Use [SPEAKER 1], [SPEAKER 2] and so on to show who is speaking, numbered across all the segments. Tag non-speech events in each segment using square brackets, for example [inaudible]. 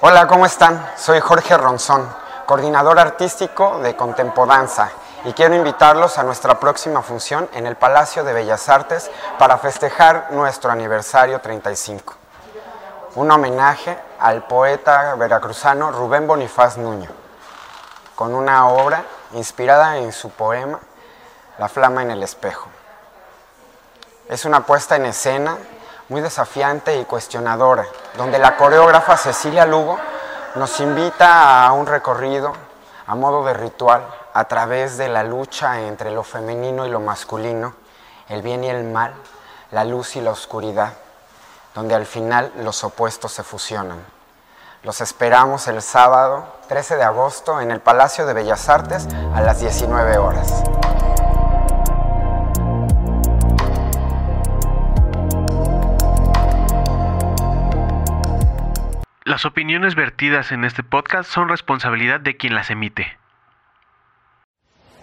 [SPEAKER 1] Hola, ¿cómo están? Soy Jorge Ronzón, coordinador artístico de Contempodanza, y quiero invitarlos a nuestra próxima función en el Palacio de Bellas Artes para festejar nuestro aniversario 35. Un homenaje al poeta veracruzano Rubén Bonifaz Nuño, con una obra inspirada en su poema La flama en el espejo. Es una puesta en escena muy desafiante y cuestionadora, donde la coreógrafa Cecilia Lugo nos invita a un recorrido a modo de ritual a través de la lucha entre lo femenino y lo masculino, el bien y el mal, la luz y la oscuridad, donde al final los opuestos se fusionan. Los esperamos el sábado 13 de agosto en el Palacio de Bellas Artes a las 19 horas.
[SPEAKER 2] Las opiniones vertidas en este podcast son responsabilidad de quien las emite.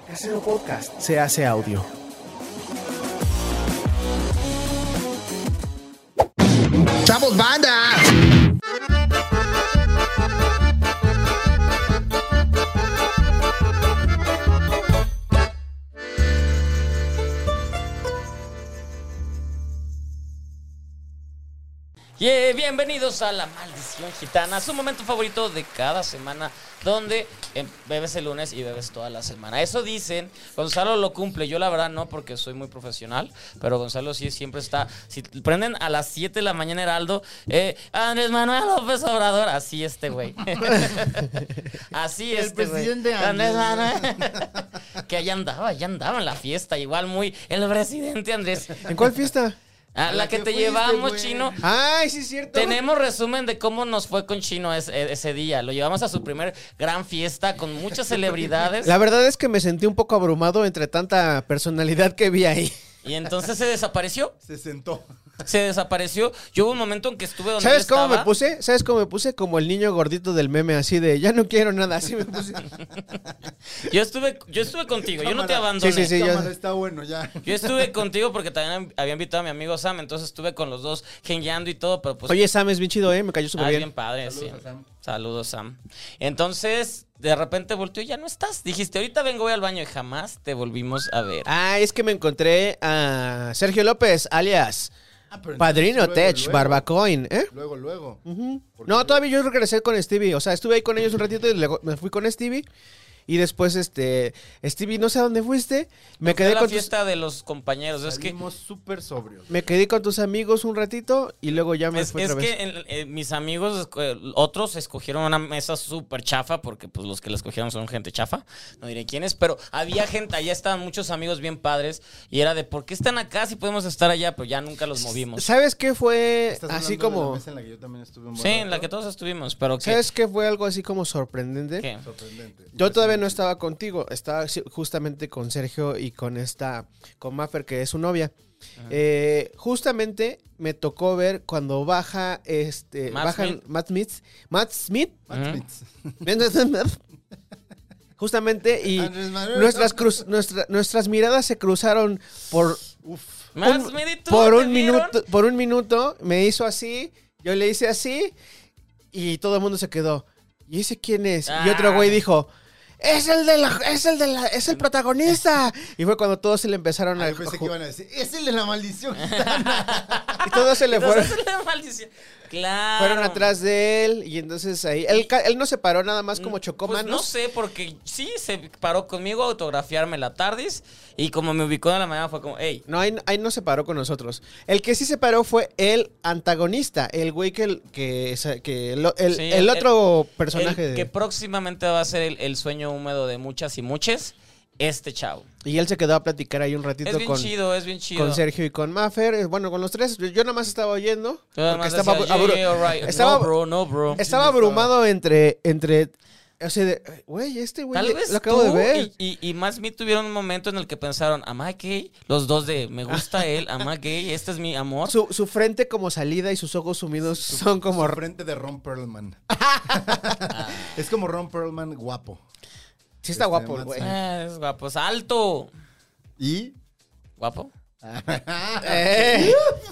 [SPEAKER 3] Casero Podcast se hace audio.
[SPEAKER 4] ¡Chavos, banda!
[SPEAKER 5] Yeah, bienvenidos a La Maldición Gitana, su momento favorito de cada semana, donde em, bebes el lunes y bebes toda la semana. Eso dicen, Gonzalo lo cumple, yo la verdad no porque soy muy profesional, pero Gonzalo sí siempre está, si prenden a las 7 de la mañana Heraldo, eh, Andrés Manuel López Obrador, así este
[SPEAKER 6] [laughs]
[SPEAKER 5] güey. así
[SPEAKER 6] El
[SPEAKER 5] este güey.
[SPEAKER 6] presidente
[SPEAKER 5] Andrés
[SPEAKER 6] Andrés.
[SPEAKER 5] Manuel. [laughs] que allá andaba, allá andaba en la fiesta, igual muy el presidente
[SPEAKER 6] [laughs]
[SPEAKER 5] Andrés.
[SPEAKER 6] ¿En cuál fiesta?
[SPEAKER 5] Ah, la que te
[SPEAKER 6] fuiste,
[SPEAKER 5] llevamos,
[SPEAKER 6] güey.
[SPEAKER 5] chino.
[SPEAKER 6] Ay, sí es cierto.
[SPEAKER 5] Tenemos resumen de cómo nos fue con Chino es- e- ese día. Lo llevamos a su primer gran fiesta con muchas celebridades.
[SPEAKER 6] La verdad es que me sentí un poco abrumado entre tanta personalidad que vi ahí.
[SPEAKER 5] Y entonces se desapareció.
[SPEAKER 7] Se sentó.
[SPEAKER 5] Se desapareció. Yo hubo un momento en que estuve donde
[SPEAKER 6] ¿Sabes
[SPEAKER 5] él
[SPEAKER 6] cómo me
[SPEAKER 5] estaba.
[SPEAKER 6] puse? ¿Sabes cómo me puse? Como el niño gordito del meme, así de ya no quiero nada, así
[SPEAKER 5] [laughs]
[SPEAKER 6] me puse.
[SPEAKER 5] Yo estuve, yo estuve contigo. Yo no te
[SPEAKER 7] Cámara.
[SPEAKER 5] abandoné.
[SPEAKER 6] Sí, sí, yo-
[SPEAKER 7] Cámara, está bueno ya.
[SPEAKER 5] Yo estuve contigo porque también había invitado a mi amigo Sam. Entonces estuve con los dos geniando y todo. Pero pues
[SPEAKER 6] Oye, Sam es bien chido, ¿eh? Me cayó súper
[SPEAKER 5] Ah,
[SPEAKER 6] bien.
[SPEAKER 5] bien padre, sí.
[SPEAKER 7] Saludos a Sam.
[SPEAKER 5] Saludos, Sam. Entonces, de repente volteó y ya no estás. Dijiste, ahorita vengo, voy al baño y jamás te volvimos a ver.
[SPEAKER 6] Ah, es que me encontré a Sergio López, alias
[SPEAKER 7] Ah, pero entonces
[SPEAKER 6] Padrino
[SPEAKER 7] luego,
[SPEAKER 6] Tech,
[SPEAKER 7] luego,
[SPEAKER 6] Barbacoin, ¿eh?
[SPEAKER 7] [laughs] Luego, luego. Porque
[SPEAKER 6] No, todavía yo regresé con Stevie. O sea, estuve ahí con ellos un ratito y luego me fui con Stevie. Y después, este, Stevie, no sé a dónde fuiste. Me
[SPEAKER 5] Fue
[SPEAKER 6] quedé
[SPEAKER 5] la
[SPEAKER 6] con tus,
[SPEAKER 5] fiesta de los compañeros. Es que,
[SPEAKER 7] Salimos súper sobrios.
[SPEAKER 6] me quedé con tus amigos un ratito y luego ya me
[SPEAKER 5] es,
[SPEAKER 6] fui
[SPEAKER 5] es
[SPEAKER 6] otra vez.
[SPEAKER 5] que en- eh, mis amigos, eh, otros escogieron una mesa súper chafa, porque pues los que la escogieron son gente chafa. No diré quiénes, pero había gente, allá estaban muchos amigos bien padres. Y era de, ¿por qué están acá si podemos estar allá? Pero ya nunca los movimos.
[SPEAKER 6] ¿Sabes qué fue
[SPEAKER 7] ¿Estás
[SPEAKER 6] así
[SPEAKER 7] hablando de la
[SPEAKER 6] como
[SPEAKER 7] mesa en la que yo también estuve un buen
[SPEAKER 5] Sí, en la que
[SPEAKER 7] rato?
[SPEAKER 5] todos estuvimos, pero que-
[SPEAKER 6] ¿Sabes qué fue algo así como sorprendente?
[SPEAKER 5] que-
[SPEAKER 7] Sorprendente.
[SPEAKER 6] Yo todavía no estaba contigo, estaba sí, justamente con Sergio y con esta, con Maffer, que es su novia. Eh, justamente me tocó ver cuando baja este
[SPEAKER 5] Matt
[SPEAKER 6] bajan
[SPEAKER 5] Smith.
[SPEAKER 6] Matt Smith Matt Smith
[SPEAKER 7] Matt
[SPEAKER 5] Ujú.
[SPEAKER 7] Smith.
[SPEAKER 6] [laughs] justamente y
[SPEAKER 7] Andrés Manuel.
[SPEAKER 6] nuestras cruz- nuestra- nuestras miradas se cruzaron por
[SPEAKER 7] [laughs] Uf.
[SPEAKER 5] Más,
[SPEAKER 6] un-
[SPEAKER 5] mira, ¿y tú?
[SPEAKER 6] por
[SPEAKER 5] ¿Te
[SPEAKER 6] un
[SPEAKER 5] vieron?
[SPEAKER 6] minuto por un minuto me hizo así yo le hice así y todo el mundo se quedó y ese quién es y otro
[SPEAKER 5] Ah.
[SPEAKER 6] güey dijo es el de la, es el de la, es el protagonista y fue cuando todos se le empezaron a,
[SPEAKER 7] Ahí Ah, pensé que iban a decir, es el de la maldición.
[SPEAKER 6] y todos se le fueron
[SPEAKER 5] Entonces, la maldición. Claro.
[SPEAKER 6] fueron atrás de él y entonces ahí él, ca- él no se paró nada más como chocó
[SPEAKER 5] Pues
[SPEAKER 6] manos
[SPEAKER 5] no sé, porque sí se paró conmigo a autografiarme la tardis y como me ubicó de la mañana fue como, hey,
[SPEAKER 6] No, ahí, ahí no se paró con nosotros. El que sí se paró fue el antagonista, el güey que, el- que, esa- que lo- el,
[SPEAKER 5] Sí,
[SPEAKER 6] el
[SPEAKER 5] el-
[SPEAKER 6] otro personaje
[SPEAKER 5] el
[SPEAKER 6] de-
[SPEAKER 5] que próximamente va a ser el, el sueño húmedo de muchas y muchas este chavo.
[SPEAKER 6] Y él se quedó a platicar ahí un ratito
[SPEAKER 5] Es bien
[SPEAKER 6] con,
[SPEAKER 5] chido, es bien chido.
[SPEAKER 6] con Sergio y con Maffer. Eh, Bueno, con los tres. Yo yo nada más estaba oyendo.
[SPEAKER 5] Yo nada
[SPEAKER 6] porque
[SPEAKER 5] más
[SPEAKER 6] estaba,
[SPEAKER 5] decía,
[SPEAKER 6] abru-
[SPEAKER 5] "Yeah, alright".
[SPEAKER 6] estaba-
[SPEAKER 5] no, bro, no, bro.
[SPEAKER 6] estaba abrumado entre. entre o sea, de, güey, este güey
[SPEAKER 5] Tal vez
[SPEAKER 6] lo acabo de
[SPEAKER 5] tú
[SPEAKER 6] ver.
[SPEAKER 5] Y, y, y Matt Smith tuvieron un momento en el que pensaron, ¿am I gay? Los dos de, me gusta él, ¿am I gay? ¿Este es mi amor?
[SPEAKER 6] Su, su frente como salida y sus ojos sumidos [laughs] son como.
[SPEAKER 7] Su frente de Ron
[SPEAKER 6] [laughs]
[SPEAKER 7] Perlman. es como Ron Perlman guapo.
[SPEAKER 6] Sí, está
[SPEAKER 7] este,
[SPEAKER 6] guapo, el
[SPEAKER 7] Matt
[SPEAKER 6] güey.
[SPEAKER 7] Smith.
[SPEAKER 5] Ah, es guapo, es alto.
[SPEAKER 7] [laughs] Y
[SPEAKER 5] ¿Guapo?
[SPEAKER 6] Eh,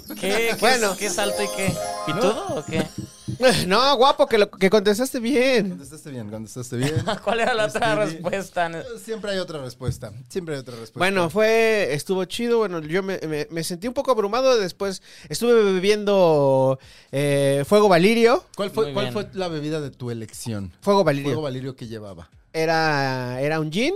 [SPEAKER 5] ¿Qué? ¿Qué,
[SPEAKER 6] Bueno.
[SPEAKER 5] es, ¿Qué es alto y qué? ¿Pitudo o qué? [laughs]
[SPEAKER 6] [laughs] No, guapo, que, lo- que contestaste bien.
[SPEAKER 7] contestaste bien, contestaste
[SPEAKER 6] [laughs]
[SPEAKER 7] bien.
[SPEAKER 5] ¿Cuál era la otra
[SPEAKER 7] Escribí-
[SPEAKER 5] respuesta?
[SPEAKER 7] Siempre hay otra respuesta. Siempre hay otra
[SPEAKER 5] Pues
[SPEAKER 7] respuesta.
[SPEAKER 6] Bueno, fue, estuvo chido, bueno, yo me, me- me sentí un poco abrumado, después estuve bebiendo eh, Fuego Valirio,
[SPEAKER 7] ¿cuál,
[SPEAKER 5] Muy
[SPEAKER 7] fue, cuál
[SPEAKER 5] bien.
[SPEAKER 7] fue la bebida de tu elección?
[SPEAKER 6] Fuego Valirio,
[SPEAKER 7] Fuego Valirio que llevaba.
[SPEAKER 6] Era, era un gin,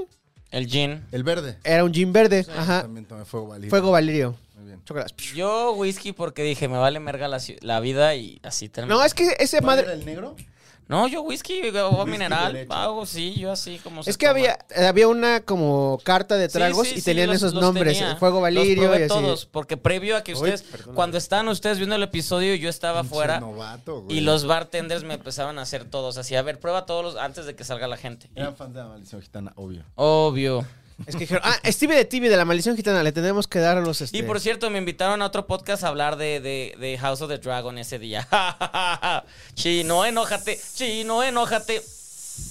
[SPEAKER 5] El gin.
[SPEAKER 7] El verde.
[SPEAKER 6] era un gin verde, ajá,
[SPEAKER 7] También tomé Fuego Valirio.
[SPEAKER 6] Fuego Valirio,
[SPEAKER 7] Muy bien.
[SPEAKER 6] chocolates.
[SPEAKER 5] Yo whisky porque dije, me vale merga la, ci- la vida y así terminé.
[SPEAKER 6] No, es que ese
[SPEAKER 7] ¿Cuál era
[SPEAKER 6] madre,
[SPEAKER 7] el negro?
[SPEAKER 5] No, yo whisky, agua mineral,
[SPEAKER 7] derecho.
[SPEAKER 5] hago sí, yo así como se
[SPEAKER 6] es que
[SPEAKER 5] toma.
[SPEAKER 6] había, había una como carta de
[SPEAKER 5] Sí,
[SPEAKER 6] tragos
[SPEAKER 5] sí,
[SPEAKER 6] y
[SPEAKER 5] sí,
[SPEAKER 6] tenían
[SPEAKER 5] los-
[SPEAKER 6] esos
[SPEAKER 5] los
[SPEAKER 6] nombres,
[SPEAKER 5] tenía.
[SPEAKER 6] eh, Fuego
[SPEAKER 5] los
[SPEAKER 6] Valirio
[SPEAKER 5] probé
[SPEAKER 6] y así.
[SPEAKER 5] todos, porque previo a que ustedes, cuando estaban ustedes viendo el episodio, yo estaba
[SPEAKER 7] Pinche
[SPEAKER 5] afuera
[SPEAKER 7] novato, güey.
[SPEAKER 5] y los bartenders me empezaban a hacer todos así, a ver, prueba todos los antes de que salga la gente.
[SPEAKER 7] Eran fans de la maldición gitana, obvio.
[SPEAKER 5] Obvio.
[SPEAKER 6] Es que dijeron, ah, Stevie de Tibi de la Maldición Gitana, le tenemos que dar los... Este,
[SPEAKER 5] Y por cierto, me invitaron a otro podcast a hablar de, de- de House of the Dragon ese día. [laughs] chino, enójate, chino, enójate.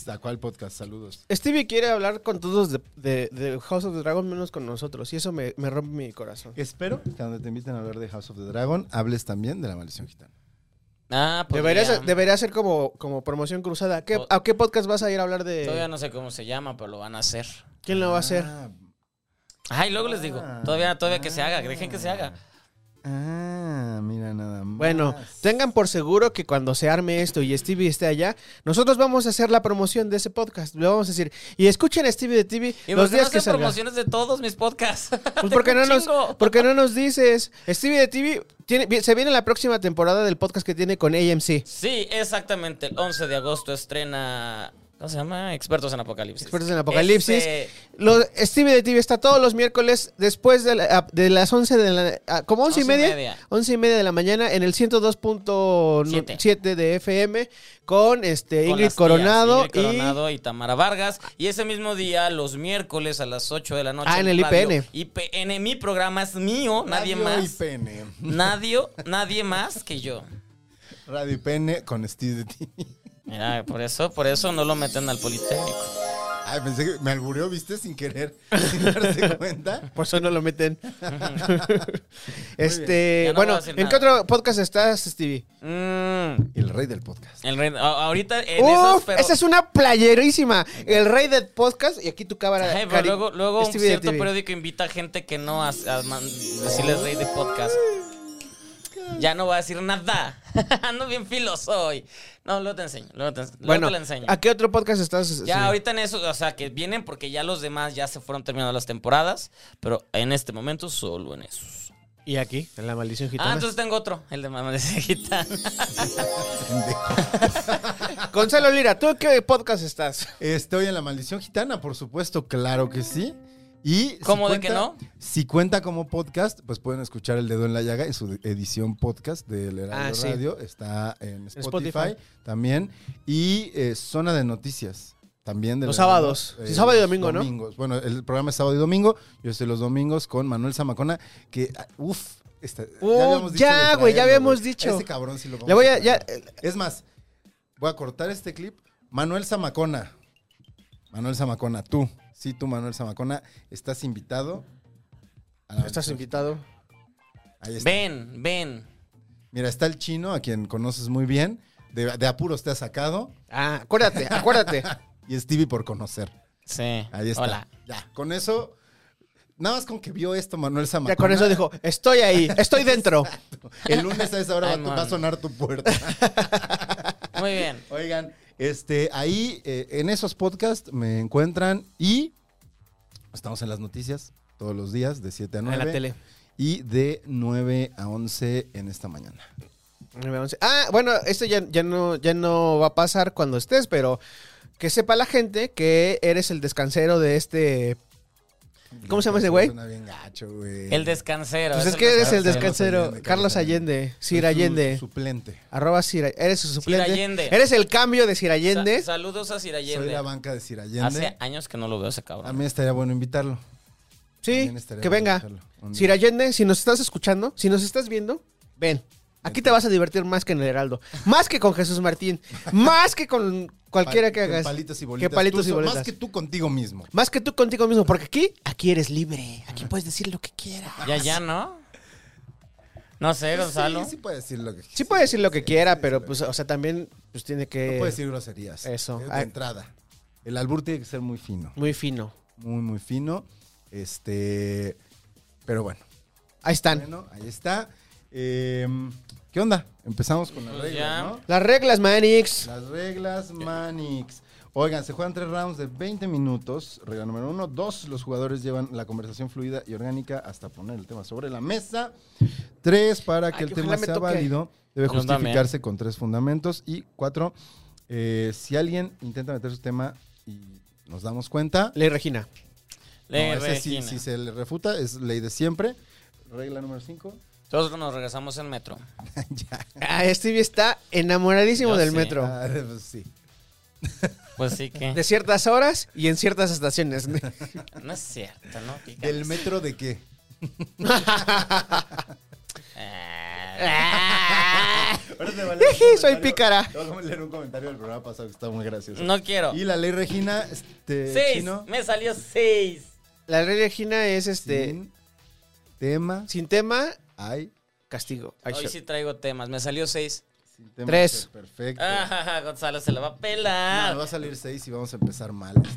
[SPEAKER 7] ¿A cuál podcast? Saludos.
[SPEAKER 6] Stevie quiere hablar con todos de, de- de House of the Dragon menos con nosotros y eso me, me rompe mi corazón.
[SPEAKER 7] Espero que cuando te inviten a hablar de House of the Dragon, hables también de la maldición gitana.
[SPEAKER 5] Ah, podría.
[SPEAKER 6] Debería ser, debería ser como, como promoción cruzada. ¿Qué-
[SPEAKER 5] O-
[SPEAKER 6] ¿A qué podcast vas a ir a hablar
[SPEAKER 5] Todavía
[SPEAKER 6] de...?
[SPEAKER 5] no sé cómo se llama, pero lo van a hacer.
[SPEAKER 6] ¿Quién lo va a hacer?
[SPEAKER 7] Ah,
[SPEAKER 5] Ay, luego les digo.
[SPEAKER 6] Ah.
[SPEAKER 5] Todavía, todavía que se haga, dejen que se haga.
[SPEAKER 7] ah, mira nada más.
[SPEAKER 6] Bueno, tengan por seguro que cuando se arme esto y Stevie esté allá, nosotros vamos a hacer la promoción de ese podcast. Le vamos a decir, y escuchen a Stevie de TV
[SPEAKER 5] Y
[SPEAKER 6] los
[SPEAKER 5] los
[SPEAKER 6] días
[SPEAKER 5] no
[SPEAKER 6] que
[SPEAKER 5] hacen
[SPEAKER 6] salga.
[SPEAKER 5] promociones de todos mis podcasts.
[SPEAKER 6] [laughs] Pues
[SPEAKER 5] [laughs]
[SPEAKER 6] porque no nos,
[SPEAKER 5] Chingo.
[SPEAKER 6] porque no nos dices. Stevie de TV tiene, vi- se viene la próxima temporada del podcast que tiene con AMC.
[SPEAKER 5] Sí, exactamente. El 11 de agosto estrena. ¿Cómo se llama? Expertos en Apocalipsis.
[SPEAKER 6] Expertos en Apocalipsis.
[SPEAKER 5] Este,
[SPEAKER 6] Lo- Stevie de TV está todos los miércoles después de, la- de las 11 de la... ah, Como 11
[SPEAKER 5] 11
[SPEAKER 6] y
[SPEAKER 5] y
[SPEAKER 6] media.
[SPEAKER 5] media.
[SPEAKER 6] 11 y media de la mañana en el 102.7 de FM con, este,
[SPEAKER 5] con
[SPEAKER 6] Ingrid,
[SPEAKER 5] las tías,
[SPEAKER 6] Coronado
[SPEAKER 5] Ingrid Coronado y... Tamara Vargas. Y ese mismo día, los miércoles a las 8 de la noche.
[SPEAKER 6] Ah, en el
[SPEAKER 5] radio
[SPEAKER 6] IPN.
[SPEAKER 5] IPN, mi programa es mío, nadie
[SPEAKER 7] Radio
[SPEAKER 5] más.
[SPEAKER 7] y Pene.
[SPEAKER 5] Nadie, nadie más que yo.
[SPEAKER 7] Radio y Pene con Steve de Tini.
[SPEAKER 5] Mira, por eso, por eso no lo meten al Politécnico.
[SPEAKER 7] [laughs] Ay, pensé que me albureó, viste, sin querer, [laughs] sin darse cuenta. [laughs]
[SPEAKER 6] y... Por eso no
[SPEAKER 5] [laughs]
[SPEAKER 6] lo meten.
[SPEAKER 5] Ya
[SPEAKER 6] este,
[SPEAKER 5] no voy
[SPEAKER 6] bueno,
[SPEAKER 5] a decir
[SPEAKER 6] ¿en
[SPEAKER 5] nada.
[SPEAKER 6] qué otro podcast estás, Stevie?
[SPEAKER 5] Mm,
[SPEAKER 7] El rey del podcast.
[SPEAKER 5] el rey- a- ahorita en esos,
[SPEAKER 6] Uf,
[SPEAKER 5] pero-
[SPEAKER 6] esa es una playerísima. El rey del podcast y aquí tu cámara.
[SPEAKER 5] Ay, pero
[SPEAKER 6] Cari-
[SPEAKER 5] luego, luego un
[SPEAKER 6] Stevie de
[SPEAKER 5] cierto
[SPEAKER 6] TV.
[SPEAKER 5] periódico invita a gente que no a, a man- decirles rey de podcast. Ya no voy a decir nada. [laughs] Ando bien filoso hoy. No, luego te enseño. Luego te, luego
[SPEAKER 6] Bueno,
[SPEAKER 5] te lo enseño.
[SPEAKER 6] ¿a qué otro podcast estás?
[SPEAKER 5] Ya
[SPEAKER 6] Stevie?
[SPEAKER 5] ahorita en eso, o sea, que vienen porque ya los demás ya se fueron terminando las temporadas, pero en este momento solo en esos.
[SPEAKER 6] Y aquí, en la maldición
[SPEAKER 5] Ah,
[SPEAKER 6] gitana.
[SPEAKER 5] entonces tengo otro, el de mamá de gitana.
[SPEAKER 6] Gonzalo Lira, ¿tú en qué podcast estás?
[SPEAKER 7] Estoy Este, en la maldición gitana, por supuesto, claro que sí. Y
[SPEAKER 5] ¿Cómo de que no?
[SPEAKER 7] Si cuenta como podcast, pues pueden escuchar El Dedo en la Llaga en su edición podcast del Heraldo
[SPEAKER 6] Ah, sí.
[SPEAKER 7] Radio. Está en Spotify,
[SPEAKER 6] Spotify.
[SPEAKER 7] también. Y eh, Zona de Noticias también. del
[SPEAKER 6] Los
[SPEAKER 7] Heraldo, eh,
[SPEAKER 6] sábados. Sábado y domingo,
[SPEAKER 7] los
[SPEAKER 6] ¿no?
[SPEAKER 7] domingos. Bueno, el programa es sábado y domingo. Yo estoy los domingos con Manuel Zamacona, que, ah, uff. está-
[SPEAKER 6] Uh,
[SPEAKER 7] habíamos dicho
[SPEAKER 6] ya,
[SPEAKER 7] de
[SPEAKER 6] güey, ya
[SPEAKER 7] traerlo,
[SPEAKER 6] habíamos
[SPEAKER 7] güey.
[SPEAKER 6] dicho.
[SPEAKER 7] Ese cabrón sí lo vamos
[SPEAKER 6] [laughs] Le voy a- ya- eh,
[SPEAKER 7] traer. Es más, voy a cortar este clip. Manuel Zamacona. Manuel Zamacona, tú. Sí, tú, Manuel Zamacona, estás invitado. a la-
[SPEAKER 6] Estás invitado.
[SPEAKER 7] Ahí
[SPEAKER 6] Este.
[SPEAKER 7] está.
[SPEAKER 5] Ven, ven.
[SPEAKER 7] Mira, está el chino, a quien conoces muy bien. De, de apuros te ha sacado.
[SPEAKER 6] Ah, acuérdate, [laughs] acuérdate.
[SPEAKER 7] Y Stevie por conocer.
[SPEAKER 5] Sí.
[SPEAKER 7] Ahí está.
[SPEAKER 5] Hola.
[SPEAKER 7] Ya, con eso. Nada más con que vio esto Manuel Zamacona.
[SPEAKER 6] ya con eso dijo, estoy ahí, [laughs] estoy dentro.
[SPEAKER 7] El lunes a esa hora
[SPEAKER 5] Ay,
[SPEAKER 7] va, tu- va a
[SPEAKER 5] mami.
[SPEAKER 7] sonar tu puerta.
[SPEAKER 5] Muy bien.
[SPEAKER 7] Oigan, este, ahí eh, en esos podcasts me encuentran y estamos en las noticias todos los días de 7 a 9.
[SPEAKER 6] la tele.
[SPEAKER 7] Y de 9 a 11 en esta mañana.
[SPEAKER 6] 9:11. Ah, bueno, esto ya, ya, no, ya no va a pasar cuando estés, pero que sepa la gente que eres el descansero de este ¿Cómo se llama ese güey?
[SPEAKER 7] Suena bien gacho, güey.
[SPEAKER 5] El descansero.
[SPEAKER 6] Pues
[SPEAKER 5] es
[SPEAKER 6] es que eres el
[SPEAKER 7] Carlos
[SPEAKER 6] descansero.
[SPEAKER 7] Allende,
[SPEAKER 6] Carlos
[SPEAKER 7] Carlos
[SPEAKER 6] Allende. Sir
[SPEAKER 7] Es su
[SPEAKER 6] Allende.
[SPEAKER 7] Suplente.
[SPEAKER 6] Arroba Sir Allende. Eres su suplente.
[SPEAKER 5] Allende.
[SPEAKER 6] Eres el cambio de Sir Allende.
[SPEAKER 5] Sa- saludos a Sir
[SPEAKER 7] Soy
[SPEAKER 5] Allende.
[SPEAKER 7] la banca de Sir
[SPEAKER 5] Hace
[SPEAKER 7] Allende.
[SPEAKER 5] años que no lo veo ese
[SPEAKER 7] A
[SPEAKER 5] cabrón.
[SPEAKER 7] mí estaría bueno invitarlo.
[SPEAKER 6] Sí,
[SPEAKER 7] También estaría
[SPEAKER 6] que
[SPEAKER 7] bueno
[SPEAKER 6] venga.
[SPEAKER 7] hacerlo un día.
[SPEAKER 6] Sir Allende, si nos estás escuchando, si nos estás viendo, ven. Aquí te vas a divertir más que en el Heraldo. Más que con Jesús Martín. Más que con cualquiera que
[SPEAKER 7] Pal-
[SPEAKER 6] hagas.
[SPEAKER 7] Palitos y
[SPEAKER 6] Que
[SPEAKER 7] bolitas.
[SPEAKER 6] palitos
[SPEAKER 7] Tú
[SPEAKER 6] y
[SPEAKER 7] so-
[SPEAKER 6] bolitas.
[SPEAKER 7] Más que tú contigo mismo.
[SPEAKER 6] Más que tú contigo mismo, porque aquí, aquí eres libre. Aquí puedes decir lo que quieras.
[SPEAKER 7] [laughs]
[SPEAKER 5] Ya, ya, ¿no? No sé, Gonzalo.
[SPEAKER 7] Sí, sí puede decir lo que
[SPEAKER 6] Sí puede decir lo que quiera, pero pues, o sea, también pues tiene que...
[SPEAKER 7] No puede decir groserías.
[SPEAKER 6] Eso.
[SPEAKER 7] Es De
[SPEAKER 6] Ah.
[SPEAKER 7] entrada. El albur tiene que ser muy fino.
[SPEAKER 6] Muy fino.
[SPEAKER 7] Muy, muy fino. Este. Pero bueno.
[SPEAKER 6] Ahí están.
[SPEAKER 7] Bueno, ahí está. Em, ¿Qué onda? Empezamos con las
[SPEAKER 5] Pues ya.
[SPEAKER 7] reglas, ¿no?
[SPEAKER 6] Las reglas, Manix.
[SPEAKER 7] Las reglas Manix. Oigan, se juegan tres rounds de 20 minutos. Regla número uno. Dos, los jugadores llevan la conversación fluida y orgánica hasta poner el tema sobre la mesa. Tres, para que
[SPEAKER 6] Ay,
[SPEAKER 7] el
[SPEAKER 6] que
[SPEAKER 7] tema
[SPEAKER 6] ojalá me
[SPEAKER 7] sea
[SPEAKER 6] toque.
[SPEAKER 7] válido, debe
[SPEAKER 5] Yo también.
[SPEAKER 7] justificarse con tres fundamentos. Y cuatro, eh, si alguien intenta meter su tema y nos damos cuenta,
[SPEAKER 6] Ley Regina.
[SPEAKER 5] Le
[SPEAKER 7] no, ese sí,
[SPEAKER 5] Regina.
[SPEAKER 7] si se le refuta, es ley de siempre. Regla número cinco.
[SPEAKER 5] Todos nos regresamos en metro.
[SPEAKER 7] ya.
[SPEAKER 6] Ah, Stevie está enamoradísimo
[SPEAKER 5] Yo
[SPEAKER 6] del
[SPEAKER 5] sí.
[SPEAKER 6] metro.
[SPEAKER 7] Ah, [laughs] pues sí.
[SPEAKER 5] Pues sí que.
[SPEAKER 6] De ciertas horas y en ciertas
[SPEAKER 7] [laughs]
[SPEAKER 6] estaciones.
[SPEAKER 5] No es cierto, ¿no? Qué
[SPEAKER 7] ¿Del
[SPEAKER 5] cabeza.
[SPEAKER 7] metro de qué?
[SPEAKER 5] Eh, Ah.
[SPEAKER 7] Ahora te voy a
[SPEAKER 5] [laughs]
[SPEAKER 7] leer un
[SPEAKER 6] Ejí, soy
[SPEAKER 7] comentario-
[SPEAKER 6] pícara.
[SPEAKER 7] te voy a leer un comentario del programa pasado que está muy gracioso.
[SPEAKER 5] No quiero.
[SPEAKER 7] Y la ley Regina, este,
[SPEAKER 5] Seis.
[SPEAKER 7] chino,
[SPEAKER 5] Me salió seis.
[SPEAKER 6] La ley Regina es este. Sin,
[SPEAKER 7] sin tema,
[SPEAKER 6] tema,
[SPEAKER 7] hay,
[SPEAKER 6] castigo. Ay,
[SPEAKER 5] Hoy
[SPEAKER 6] shit.
[SPEAKER 5] sí traigo temas. Me salió seis.
[SPEAKER 7] sin tema,
[SPEAKER 6] Tres.
[SPEAKER 7] perfecto.
[SPEAKER 5] Ah, [laughs] Gonzalo se la va a pelar.
[SPEAKER 7] No, va a salir seis y vamos a empezar mal esto.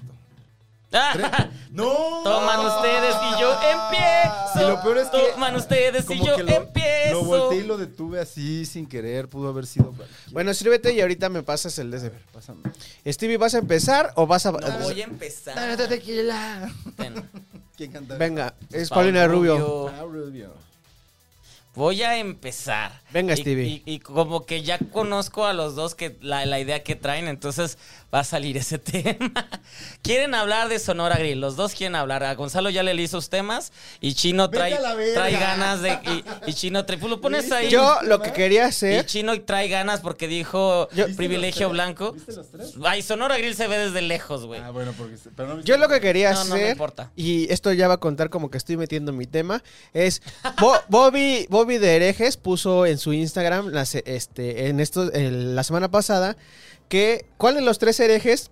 [SPEAKER 7] Tres.
[SPEAKER 5] Ah,
[SPEAKER 7] ¡No! Ah.
[SPEAKER 5] Toman ustedes y yo empiezo.
[SPEAKER 7] Y lo peor es que
[SPEAKER 5] Toman ustedes y
[SPEAKER 7] como
[SPEAKER 5] yo
[SPEAKER 7] que lo,
[SPEAKER 5] empiezo.
[SPEAKER 7] Lo volteé y lo detuve así sin querer, pudo haber sido. cualquier-
[SPEAKER 6] Bueno, sírvete y ahorita me pasas el de
[SPEAKER 7] pásame.
[SPEAKER 6] Stevie, ¿vas a empezar o vas a.? eh,
[SPEAKER 5] No [laughs] voy a empezar.
[SPEAKER 7] [laughs] tequila.
[SPEAKER 5] Ten.
[SPEAKER 7] ¿Quién canta?
[SPEAKER 6] Venga,
[SPEAKER 5] Pues,
[SPEAKER 6] es Paulina Rubio.
[SPEAKER 7] Ah, Rubio.
[SPEAKER 5] Voy a empezar.
[SPEAKER 6] Venga,
[SPEAKER 5] Y-
[SPEAKER 6] Stevie.
[SPEAKER 5] Y, y como que ya conozco a los dos que la, la idea que traen, entonces va a salir ese [laughs] tema. quieren hablar de Sonora Grill, los dos quieren hablar. A Gonzalo ya le leí sus temas y Chino
[SPEAKER 7] Vete
[SPEAKER 5] trae,
[SPEAKER 7] a la verga.
[SPEAKER 5] trae ganas de... Y, y Chino trae... pues lo pones ahí.
[SPEAKER 6] Yo lo que
[SPEAKER 5] y
[SPEAKER 6] quería hacer.
[SPEAKER 5] Chino trae ganas porque dijo
[SPEAKER 6] Yo-
[SPEAKER 5] privilegio blanco.
[SPEAKER 7] ¿Viste los tres?
[SPEAKER 5] Ay, Sonora Grill se ve desde lejos, güey.
[SPEAKER 7] Ah, bueno, porque. se- Pero no viste
[SPEAKER 6] Yo lo que quería
[SPEAKER 5] No, no
[SPEAKER 6] hacer.
[SPEAKER 5] me importa.
[SPEAKER 6] Y esto ya va a contar como que estoy metiendo mi tema. Es. Bo- [laughs] Bobby, Bobby de Herejes puso en su Instagram la, se- este, en esto, el- la semana pasada que. ¿Cuál de los tres herejes?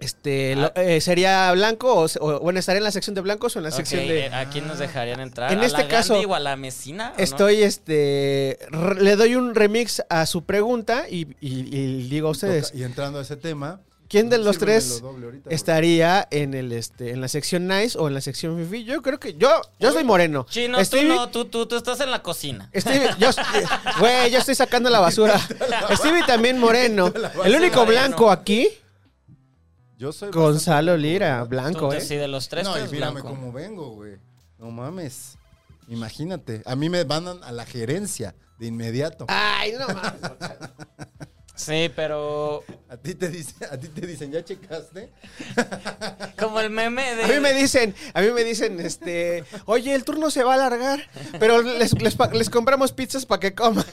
[SPEAKER 6] Este, lo-
[SPEAKER 5] Ah.
[SPEAKER 6] eh, ¿Sería blanco? O, se- o- bueno, ¿estaría en la sección de blancos o en la
[SPEAKER 5] Ok,
[SPEAKER 6] sección de.?
[SPEAKER 5] eh, ¿A quién nos dejarían entrar?
[SPEAKER 6] En
[SPEAKER 5] ¿A la
[SPEAKER 6] este caso,
[SPEAKER 5] Gandhi o a la Mesina? ¿o no?
[SPEAKER 6] Estoy, este, r- le doy un remix a su pregunta y, y- y digo a ustedes,
[SPEAKER 7] Toca- Y entrando a ese tema.
[SPEAKER 6] ¿quién de los
[SPEAKER 7] sírvemelo
[SPEAKER 6] tres
[SPEAKER 7] doble ahorita, porque-
[SPEAKER 6] estaría en el, este, en la sección Nice o en la sección Fifi? Yo creo que yo, yo soy moreno.
[SPEAKER 5] Chino,
[SPEAKER 6] Stevie-
[SPEAKER 5] tú no, tú, tú, tú estás en la cocina.
[SPEAKER 6] Stevie- yo, güey, yo estoy sacando
[SPEAKER 5] [laughs]
[SPEAKER 6] la basura. Stevie también moreno. El único blanco aquí,
[SPEAKER 7] Yo soy
[SPEAKER 6] Gonzalo
[SPEAKER 7] bastante-
[SPEAKER 6] Lira, blanco,
[SPEAKER 5] Tú,
[SPEAKER 6] ¿eh?
[SPEAKER 5] Sí, de los tres,
[SPEAKER 7] No,
[SPEAKER 5] tú
[SPEAKER 7] y
[SPEAKER 5] eres
[SPEAKER 7] mírame
[SPEAKER 5] blanco.
[SPEAKER 7] cómo vengo, güey. No mames. Imagínate. A mí me mandan a la gerencia de inmediato.
[SPEAKER 6] Ay, no mames.
[SPEAKER 5] Sí, pero
[SPEAKER 7] A ti te dicen, a ti te dicen, ¿ya checaste?
[SPEAKER 5] como el meme de...
[SPEAKER 6] A mí me dicen, a mí me dicen, este, oye, el turno se va a alargar, pero les, les pa- les compramos pizzas para que coman.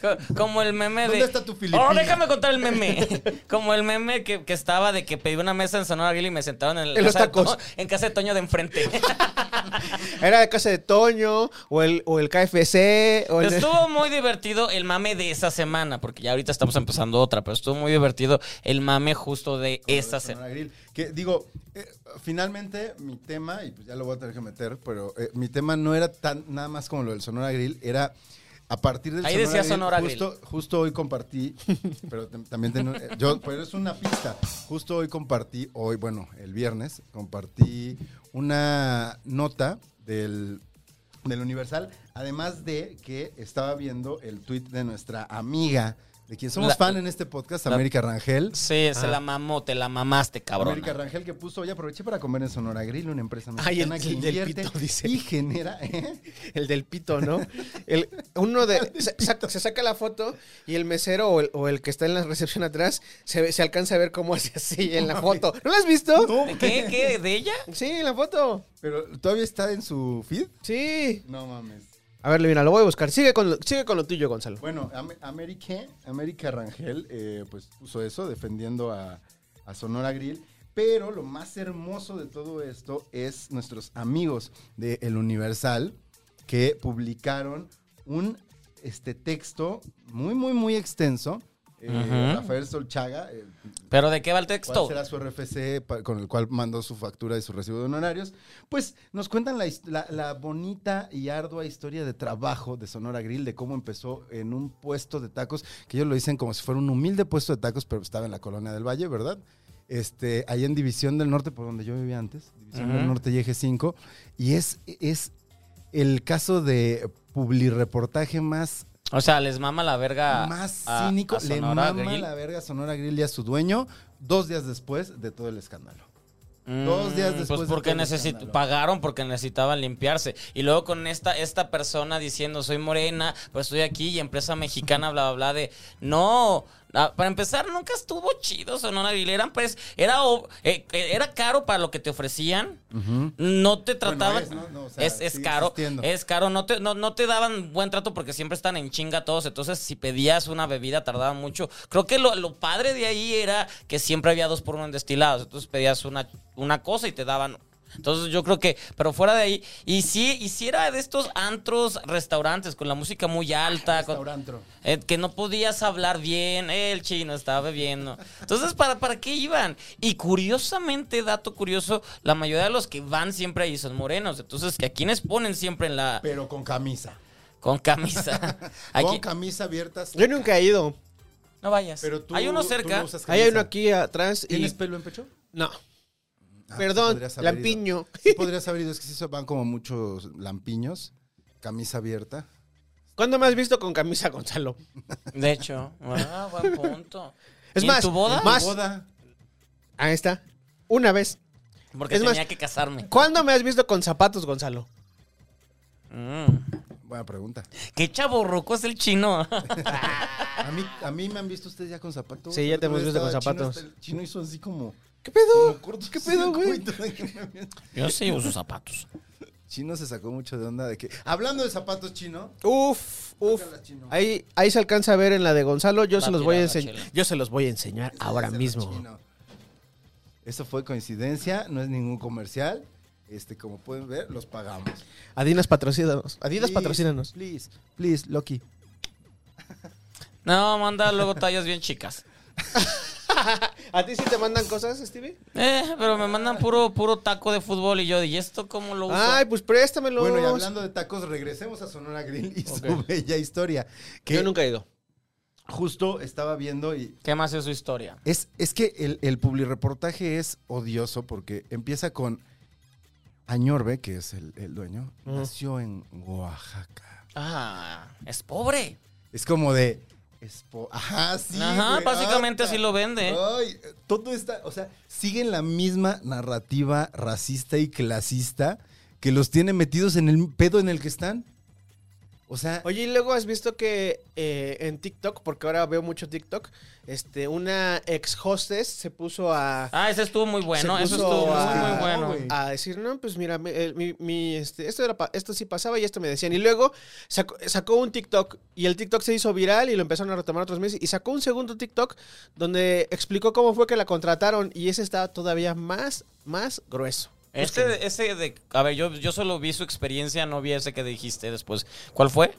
[SPEAKER 5] co- Como el meme de...
[SPEAKER 7] ¿Dónde está tu Filipina?
[SPEAKER 5] Oh, déjame contar el meme. [laughs] Como el meme que, que estaba de que pedí una mesa en Sonora Grill y me sentaron en, la
[SPEAKER 6] En los
[SPEAKER 5] casa de
[SPEAKER 6] tacos.
[SPEAKER 5] To- en casa de Toño de
[SPEAKER 6] [laughs]
[SPEAKER 5] enfrente.
[SPEAKER 6] Era de casa de Toño, o el, o el KFC, o el...
[SPEAKER 5] Estuvo muy divertido el mame de esa semana, porque ya ahorita estamos empezando otra, pero estuvo muy divertido el mame justo de esta
[SPEAKER 7] Sonora
[SPEAKER 5] semana.
[SPEAKER 7] Grill. Que digo, eh, finalmente mi tema, y pues ya lo voy a tener que meter, pero eh, mi tema no era tan nada más como lo del Sonora Grill, era a partir del
[SPEAKER 5] Ahí decía Sonora Grill.
[SPEAKER 7] justo, justo hoy
[SPEAKER 5] [laughs]
[SPEAKER 7] compartí, pero tam- también tengo- eh, yo, pero es una pista. Justo hoy compartí, hoy, bueno, el viernes, compartí una nota del, del Universal Además de que estaba viendo el tweet de nuestra amiga, de quien somos
[SPEAKER 5] La-
[SPEAKER 7] fan en este podcast, América Rangel.
[SPEAKER 5] Sí,
[SPEAKER 6] Ah.
[SPEAKER 5] se la mamó, te la mamaste, cabrón.
[SPEAKER 7] América Rangel que puso, oye, aproveché para comer en Sonora Grill, una empresa
[SPEAKER 6] Ay, el-
[SPEAKER 7] mexicana que
[SPEAKER 6] el del
[SPEAKER 7] invierte
[SPEAKER 6] pito, dice.
[SPEAKER 7] y genera... [laughs] ¿eh?
[SPEAKER 6] [laughs] El del pito, ¿no? El, uno
[SPEAKER 7] [laughs]
[SPEAKER 6] de. Se, saca- se saca la foto y el mesero o el, o el que está en la recepción atrás se, ve- se alcanza a ver cómo hace así en la foto. ¿No lo has visto?
[SPEAKER 5] ¿De qué? ¿Qué? ¿De ella?
[SPEAKER 6] Sí, en la foto.
[SPEAKER 7] Pero todavía está en su feed.
[SPEAKER 6] Sí.
[SPEAKER 7] No mames.
[SPEAKER 6] A ver, Levina, lo voy a buscar. Sigue con, lo- sigue con lo tuyo, Gonzalo.
[SPEAKER 7] Bueno, Am- América, América Rangel eh, pues puso eso defendiendo a, a Sonora Grill. Pero lo más hermoso de todo esto es nuestros amigos de El Universal que publicaron un este texto muy, muy, muy extenso. Eh,
[SPEAKER 5] Ujú.
[SPEAKER 7] Rafael Solchaga, eh,
[SPEAKER 5] ¿Pero de qué va el
[SPEAKER 7] ¿Cuál
[SPEAKER 5] texto?
[SPEAKER 7] será su RFC pa- con el cual mandó su factura y su recibo de honorarios? Pues nos cuentan la, his- la- la bonita y ardua historia de trabajo de Sonora Grill, de cómo empezó en un puesto de tacos, que ellos lo dicen como si fuera un humilde puesto de tacos, pero estaba en la colonia del Valle, ¿verdad? Este, ahí en División del Norte, por donde yo vivía antes, División del
[SPEAKER 5] Ujú.
[SPEAKER 7] Norte y Eje 5. Y es, es el caso de publireportaje más
[SPEAKER 5] O sea, les mama la verga.
[SPEAKER 7] más
[SPEAKER 5] a- a
[SPEAKER 7] cínico. le
[SPEAKER 5] Sonora
[SPEAKER 7] mama
[SPEAKER 5] Grill.
[SPEAKER 7] la verga a Sonora Grill y a su dueño dos días después de todo el escándalo. Dos días
[SPEAKER 5] Mm,
[SPEAKER 7] después de
[SPEAKER 5] Pues porque
[SPEAKER 7] todo el
[SPEAKER 5] necesi-
[SPEAKER 7] escándalo.
[SPEAKER 5] pagaron porque necesitaban limpiarse. Y luego con esta, esta persona diciendo, soy morena, pues estoy aquí y empresa mexicana, bla, bla, bla, de... No, ah, para empezar, nunca estuvo chido Sonora Grill. Eran, pues, era, o- eh, eh, era caro para lo que te ofrecían. No te trataban...
[SPEAKER 7] es, ¿no? No, o sea,
[SPEAKER 5] es, es
[SPEAKER 7] sigue
[SPEAKER 5] caro.
[SPEAKER 7] existiendo.
[SPEAKER 5] Es caro. No te, no, no te daban buen trato porque siempre están en chinga todos. Entonces, si pedías una bebida, tardaba mucho. Creo que lo, lo padre de ahí era que siempre había dos por uno en destilados. Entonces, pedías una, una cosa y te daban. Entonces, yo creo que, pero fuera de ahí, y si, y si era de estos antros, restaurantes, con la música muy
[SPEAKER 7] Ah,
[SPEAKER 5] alta, con-
[SPEAKER 7] Restaurantro.
[SPEAKER 5] eh, que no podías hablar bien, el chino estaba bebiendo. Entonces, ¿para, ¿para qué iban? Y curiosamente, dato curioso, la mayoría de los que van siempre ahí son morenos. Entonces, que ¿a quienes ponen siempre en la...
[SPEAKER 7] Pero con camisa.
[SPEAKER 5] con
[SPEAKER 6] [laughs]
[SPEAKER 5] camisa? ¿A
[SPEAKER 7] Con
[SPEAKER 5] quién-
[SPEAKER 7] camisa abiertas.
[SPEAKER 6] Yo nunca he ido.
[SPEAKER 5] No vayas.
[SPEAKER 7] Pero tú,
[SPEAKER 5] Hay uno
[SPEAKER 7] tú
[SPEAKER 5] cerca.
[SPEAKER 7] no usas
[SPEAKER 6] Ahí hay
[SPEAKER 7] camisa.
[SPEAKER 6] uno aquí atrás y. Ah,
[SPEAKER 7] ¿Tienes pelo en pecho?
[SPEAKER 6] No.
[SPEAKER 7] Ah, sí
[SPEAKER 6] Perdón,
[SPEAKER 7] podrías
[SPEAKER 6] [laughs]
[SPEAKER 7] haber
[SPEAKER 6] lampiño.
[SPEAKER 7] ido. Sí podrías haber ido, es que sí van como muchos lampiños, camisa abierta.
[SPEAKER 6] ¿Cuándo me has visto con camisa, Gonzalo?
[SPEAKER 5] De hecho. Ah, buen punto.
[SPEAKER 6] [laughs] Es
[SPEAKER 5] ¿Y
[SPEAKER 6] más,
[SPEAKER 5] ¿En tu boda?
[SPEAKER 6] más-
[SPEAKER 7] Boda.
[SPEAKER 6] Ahí está. Una vez.
[SPEAKER 5] Porque
[SPEAKER 6] es más-
[SPEAKER 5] tenía que casarme.
[SPEAKER 6] ¿Cuándo me has visto con zapatos, Gonzalo?
[SPEAKER 5] Mm.
[SPEAKER 7] Buena pregunta.
[SPEAKER 5] Qué chaborroco es el chino.
[SPEAKER 7] A mí, a mí me han visto ustedes ya con zapatos.
[SPEAKER 6] Sí, ya
[SPEAKER 7] El
[SPEAKER 6] te hemos
[SPEAKER 7] otro
[SPEAKER 6] visto
[SPEAKER 7] día
[SPEAKER 6] con
[SPEAKER 7] estaba el chino,
[SPEAKER 6] zapatos.
[SPEAKER 7] hasta El chino hizo así como...
[SPEAKER 6] ¿Qué
[SPEAKER 7] como
[SPEAKER 6] pedo?
[SPEAKER 7] cortos,
[SPEAKER 6] ¿Qué
[SPEAKER 7] así
[SPEAKER 6] pedo,
[SPEAKER 7] de [laughs]
[SPEAKER 6] güey?
[SPEAKER 7] cuento, de que me habían-
[SPEAKER 5] Yo sí uso zapatos.
[SPEAKER 7] Chino se sacó mucho de onda de que... Hablando de zapatos, Chino...
[SPEAKER 6] Uf, uf.
[SPEAKER 7] Tócala, chino.
[SPEAKER 6] Ahí, ahí se alcanza a ver en la de Gonzalo. Yo
[SPEAKER 5] Va
[SPEAKER 6] se
[SPEAKER 5] a
[SPEAKER 6] los voy a
[SPEAKER 5] tirar la
[SPEAKER 6] enseñar.
[SPEAKER 5] chela.
[SPEAKER 6] Yo se los voy a enseñar ahora
[SPEAKER 7] Ese
[SPEAKER 6] mismo.
[SPEAKER 7] cochino. Eso fue coincidencia, no es ningún comercial. Este, como pueden ver, los pagamos.
[SPEAKER 6] Adidas patrocínanos. Adidas
[SPEAKER 7] Please,
[SPEAKER 6] patrocínanos.
[SPEAKER 7] Please, please, Loki.
[SPEAKER 5] No, manda luego tallas bien chicas.
[SPEAKER 6] ¿A ti sí te mandan cosas, Stevie?
[SPEAKER 5] Eh, pero me mandan puro, puro taco de fútbol y yo, ¿y esto cómo lo uso?
[SPEAKER 6] Ay, pues préstamelo.
[SPEAKER 7] Bueno, y hablando de tacos, regresemos a Sonora Grill y su bella historia. Que
[SPEAKER 6] Yo nunca he ido.
[SPEAKER 7] justo estaba viendo y
[SPEAKER 5] ¿Qué más es su historia?
[SPEAKER 7] Es, es que el, el publireportaje es odioso porque empieza con Añorbe, que es el, el dueño, nació en Oaxaca.
[SPEAKER 5] Ah, es pobre.
[SPEAKER 7] Es como de... es po- Ajá, sí.
[SPEAKER 5] Ajá,
[SPEAKER 7] güey,
[SPEAKER 5] básicamente
[SPEAKER 7] anda.
[SPEAKER 5] así lo vende. ¿eh?
[SPEAKER 7] Ay, todo está... O sea, siguen la misma narrativa racista y clasista que los tiene metidos en el pedo en el que están. O sea...
[SPEAKER 6] Oye, y luego has visto que eh, en TikTok, porque ahora veo mucho TikTok, este, una ex hostess se puso a,
[SPEAKER 5] Ah, ese estuvo muy bueno,
[SPEAKER 6] Se
[SPEAKER 5] eso
[SPEAKER 6] puso
[SPEAKER 5] estuvo muy,
[SPEAKER 6] a-
[SPEAKER 5] muy bueno.
[SPEAKER 7] güey.
[SPEAKER 6] a decir, no, pues mira, mi, eh, mi- mi, este, esto, era pa- esto sí pasaba y esto me decían. Y luego sacó, sacó un TikTok y el TikTok se hizo viral y lo empezaron a retomar otros meses. Y sacó un segundo TikTok donde explicó cómo fue que la contrataron y ese está todavía más, más grueso.
[SPEAKER 5] Este, de- ese de, a ver, yo, yo solo vi su experiencia, no vi ese que dijiste después. ¿Cuál fue?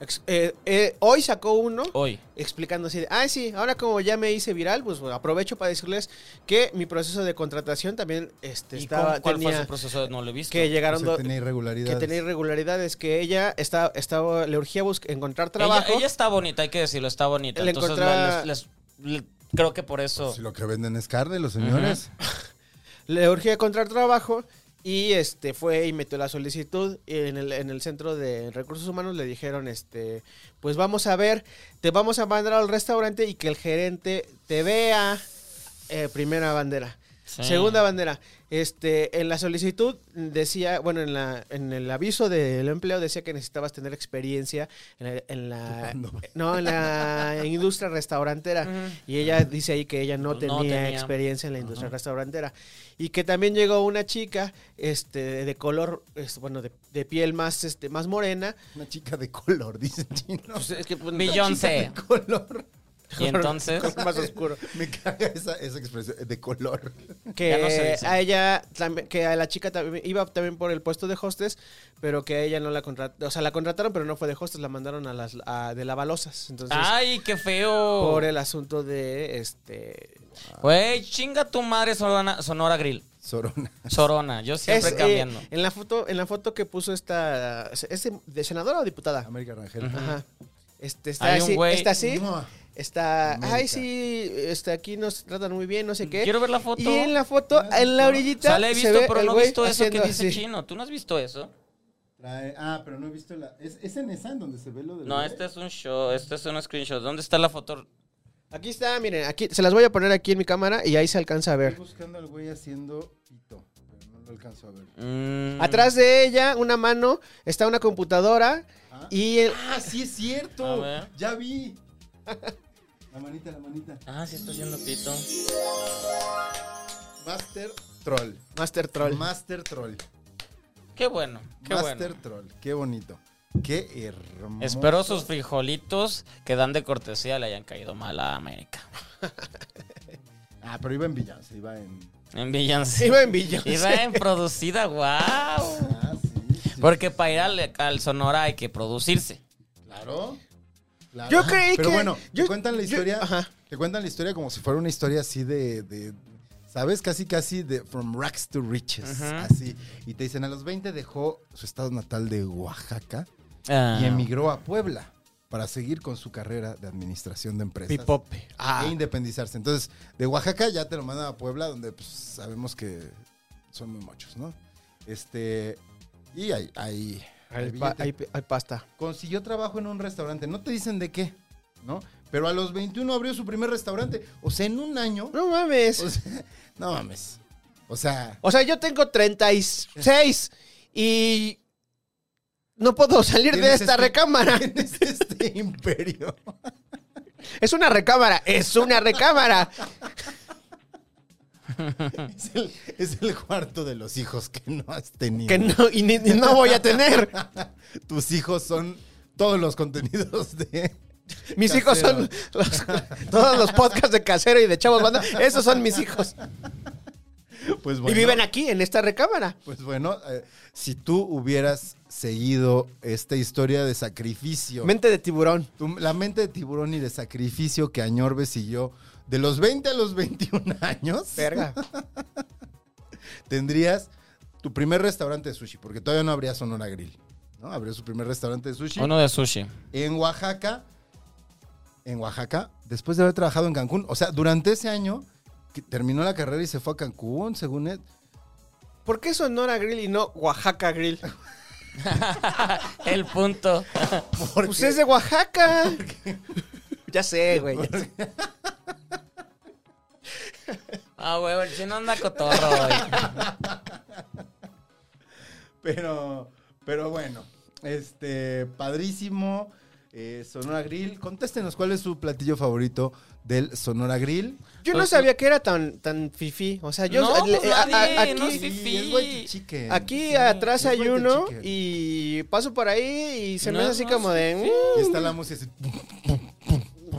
[SPEAKER 6] Ex- eh, eh, hoy sacó uno.
[SPEAKER 5] Hoy.
[SPEAKER 6] explicando así de, ah, sí, ahora como ya me hice viral, pues bueno, aprovecho para decirles que mi proceso de contratación también este,
[SPEAKER 5] ¿Y
[SPEAKER 6] estaba,
[SPEAKER 5] cómo- cuál fue
[SPEAKER 6] tenía
[SPEAKER 5] su proceso? No lo he visto.
[SPEAKER 6] que llegaron
[SPEAKER 7] o sea,
[SPEAKER 6] do-
[SPEAKER 7] tenía irregularidades.
[SPEAKER 6] que tenía irregularidades, que ella estaba, estaba le urgía buscar, encontrar
[SPEAKER 5] Ella-
[SPEAKER 6] trabajo.
[SPEAKER 5] Ella, está bonita, hay que decirlo, está bonita.
[SPEAKER 6] Le
[SPEAKER 5] Entonces,
[SPEAKER 6] encontraba-
[SPEAKER 5] la- les- les- le- creo que por eso...
[SPEAKER 7] Si lo que venden es carne, los señores.
[SPEAKER 6] Le urgía encontrar trabajo Y este fue y metió la solicitud y en el, en el centro de recursos humanos le dijeron este pues vamos a ver, te vamos a mandar al restaurante y que el gerente te vea eh, primera bandera.
[SPEAKER 5] Sí.
[SPEAKER 6] Segunda bandera. Este, en la solicitud decía, bueno, en la, en el aviso del empleo decía que necesitabas tener experiencia en la, en la-
[SPEAKER 7] Tocando.
[SPEAKER 6] no, en la industria restaurantera. Y ella dice ahí que ella no,
[SPEAKER 5] Pues No
[SPEAKER 6] tenía,
[SPEAKER 5] tenía.
[SPEAKER 6] experiencia en la industria restaurantera. Y que también llegó una chica, este, de color, este, bueno, de, de piel más, este, más morena.
[SPEAKER 7] [laughs] Una chica de color, dicen chino.
[SPEAKER 5] Pues,
[SPEAKER 7] [laughs]
[SPEAKER 6] es que
[SPEAKER 5] Beyoncé.
[SPEAKER 7] color.
[SPEAKER 5] [laughs] Y
[SPEAKER 6] [laughs]
[SPEAKER 5] entonces.
[SPEAKER 6] más oscuro.
[SPEAKER 7] [laughs] Me caga esa, esa expresión de color. [laughs]
[SPEAKER 5] Ya
[SPEAKER 6] que
[SPEAKER 5] no se dice.
[SPEAKER 6] a ella también que a la chica también iba también por el puesto de hostes pero que a ella no la contrataron o sea la contrataron pero no fue de hostes la mandaron a las a- de lavalosas entonces
[SPEAKER 5] Ay, qué feo.
[SPEAKER 6] por el asunto de este
[SPEAKER 5] Güey, chinga tu madre Sorona- Sonora Grill.
[SPEAKER 7] Sorona.
[SPEAKER 5] Sorona, yo siempre
[SPEAKER 6] Es, eh,
[SPEAKER 5] cambiando.
[SPEAKER 6] en la foto en la foto que puso esta es de senadora o diputada
[SPEAKER 7] América Rangel.
[SPEAKER 6] ajá este está
[SPEAKER 5] Hay un
[SPEAKER 6] así
[SPEAKER 5] güey-
[SPEAKER 6] está así
[SPEAKER 7] Mua.
[SPEAKER 6] Está,
[SPEAKER 7] América.
[SPEAKER 6] ay sí, este, aquí nos tratan muy bien, no sé qué.
[SPEAKER 5] Quiero ver la foto.
[SPEAKER 6] Y en la foto,
[SPEAKER 7] Ah,
[SPEAKER 6] en la orillita,
[SPEAKER 5] Sale, he
[SPEAKER 6] se
[SPEAKER 5] visto,
[SPEAKER 6] ve
[SPEAKER 5] pero
[SPEAKER 6] el
[SPEAKER 5] no he
[SPEAKER 6] güey
[SPEAKER 5] visto eso que
[SPEAKER 6] haciendo
[SPEAKER 5] dice
[SPEAKER 6] así.
[SPEAKER 5] Chino. ¿Tú no has visto eso?
[SPEAKER 7] Trae- ah, pero no he visto la. ¿Es, es en esa en donde se ve lo del.
[SPEAKER 5] No,
[SPEAKER 7] bebé?
[SPEAKER 5] este es un show, este es un screenshot. ¿Dónde está la foto?
[SPEAKER 6] Aquí está, miren, aquí se las voy a poner aquí en mi cámara y ahí se alcanza a ver.
[SPEAKER 7] Estoy buscando al güey haciendo pito, pero no lo alcanzo a ver.
[SPEAKER 5] Mm.
[SPEAKER 6] Atrás de ella, una mano, está una computadora
[SPEAKER 7] Ah,
[SPEAKER 6] y el-
[SPEAKER 7] Ah, sí es
[SPEAKER 5] A
[SPEAKER 7] cierto.
[SPEAKER 5] ver.
[SPEAKER 7] Ya vi. [laughs] La manita, la manita.
[SPEAKER 5] Ah, sí está haciendo pito.
[SPEAKER 7] Master Troll.
[SPEAKER 6] Master Troll.
[SPEAKER 7] Master Troll.
[SPEAKER 5] Qué bueno, qué
[SPEAKER 7] Master
[SPEAKER 5] bueno.
[SPEAKER 7] Troll. Qué bonito. Qué hermoso.
[SPEAKER 5] Espero sus frijolitos que dan de cortesía le hayan caído mal a América.
[SPEAKER 7] Ah, pero iba en Beyoncé, iba en.
[SPEAKER 5] En Beyoncé.
[SPEAKER 6] Iba en Villa.
[SPEAKER 5] Iba en producida, wow.
[SPEAKER 7] Ah, sí. sí.
[SPEAKER 5] Porque para ir al, al Sonora hay que producirse.
[SPEAKER 7] Claro. claro.
[SPEAKER 6] Yo creí
[SPEAKER 7] Pero
[SPEAKER 6] que-
[SPEAKER 7] bueno,
[SPEAKER 6] yo-
[SPEAKER 7] te cuentan la
[SPEAKER 6] yo-
[SPEAKER 7] historia.
[SPEAKER 6] ajá.
[SPEAKER 7] Te cuentan la historia como si fuera una historia así de. de- ¿Sabes? Casi, casi de From Racks to Riches.
[SPEAKER 5] Ujú.
[SPEAKER 7] Así. Y te dicen, a los 20 dejó su estado natal de Oaxaca
[SPEAKER 5] Ah,
[SPEAKER 7] y emigró a Puebla para seguir con su carrera de administración de empresas.
[SPEAKER 6] Pipope.
[SPEAKER 7] E independizarse. Entonces, de Oaxaca ya te lo mandan a Puebla, donde pues, sabemos que son muy muchos, ¿no? Este. Y ahí. ahí
[SPEAKER 6] Hay,
[SPEAKER 7] el
[SPEAKER 6] pa-
[SPEAKER 7] billete
[SPEAKER 6] hay- hay pasta.
[SPEAKER 7] consiguió trabajo en un restaurante. No te dicen de qué, ¿no? Pero a los 21 abrió su primer restaurante. O sea, en un año.
[SPEAKER 6] No mames.
[SPEAKER 7] o sea, [laughs] no mames. O sea, [laughs]
[SPEAKER 6] O sea, yo tengo 36 y no puedo salir de
[SPEAKER 7] Tienes
[SPEAKER 6] esta
[SPEAKER 7] este- [laughs]
[SPEAKER 6] recámara.
[SPEAKER 7] tienes este
[SPEAKER 6] [laughs]
[SPEAKER 7] imperio.
[SPEAKER 6] Es una recámara, es una recámara.
[SPEAKER 7] Es el, es el cuarto de los hijos que no has tenido.
[SPEAKER 6] Que no, y ni- ni no voy a tener.
[SPEAKER 7] Tus hijos son todos los
[SPEAKER 6] [laughs]
[SPEAKER 7] contenidos de.
[SPEAKER 6] Mis hijos son los- todos los podcasts de casero y de chavos banda. Esos son mis hijos.
[SPEAKER 7] Pues bueno.
[SPEAKER 6] Y viven aquí, en esta recámara.
[SPEAKER 7] Pues bueno, eh, si tú hubieras seguido esta historia de sacrificio.
[SPEAKER 6] Mente de tiburón.
[SPEAKER 7] Tu- la mente de tiburón y de sacrificio que Añorbe siguió de los 20 a los 21 años,
[SPEAKER 6] Verga.
[SPEAKER 7] tendrías tu primer restaurante de sushi, porque todavía no habría Sonora Grill. ¿no? Abrió su primer restaurante de sushi
[SPEAKER 5] Uno de sushi.
[SPEAKER 7] en Oaxaca. En Oaxaca, después de haber trabajado en Cancún. O sea, durante ese año que terminó la carrera y se fue a Cancún, según él.
[SPEAKER 6] ¿Por qué Sonora Grill y no Oaxaca Grill?
[SPEAKER 5] [laughs] El punto.
[SPEAKER 6] Pues es de Oaxaca. Ya sé, güey. ya sé.
[SPEAKER 5] Ah, huevo, el chino anda cotorro hoy.
[SPEAKER 7] Pero, pero bueno, este, padrísimo. eh, Sonora Grill, contéstenos cuál es su platillo favorito del Sonora Grill.
[SPEAKER 6] Yo no sabía que era tan, tan fifí. O sea, yo.
[SPEAKER 5] No,
[SPEAKER 6] le-
[SPEAKER 5] pues,
[SPEAKER 6] a- a-
[SPEAKER 5] nadie,
[SPEAKER 6] aquí
[SPEAKER 5] no es fifí.
[SPEAKER 7] Sí, es white chicken.
[SPEAKER 6] aquí
[SPEAKER 7] Sí,
[SPEAKER 6] atrás
[SPEAKER 7] es
[SPEAKER 6] hay
[SPEAKER 7] white
[SPEAKER 6] uno
[SPEAKER 7] chicken. Y...
[SPEAKER 6] y paso por ahí y se me
[SPEAKER 5] No,
[SPEAKER 6] hace así
[SPEAKER 5] no
[SPEAKER 6] como
[SPEAKER 5] es
[SPEAKER 6] de.
[SPEAKER 5] fifí.
[SPEAKER 6] "Mm".
[SPEAKER 7] está la música. así,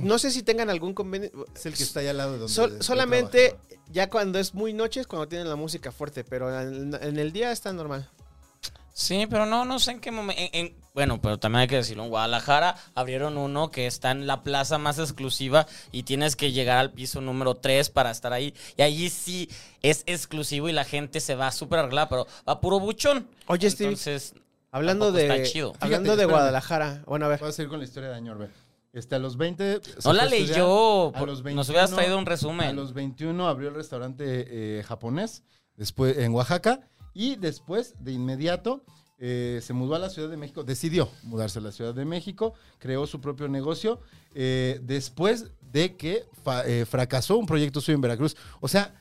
[SPEAKER 6] No sé si tengan algún convenio.
[SPEAKER 7] Es el que está allá al lado de donde.
[SPEAKER 6] Sol-
[SPEAKER 7] estoy
[SPEAKER 6] solamente
[SPEAKER 7] trabajando.
[SPEAKER 6] ya cuando es muy noche es cuando tienen la música fuerte, pero en, en el día está normal.
[SPEAKER 5] Sí, pero no, no sé en qué momento. bueno, pero también hay que decirlo. En Guadalajara abrieron uno que está en la plaza más exclusiva y tienes que llegar al piso número 3 para estar ahí. Y allí sí es exclusivo y la gente se va súper arreglada, pero va puro buchón.
[SPEAKER 6] Oye, Stevie,
[SPEAKER 5] Entonces,
[SPEAKER 6] Hablando
[SPEAKER 5] tampoco
[SPEAKER 6] de
[SPEAKER 5] Está chido.
[SPEAKER 6] hablando
[SPEAKER 7] Fíjate,
[SPEAKER 6] de
[SPEAKER 7] espérame.
[SPEAKER 6] Guadalajara. Bueno, a ver.
[SPEAKER 7] Voy a seguir con la historia de Añorbe. Este, a los 20. se
[SPEAKER 5] No la
[SPEAKER 7] fue a estudiar.
[SPEAKER 5] leyó.
[SPEAKER 7] pues, A
[SPEAKER 5] por-
[SPEAKER 7] los
[SPEAKER 5] Nos hubieras
[SPEAKER 7] 21,
[SPEAKER 5] traído un
[SPEAKER 7] A
[SPEAKER 5] resumen.
[SPEAKER 7] los 21 abrió el restaurante eh, japonés después en Oaxaca Y después, de inmediato, eh, se mudó a la Ciudad de México, decidió mudarse a la Ciudad de México, creó su propio negocio, eh, después de que fa- eh, fracasó un proyecto suyo en Veracruz. O sea,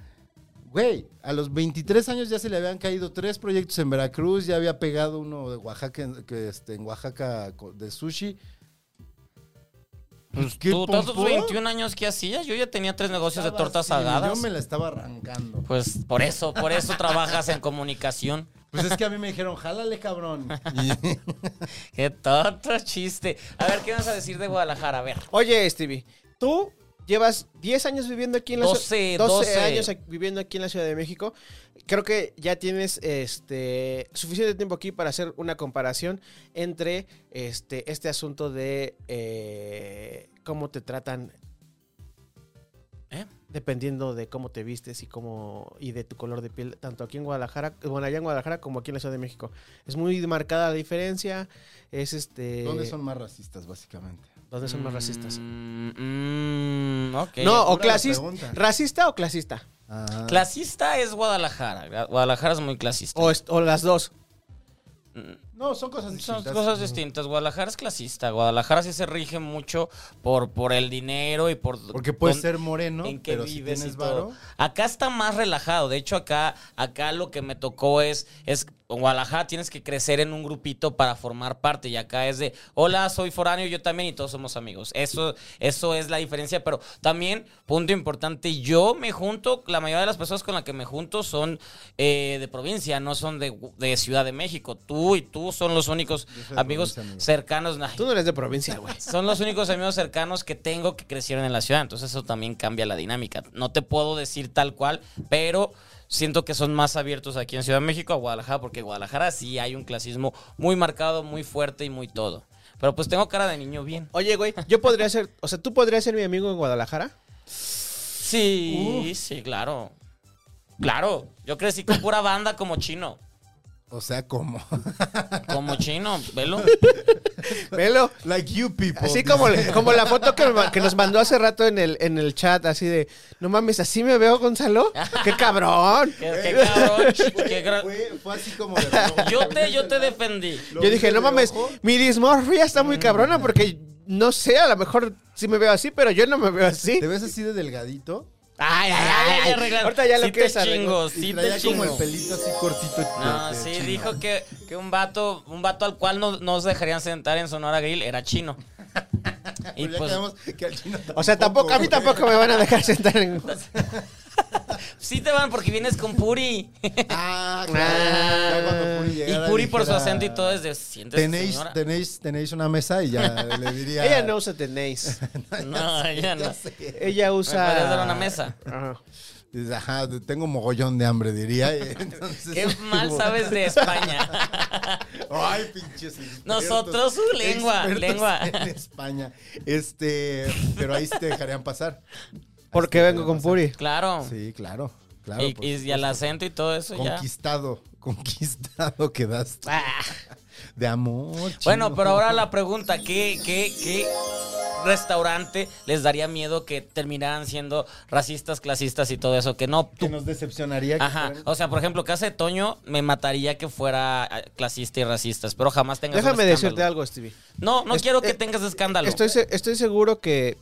[SPEAKER 7] güey, a los 23 años ya se le habían caído tres proyectos en Veracruz, ya había pegado uno de Oaxaca, en, que, este, en Oaxaca co- de sushi.
[SPEAKER 5] Pues
[SPEAKER 7] ¿Qué
[SPEAKER 5] tú, todos tus
[SPEAKER 7] pompó?
[SPEAKER 5] 21 años, ¿qué hacías? Yo ya tenía tres negocios de
[SPEAKER 7] Estaba
[SPEAKER 5] tortas
[SPEAKER 7] así,
[SPEAKER 5] saladas.
[SPEAKER 7] Yo me la estaba arrancando.
[SPEAKER 5] Pues por eso, por eso trabajas en comunicación.
[SPEAKER 7] Pues es que a mí me dijeron,
[SPEAKER 6] [laughs]
[SPEAKER 7] jálale, cabrón. Y-
[SPEAKER 5] Qué tonto chiste. A ver, ¿qué vas a decir de Guadalajara? A ver.
[SPEAKER 6] Oye, Stevie, tú llevas 10 años viviendo aquí en la ciudad-
[SPEAKER 5] 12,
[SPEAKER 6] 12
[SPEAKER 5] 12.
[SPEAKER 6] años aquí- viviendo aquí en la Ciudad de México. Creo que ya tienes este suficiente tiempo aquí para hacer una comparación entre este, este asunto de eh, cómo te tratan.
[SPEAKER 5] ¿Eh?
[SPEAKER 6] Dependiendo de cómo te vistes y cómo y de tu color de piel, tanto aquí en Guadalajara, bueno, allá en Guadalajara como aquí en la Ciudad de México. Es muy marcada la diferencia. Es este.
[SPEAKER 7] ¿Dónde son más racistas, básicamente?
[SPEAKER 6] ¿Dónde son más racistas?
[SPEAKER 5] Mm, mm, ok.
[SPEAKER 6] No, o
[SPEAKER 7] Ahora la
[SPEAKER 6] clasista.
[SPEAKER 7] pregunta.
[SPEAKER 6] ¿Racista o clasista?
[SPEAKER 7] Ah,
[SPEAKER 5] Clasista es Guadalajara. Guadalajara es muy clasista.
[SPEAKER 7] Oh,
[SPEAKER 6] O, est- o las dos.
[SPEAKER 7] no, son cosas
[SPEAKER 5] Son
[SPEAKER 7] distintas.
[SPEAKER 5] cosas distintas. Guadalajara es clasista. Guadalajara sí se rige mucho por, por el dinero y por...
[SPEAKER 7] Porque puedes
[SPEAKER 5] dónde-
[SPEAKER 7] ser moreno,
[SPEAKER 5] en qué
[SPEAKER 7] pero si
[SPEAKER 5] vives
[SPEAKER 7] tienes
[SPEAKER 5] y todo.
[SPEAKER 7] varo.
[SPEAKER 5] Acá está más relajado. De hecho, acá, acá lo que me tocó es, es en Guadalajara tienes que crecer en un grupito para formar parte. Y acá es de hola, soy foráneo, yo también, y todos somos amigos. Eso, eso es la diferencia. Pero también, punto importante, yo me junto, la mayoría de las personas con las que me junto son eh, de provincia, no son de, de Ciudad de México. Tú y tú son los únicos
[SPEAKER 7] soy de
[SPEAKER 5] amigos
[SPEAKER 7] provincia, amigo.
[SPEAKER 5] cercanos. Ay,
[SPEAKER 6] Tú no eres de provincia, güey.
[SPEAKER 5] son los únicos amigos cercanos que tengo que crecieron en la ciudad. Entonces eso también cambia la dinámica. No te puedo decir tal cual, pero siento que son más abiertos aquí en Ciudad de México a Guadalajara, porque en Guadalajara sí hay un clasismo muy marcado, muy fuerte y muy todo. Pero pues tengo cara de niño bien.
[SPEAKER 6] Oye, güey, yo podría ser, o sea, tú podrías ser mi amigo en Guadalajara.
[SPEAKER 5] Sí, sí, claro. Claro, yo crecí con pura banda como chino.
[SPEAKER 7] O sea, como. [laughs]
[SPEAKER 5] Como chino, velo.
[SPEAKER 6] Velo.
[SPEAKER 7] like you people.
[SPEAKER 6] Así como, le- como la foto que, me ma- que nos mandó hace rato en el, en el chat, así de, no mames, así me veo, Gonzalo. ¡Qué cabrón!
[SPEAKER 5] Qué, qué cabrón, chi- qué gra-
[SPEAKER 7] Fue, fue así
[SPEAKER 5] [laughs]
[SPEAKER 7] como. de rojo.
[SPEAKER 5] Yo te, yo te defendí.
[SPEAKER 7] Lo
[SPEAKER 6] Yo dije,
[SPEAKER 7] viste
[SPEAKER 6] no
[SPEAKER 7] de
[SPEAKER 6] mames,
[SPEAKER 7] ojo,
[SPEAKER 6] mi dismorfia está muy cabrona porque no sé, a lo mejor sí me veo así, pero yo no me veo así.
[SPEAKER 7] Te ves así de delgadito.
[SPEAKER 6] Ay,
[SPEAKER 5] Ay, ya arreglaron.
[SPEAKER 6] Ahorita ya lo
[SPEAKER 5] sí te
[SPEAKER 6] quieres arreglar.
[SPEAKER 5] chingo,
[SPEAKER 7] Y
[SPEAKER 5] sí
[SPEAKER 7] traía
[SPEAKER 5] te
[SPEAKER 7] como
[SPEAKER 5] chingo.
[SPEAKER 7] el pelito así cortito.
[SPEAKER 5] No,
[SPEAKER 7] de- de
[SPEAKER 5] Ah, sí,
[SPEAKER 7] chino.
[SPEAKER 5] dijo que, que un vato, un vato al cual no nos dejarían sentar en Sonora Grill era chino.
[SPEAKER 7] [laughs]
[SPEAKER 5] y
[SPEAKER 7] Pero ya
[SPEAKER 5] pues
[SPEAKER 7] quedamos que al chino
[SPEAKER 6] O sea, tampoco, a mí
[SPEAKER 7] güey.
[SPEAKER 6] tampoco me van a dejar sentar en...
[SPEAKER 5] sí te van porque vienes con Puri.
[SPEAKER 7] Ah, claro. Ya cuando
[SPEAKER 5] [laughs]
[SPEAKER 7] Puri
[SPEAKER 5] y
[SPEAKER 7] llegara,
[SPEAKER 5] Puri por su
[SPEAKER 7] dijera,
[SPEAKER 5] acento y todo es de sientes
[SPEAKER 7] Tenéis,
[SPEAKER 5] señora.
[SPEAKER 7] tenéis, tenéis una mesa y ya
[SPEAKER 5] [laughs]
[SPEAKER 7] le diría.
[SPEAKER 6] Ella
[SPEAKER 7] [laughs]
[SPEAKER 6] no usa tenéis.
[SPEAKER 5] No, ella no.
[SPEAKER 6] Ella
[SPEAKER 5] ¿Me
[SPEAKER 6] usa...
[SPEAKER 5] podrías dar una mesa?
[SPEAKER 6] Ajá.
[SPEAKER 7] Dice, ajá, tengo mogollón de hambre, diría. [laughs] y entonces-
[SPEAKER 5] Qué mal sabes de España.
[SPEAKER 7] [laughs] Ay, pinches. expertos.
[SPEAKER 5] Nosotros, su lengua,
[SPEAKER 7] Expertos
[SPEAKER 5] lengua.
[SPEAKER 7] [laughs] En España. Este, pero ahí sí te dejarían pasar.
[SPEAKER 6] Porque
[SPEAKER 5] Este,
[SPEAKER 6] vengo con Puri.
[SPEAKER 5] Claro.
[SPEAKER 7] Sí, claro. Claro.
[SPEAKER 5] y,
[SPEAKER 7] por
[SPEAKER 5] y- y al acento y todo eso ya.
[SPEAKER 7] Conquistado, conquistado [laughs] quedaste.
[SPEAKER 5] Ah.
[SPEAKER 7] De amor. chino.
[SPEAKER 5] Bueno, pero ahora la pregunta, ¿qué, qué, qué restaurante les daría miedo que terminaran siendo racistas, clasistas y todo eso? Que no,
[SPEAKER 7] Que
[SPEAKER 5] tú
[SPEAKER 7] nos decepcionaría. que
[SPEAKER 5] Ajá.
[SPEAKER 7] fueran-
[SPEAKER 5] O sea, por ejemplo, casa de Toño me mataría que fuera ah, clasista y racista. Espero jamás tengas un
[SPEAKER 6] Déjame
[SPEAKER 5] escándalo.
[SPEAKER 6] decirte algo, Stevie.
[SPEAKER 5] No, no
[SPEAKER 6] Es-
[SPEAKER 5] quiero que
[SPEAKER 6] eh,
[SPEAKER 5] tengas escándalo.
[SPEAKER 6] Estoy, se- estoy seguro que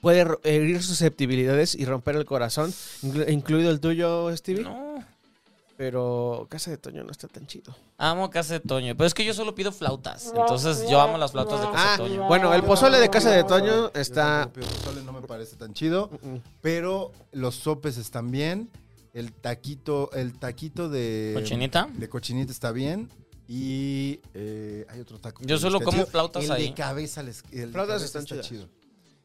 [SPEAKER 6] puede ro- herir susceptibilidades y romper el corazón, inclu- incluido el tuyo, Stevie.
[SPEAKER 5] No.
[SPEAKER 6] Pero Casa de Toño no está tan chido.
[SPEAKER 5] Amo casa de Toño. Pero es que yo solo pido flautas. Entonces yo amo las flautas de casa
[SPEAKER 6] Ah,
[SPEAKER 5] de Toño.
[SPEAKER 6] bueno, el pozole de Casa de Toño
[SPEAKER 7] Yo
[SPEAKER 6] está... Mm,
[SPEAKER 7] tampoco, el pozole no me parece tan chido, pero los sopes están bien, el taquito, el taquito de
[SPEAKER 5] ¿Cochinita?
[SPEAKER 7] de cochinita está bien y eh, hay otro taco.
[SPEAKER 5] Yo
[SPEAKER 7] que
[SPEAKER 5] solo
[SPEAKER 7] está
[SPEAKER 5] como
[SPEAKER 7] chido.
[SPEAKER 5] flautas
[SPEAKER 7] el
[SPEAKER 5] ahí.
[SPEAKER 7] de cabeza, les- el de
[SPEAKER 6] Flautas
[SPEAKER 7] cabeza
[SPEAKER 6] están
[SPEAKER 7] está
[SPEAKER 6] chidas.
[SPEAKER 7] chido.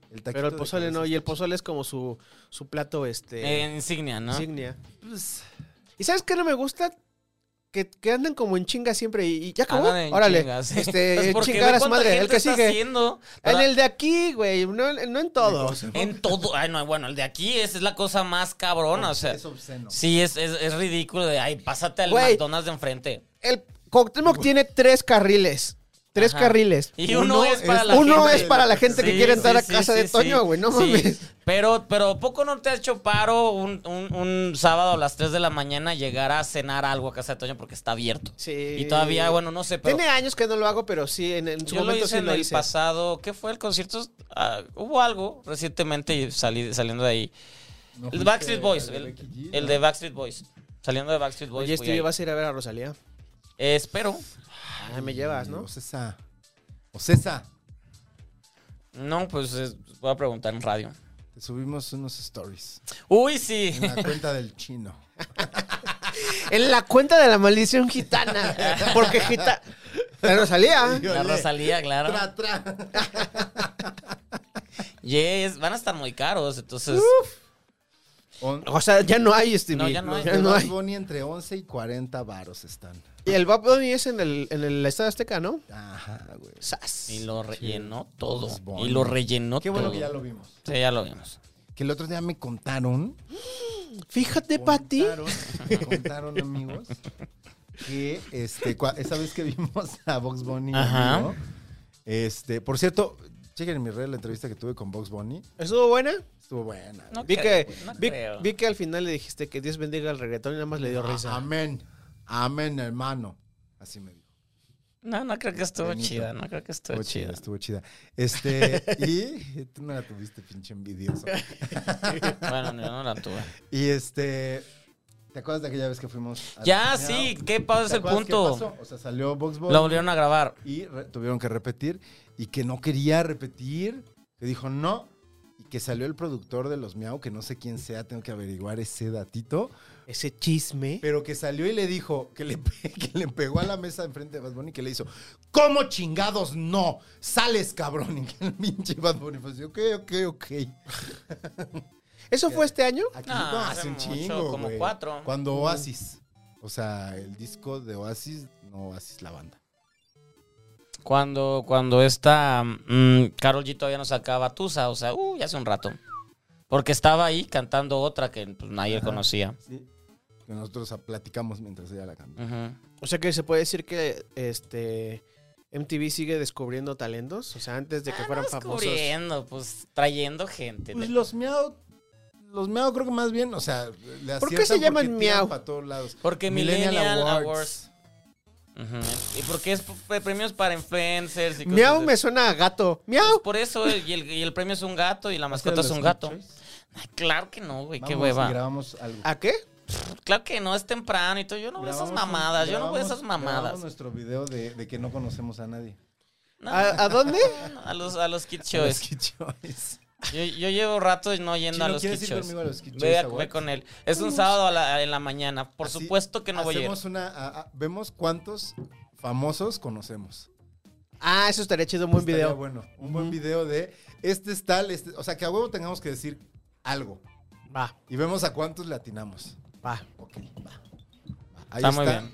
[SPEAKER 7] taquito
[SPEAKER 6] Pero el
[SPEAKER 7] de
[SPEAKER 6] pozole
[SPEAKER 7] cabeza
[SPEAKER 6] no, y el
[SPEAKER 7] está chido.
[SPEAKER 6] pozole es como su, su plato este,
[SPEAKER 5] Eh, insignia, ¿no? Pues,
[SPEAKER 6] insignia. ¿Y sabes qué no me gusta? Que, que andan como en chinga siempre y, y ya acabó.
[SPEAKER 5] Andan en
[SPEAKER 6] Órale.
[SPEAKER 5] chingas. [laughs]
[SPEAKER 6] Este,
[SPEAKER 5] Pues porque
[SPEAKER 6] chingar
[SPEAKER 5] ve
[SPEAKER 6] a su
[SPEAKER 5] cuánta
[SPEAKER 6] madre.
[SPEAKER 5] gente
[SPEAKER 6] El que
[SPEAKER 5] está
[SPEAKER 6] sigue.
[SPEAKER 5] haciendo,
[SPEAKER 6] En
[SPEAKER 5] ¿verdad?
[SPEAKER 6] el de aquí, güey. No, en- no en todo.
[SPEAKER 5] En todo. Ay, no, bueno, el de aquí es, es la cosa más cabrona. O sea,
[SPEAKER 7] Es obsceno.
[SPEAKER 5] sí, es, es, es ridículo. De, ay, pásate al
[SPEAKER 6] Güey.
[SPEAKER 5] McDonald's de enfrente.
[SPEAKER 6] El Cuauhtémoc tiene tres carriles. tres
[SPEAKER 5] Ajá.
[SPEAKER 6] carriles.
[SPEAKER 5] Y uno, es para la
[SPEAKER 6] Uno
[SPEAKER 5] gente.
[SPEAKER 6] es para la gente que
[SPEAKER 5] Sí,
[SPEAKER 6] quiere entrar
[SPEAKER 5] sí,
[SPEAKER 6] a
[SPEAKER 5] sí,
[SPEAKER 6] casa
[SPEAKER 5] sí,
[SPEAKER 6] de
[SPEAKER 5] sí.
[SPEAKER 6] Toño, güey. No
[SPEAKER 5] Sí.
[SPEAKER 6] mames.
[SPEAKER 5] Pero, pero ¿a poco no te ha hecho paro un, un- un sábado a las 3 de la mañana llegar a cenar algo a casa de Toño porque está abierto?
[SPEAKER 6] Sí.
[SPEAKER 5] Y todavía, bueno, no sé, pero.
[SPEAKER 6] Tiene años que no lo hago, pero sí, en, en
[SPEAKER 5] Yo
[SPEAKER 6] su
[SPEAKER 5] lo
[SPEAKER 6] momento
[SPEAKER 5] hice
[SPEAKER 6] sí
[SPEAKER 5] en
[SPEAKER 6] lo
[SPEAKER 5] el
[SPEAKER 6] hice.
[SPEAKER 5] pasado. ¿Qué fue el concierto? Ah, hubo algo recientemente y salí, saliendo de ahí. el Backstreet Boys. El, el de Backstreet Boys. Saliendo de Backstreet Boys.
[SPEAKER 6] Oye,
[SPEAKER 5] fui
[SPEAKER 6] Stevie,
[SPEAKER 5] ahí.
[SPEAKER 6] vas a ir a ver a Rosalía.
[SPEAKER 5] Eh, espero.
[SPEAKER 6] Ah, me llevas, ¿no?
[SPEAKER 7] O César. O César.
[SPEAKER 5] No, pues es- voy a preguntar en radio.
[SPEAKER 7] Te subimos unos stories.
[SPEAKER 5] Uy,
[SPEAKER 6] [laughs]
[SPEAKER 5] sí.
[SPEAKER 7] En la cuenta del chino.
[SPEAKER 6] En la cuenta de la maldición gitana. Porque gitana. La Rosalía.
[SPEAKER 5] La Rosalía, claro.
[SPEAKER 7] Tra, tra.
[SPEAKER 5] Yes, van a estar muy caros, entonces.
[SPEAKER 6] [laughs]
[SPEAKER 7] On-
[SPEAKER 6] O sea, ya no hay, este, Stevie.
[SPEAKER 5] No, ya no hay.
[SPEAKER 7] de Bad Bunny entre 11 y 40 varos están.
[SPEAKER 6] Y el Bad Bunny es en el, en el Estadio Azteca, ¿no?
[SPEAKER 7] Ajá, güey.
[SPEAKER 6] Sas.
[SPEAKER 5] Y lo rellenó todo.
[SPEAKER 7] Bugs Bunny.
[SPEAKER 5] Y lo rellenó
[SPEAKER 7] Qué
[SPEAKER 5] todo.
[SPEAKER 7] bueno que ya lo vimos.
[SPEAKER 5] Sí, ya lo vimos.
[SPEAKER 7] Que el otro día me contaron.
[SPEAKER 6] Fíjate, Pati.
[SPEAKER 7] contaron, me contaron, amigos, que este, cua- esa vez que vimos a Box Bunny,
[SPEAKER 5] Ajá.
[SPEAKER 7] amigo, este, por cierto, chequen en mi red la entrevista que tuve con Box Bunny.
[SPEAKER 6] ¿Estuvo buena?
[SPEAKER 7] Estuvo buena.
[SPEAKER 5] No
[SPEAKER 6] Vi
[SPEAKER 5] creo,
[SPEAKER 6] que,
[SPEAKER 5] güey, no
[SPEAKER 6] vi,
[SPEAKER 5] creo.
[SPEAKER 6] vi que al final le dijiste que Dios bendiga al reggaetón y nada más le dio risa.
[SPEAKER 7] Amén. Amén, hermano. Así me dijo.
[SPEAKER 5] No, no creo que estuvo
[SPEAKER 7] Benito.
[SPEAKER 5] chida. No creo que estuvo,
[SPEAKER 7] Estuvo chida,
[SPEAKER 5] chida.
[SPEAKER 7] estuvo chida. Este, y [laughs] tú no la tuviste, pinche envidioso.
[SPEAKER 5] [laughs] Bueno, yo no la tuve.
[SPEAKER 7] Y este, ¿te acuerdas de aquella vez que fuimos? a-
[SPEAKER 5] Ya, sí, ¿qué pasa? Es
[SPEAKER 7] ¿Te
[SPEAKER 5] el
[SPEAKER 7] acuerdas qué
[SPEAKER 5] punto.
[SPEAKER 7] pasó? O sea, salió Box Bunny.
[SPEAKER 5] Lo volvieron a grabar.
[SPEAKER 7] y re- tuvieron que repetir y que no quería repetir, que dijo no y que salió el productor de los Miau, que no sé quién sea, tengo que averiguar ese datito,
[SPEAKER 6] Ese chisme.
[SPEAKER 7] pero que salió y le dijo que le, pe- [laughs] que le pegó a la mesa enfrente de Bad Bunny que le hizo, ¿cómo chingados no? Sales cabrón [laughs] y que el pinche Bad Bunny fue así, ok, ok, ok.
[SPEAKER 6] ¿Eso fue este año?
[SPEAKER 7] Aquí
[SPEAKER 5] Ah,
[SPEAKER 7] no,
[SPEAKER 5] hace
[SPEAKER 7] hace un
[SPEAKER 5] mucho,
[SPEAKER 7] chingo,
[SPEAKER 5] como
[SPEAKER 7] güey.
[SPEAKER 5] cuatro.
[SPEAKER 7] Cuando Oasis, o sea, el disco de Oasis, no Oasis, la banda.
[SPEAKER 5] Cuando, cuando esta mm, Carol G todavía no sacaba Tusa, o sea, uy, hace un rato. Porque estaba ahí cantando otra que pues, nadie conocía.
[SPEAKER 7] Sí. Que nosotros ah, platicamos mientras ella la cantaba.
[SPEAKER 5] Ujú.
[SPEAKER 6] O sea que se puede decir que este MTV sigue descubriendo talentos. O sea, antes de que
[SPEAKER 5] Ah,
[SPEAKER 6] fueran
[SPEAKER 5] no,
[SPEAKER 6] famosos.
[SPEAKER 5] descubriendo, pues trayendo gente.
[SPEAKER 7] Pues los miau, los miau creo que más bien, o sea, le
[SPEAKER 6] ¿Por qué
[SPEAKER 7] aciertan
[SPEAKER 6] se llaman
[SPEAKER 7] porque
[SPEAKER 6] miau?
[SPEAKER 7] tiran Para todos lados.
[SPEAKER 5] Porque Millennial,
[SPEAKER 7] Millennial
[SPEAKER 5] Awards.
[SPEAKER 7] Awards.
[SPEAKER 5] Ujú. Y porque es p- premios para influencers y cosas
[SPEAKER 6] Miau
[SPEAKER 5] de- Pues
[SPEAKER 6] me suena a gato. Miau.
[SPEAKER 5] Por eso, eh, y el, y el premio es un gato y la mascota es un gato. Ay, claro que no, güey, qué
[SPEAKER 7] Vamos y
[SPEAKER 5] hueva.
[SPEAKER 7] grabamos algo.
[SPEAKER 6] ¿A qué?
[SPEAKER 5] Claro que no, es temprano y todo. Yo no veo
[SPEAKER 7] Grabamos
[SPEAKER 5] esas
[SPEAKER 7] un-
[SPEAKER 5] mamadas, yo no veo
[SPEAKER 7] grabamos-
[SPEAKER 5] esas
[SPEAKER 7] grabamos
[SPEAKER 5] mamadas.
[SPEAKER 7] nuestro video de, de que no conocemos a nadie.
[SPEAKER 5] No,
[SPEAKER 6] ¿A, a dónde?
[SPEAKER 5] no, a los, a los Kid
[SPEAKER 7] A los
[SPEAKER 5] Shows.
[SPEAKER 7] Kichois.
[SPEAKER 5] Yo, yo llevo rato no yendo
[SPEAKER 7] Chino,
[SPEAKER 5] a los Kid
[SPEAKER 7] ¿quieres ir
[SPEAKER 5] Shows.
[SPEAKER 7] conmigo a los Kid
[SPEAKER 5] Ve,
[SPEAKER 7] Shows
[SPEAKER 5] a- ve
[SPEAKER 7] Awards?
[SPEAKER 5] con él. Es un sábado a la- en la mañana. Por
[SPEAKER 7] Así
[SPEAKER 5] supuesto que no voy a ir.
[SPEAKER 7] hacemos una, a- a- Vemos cuántos famosos conocemos.
[SPEAKER 6] Ah, eso estaría chido, un buen
[SPEAKER 7] Estaría
[SPEAKER 6] video.
[SPEAKER 7] bueno. Un buen video de este es tal, este, o sea, que a huevo tengamos que decir algo.
[SPEAKER 6] Va,
[SPEAKER 7] Y vemos a cuántos le atinamos.
[SPEAKER 6] va.
[SPEAKER 7] Ok, va. Va, Ahí
[SPEAKER 5] Está muy bien.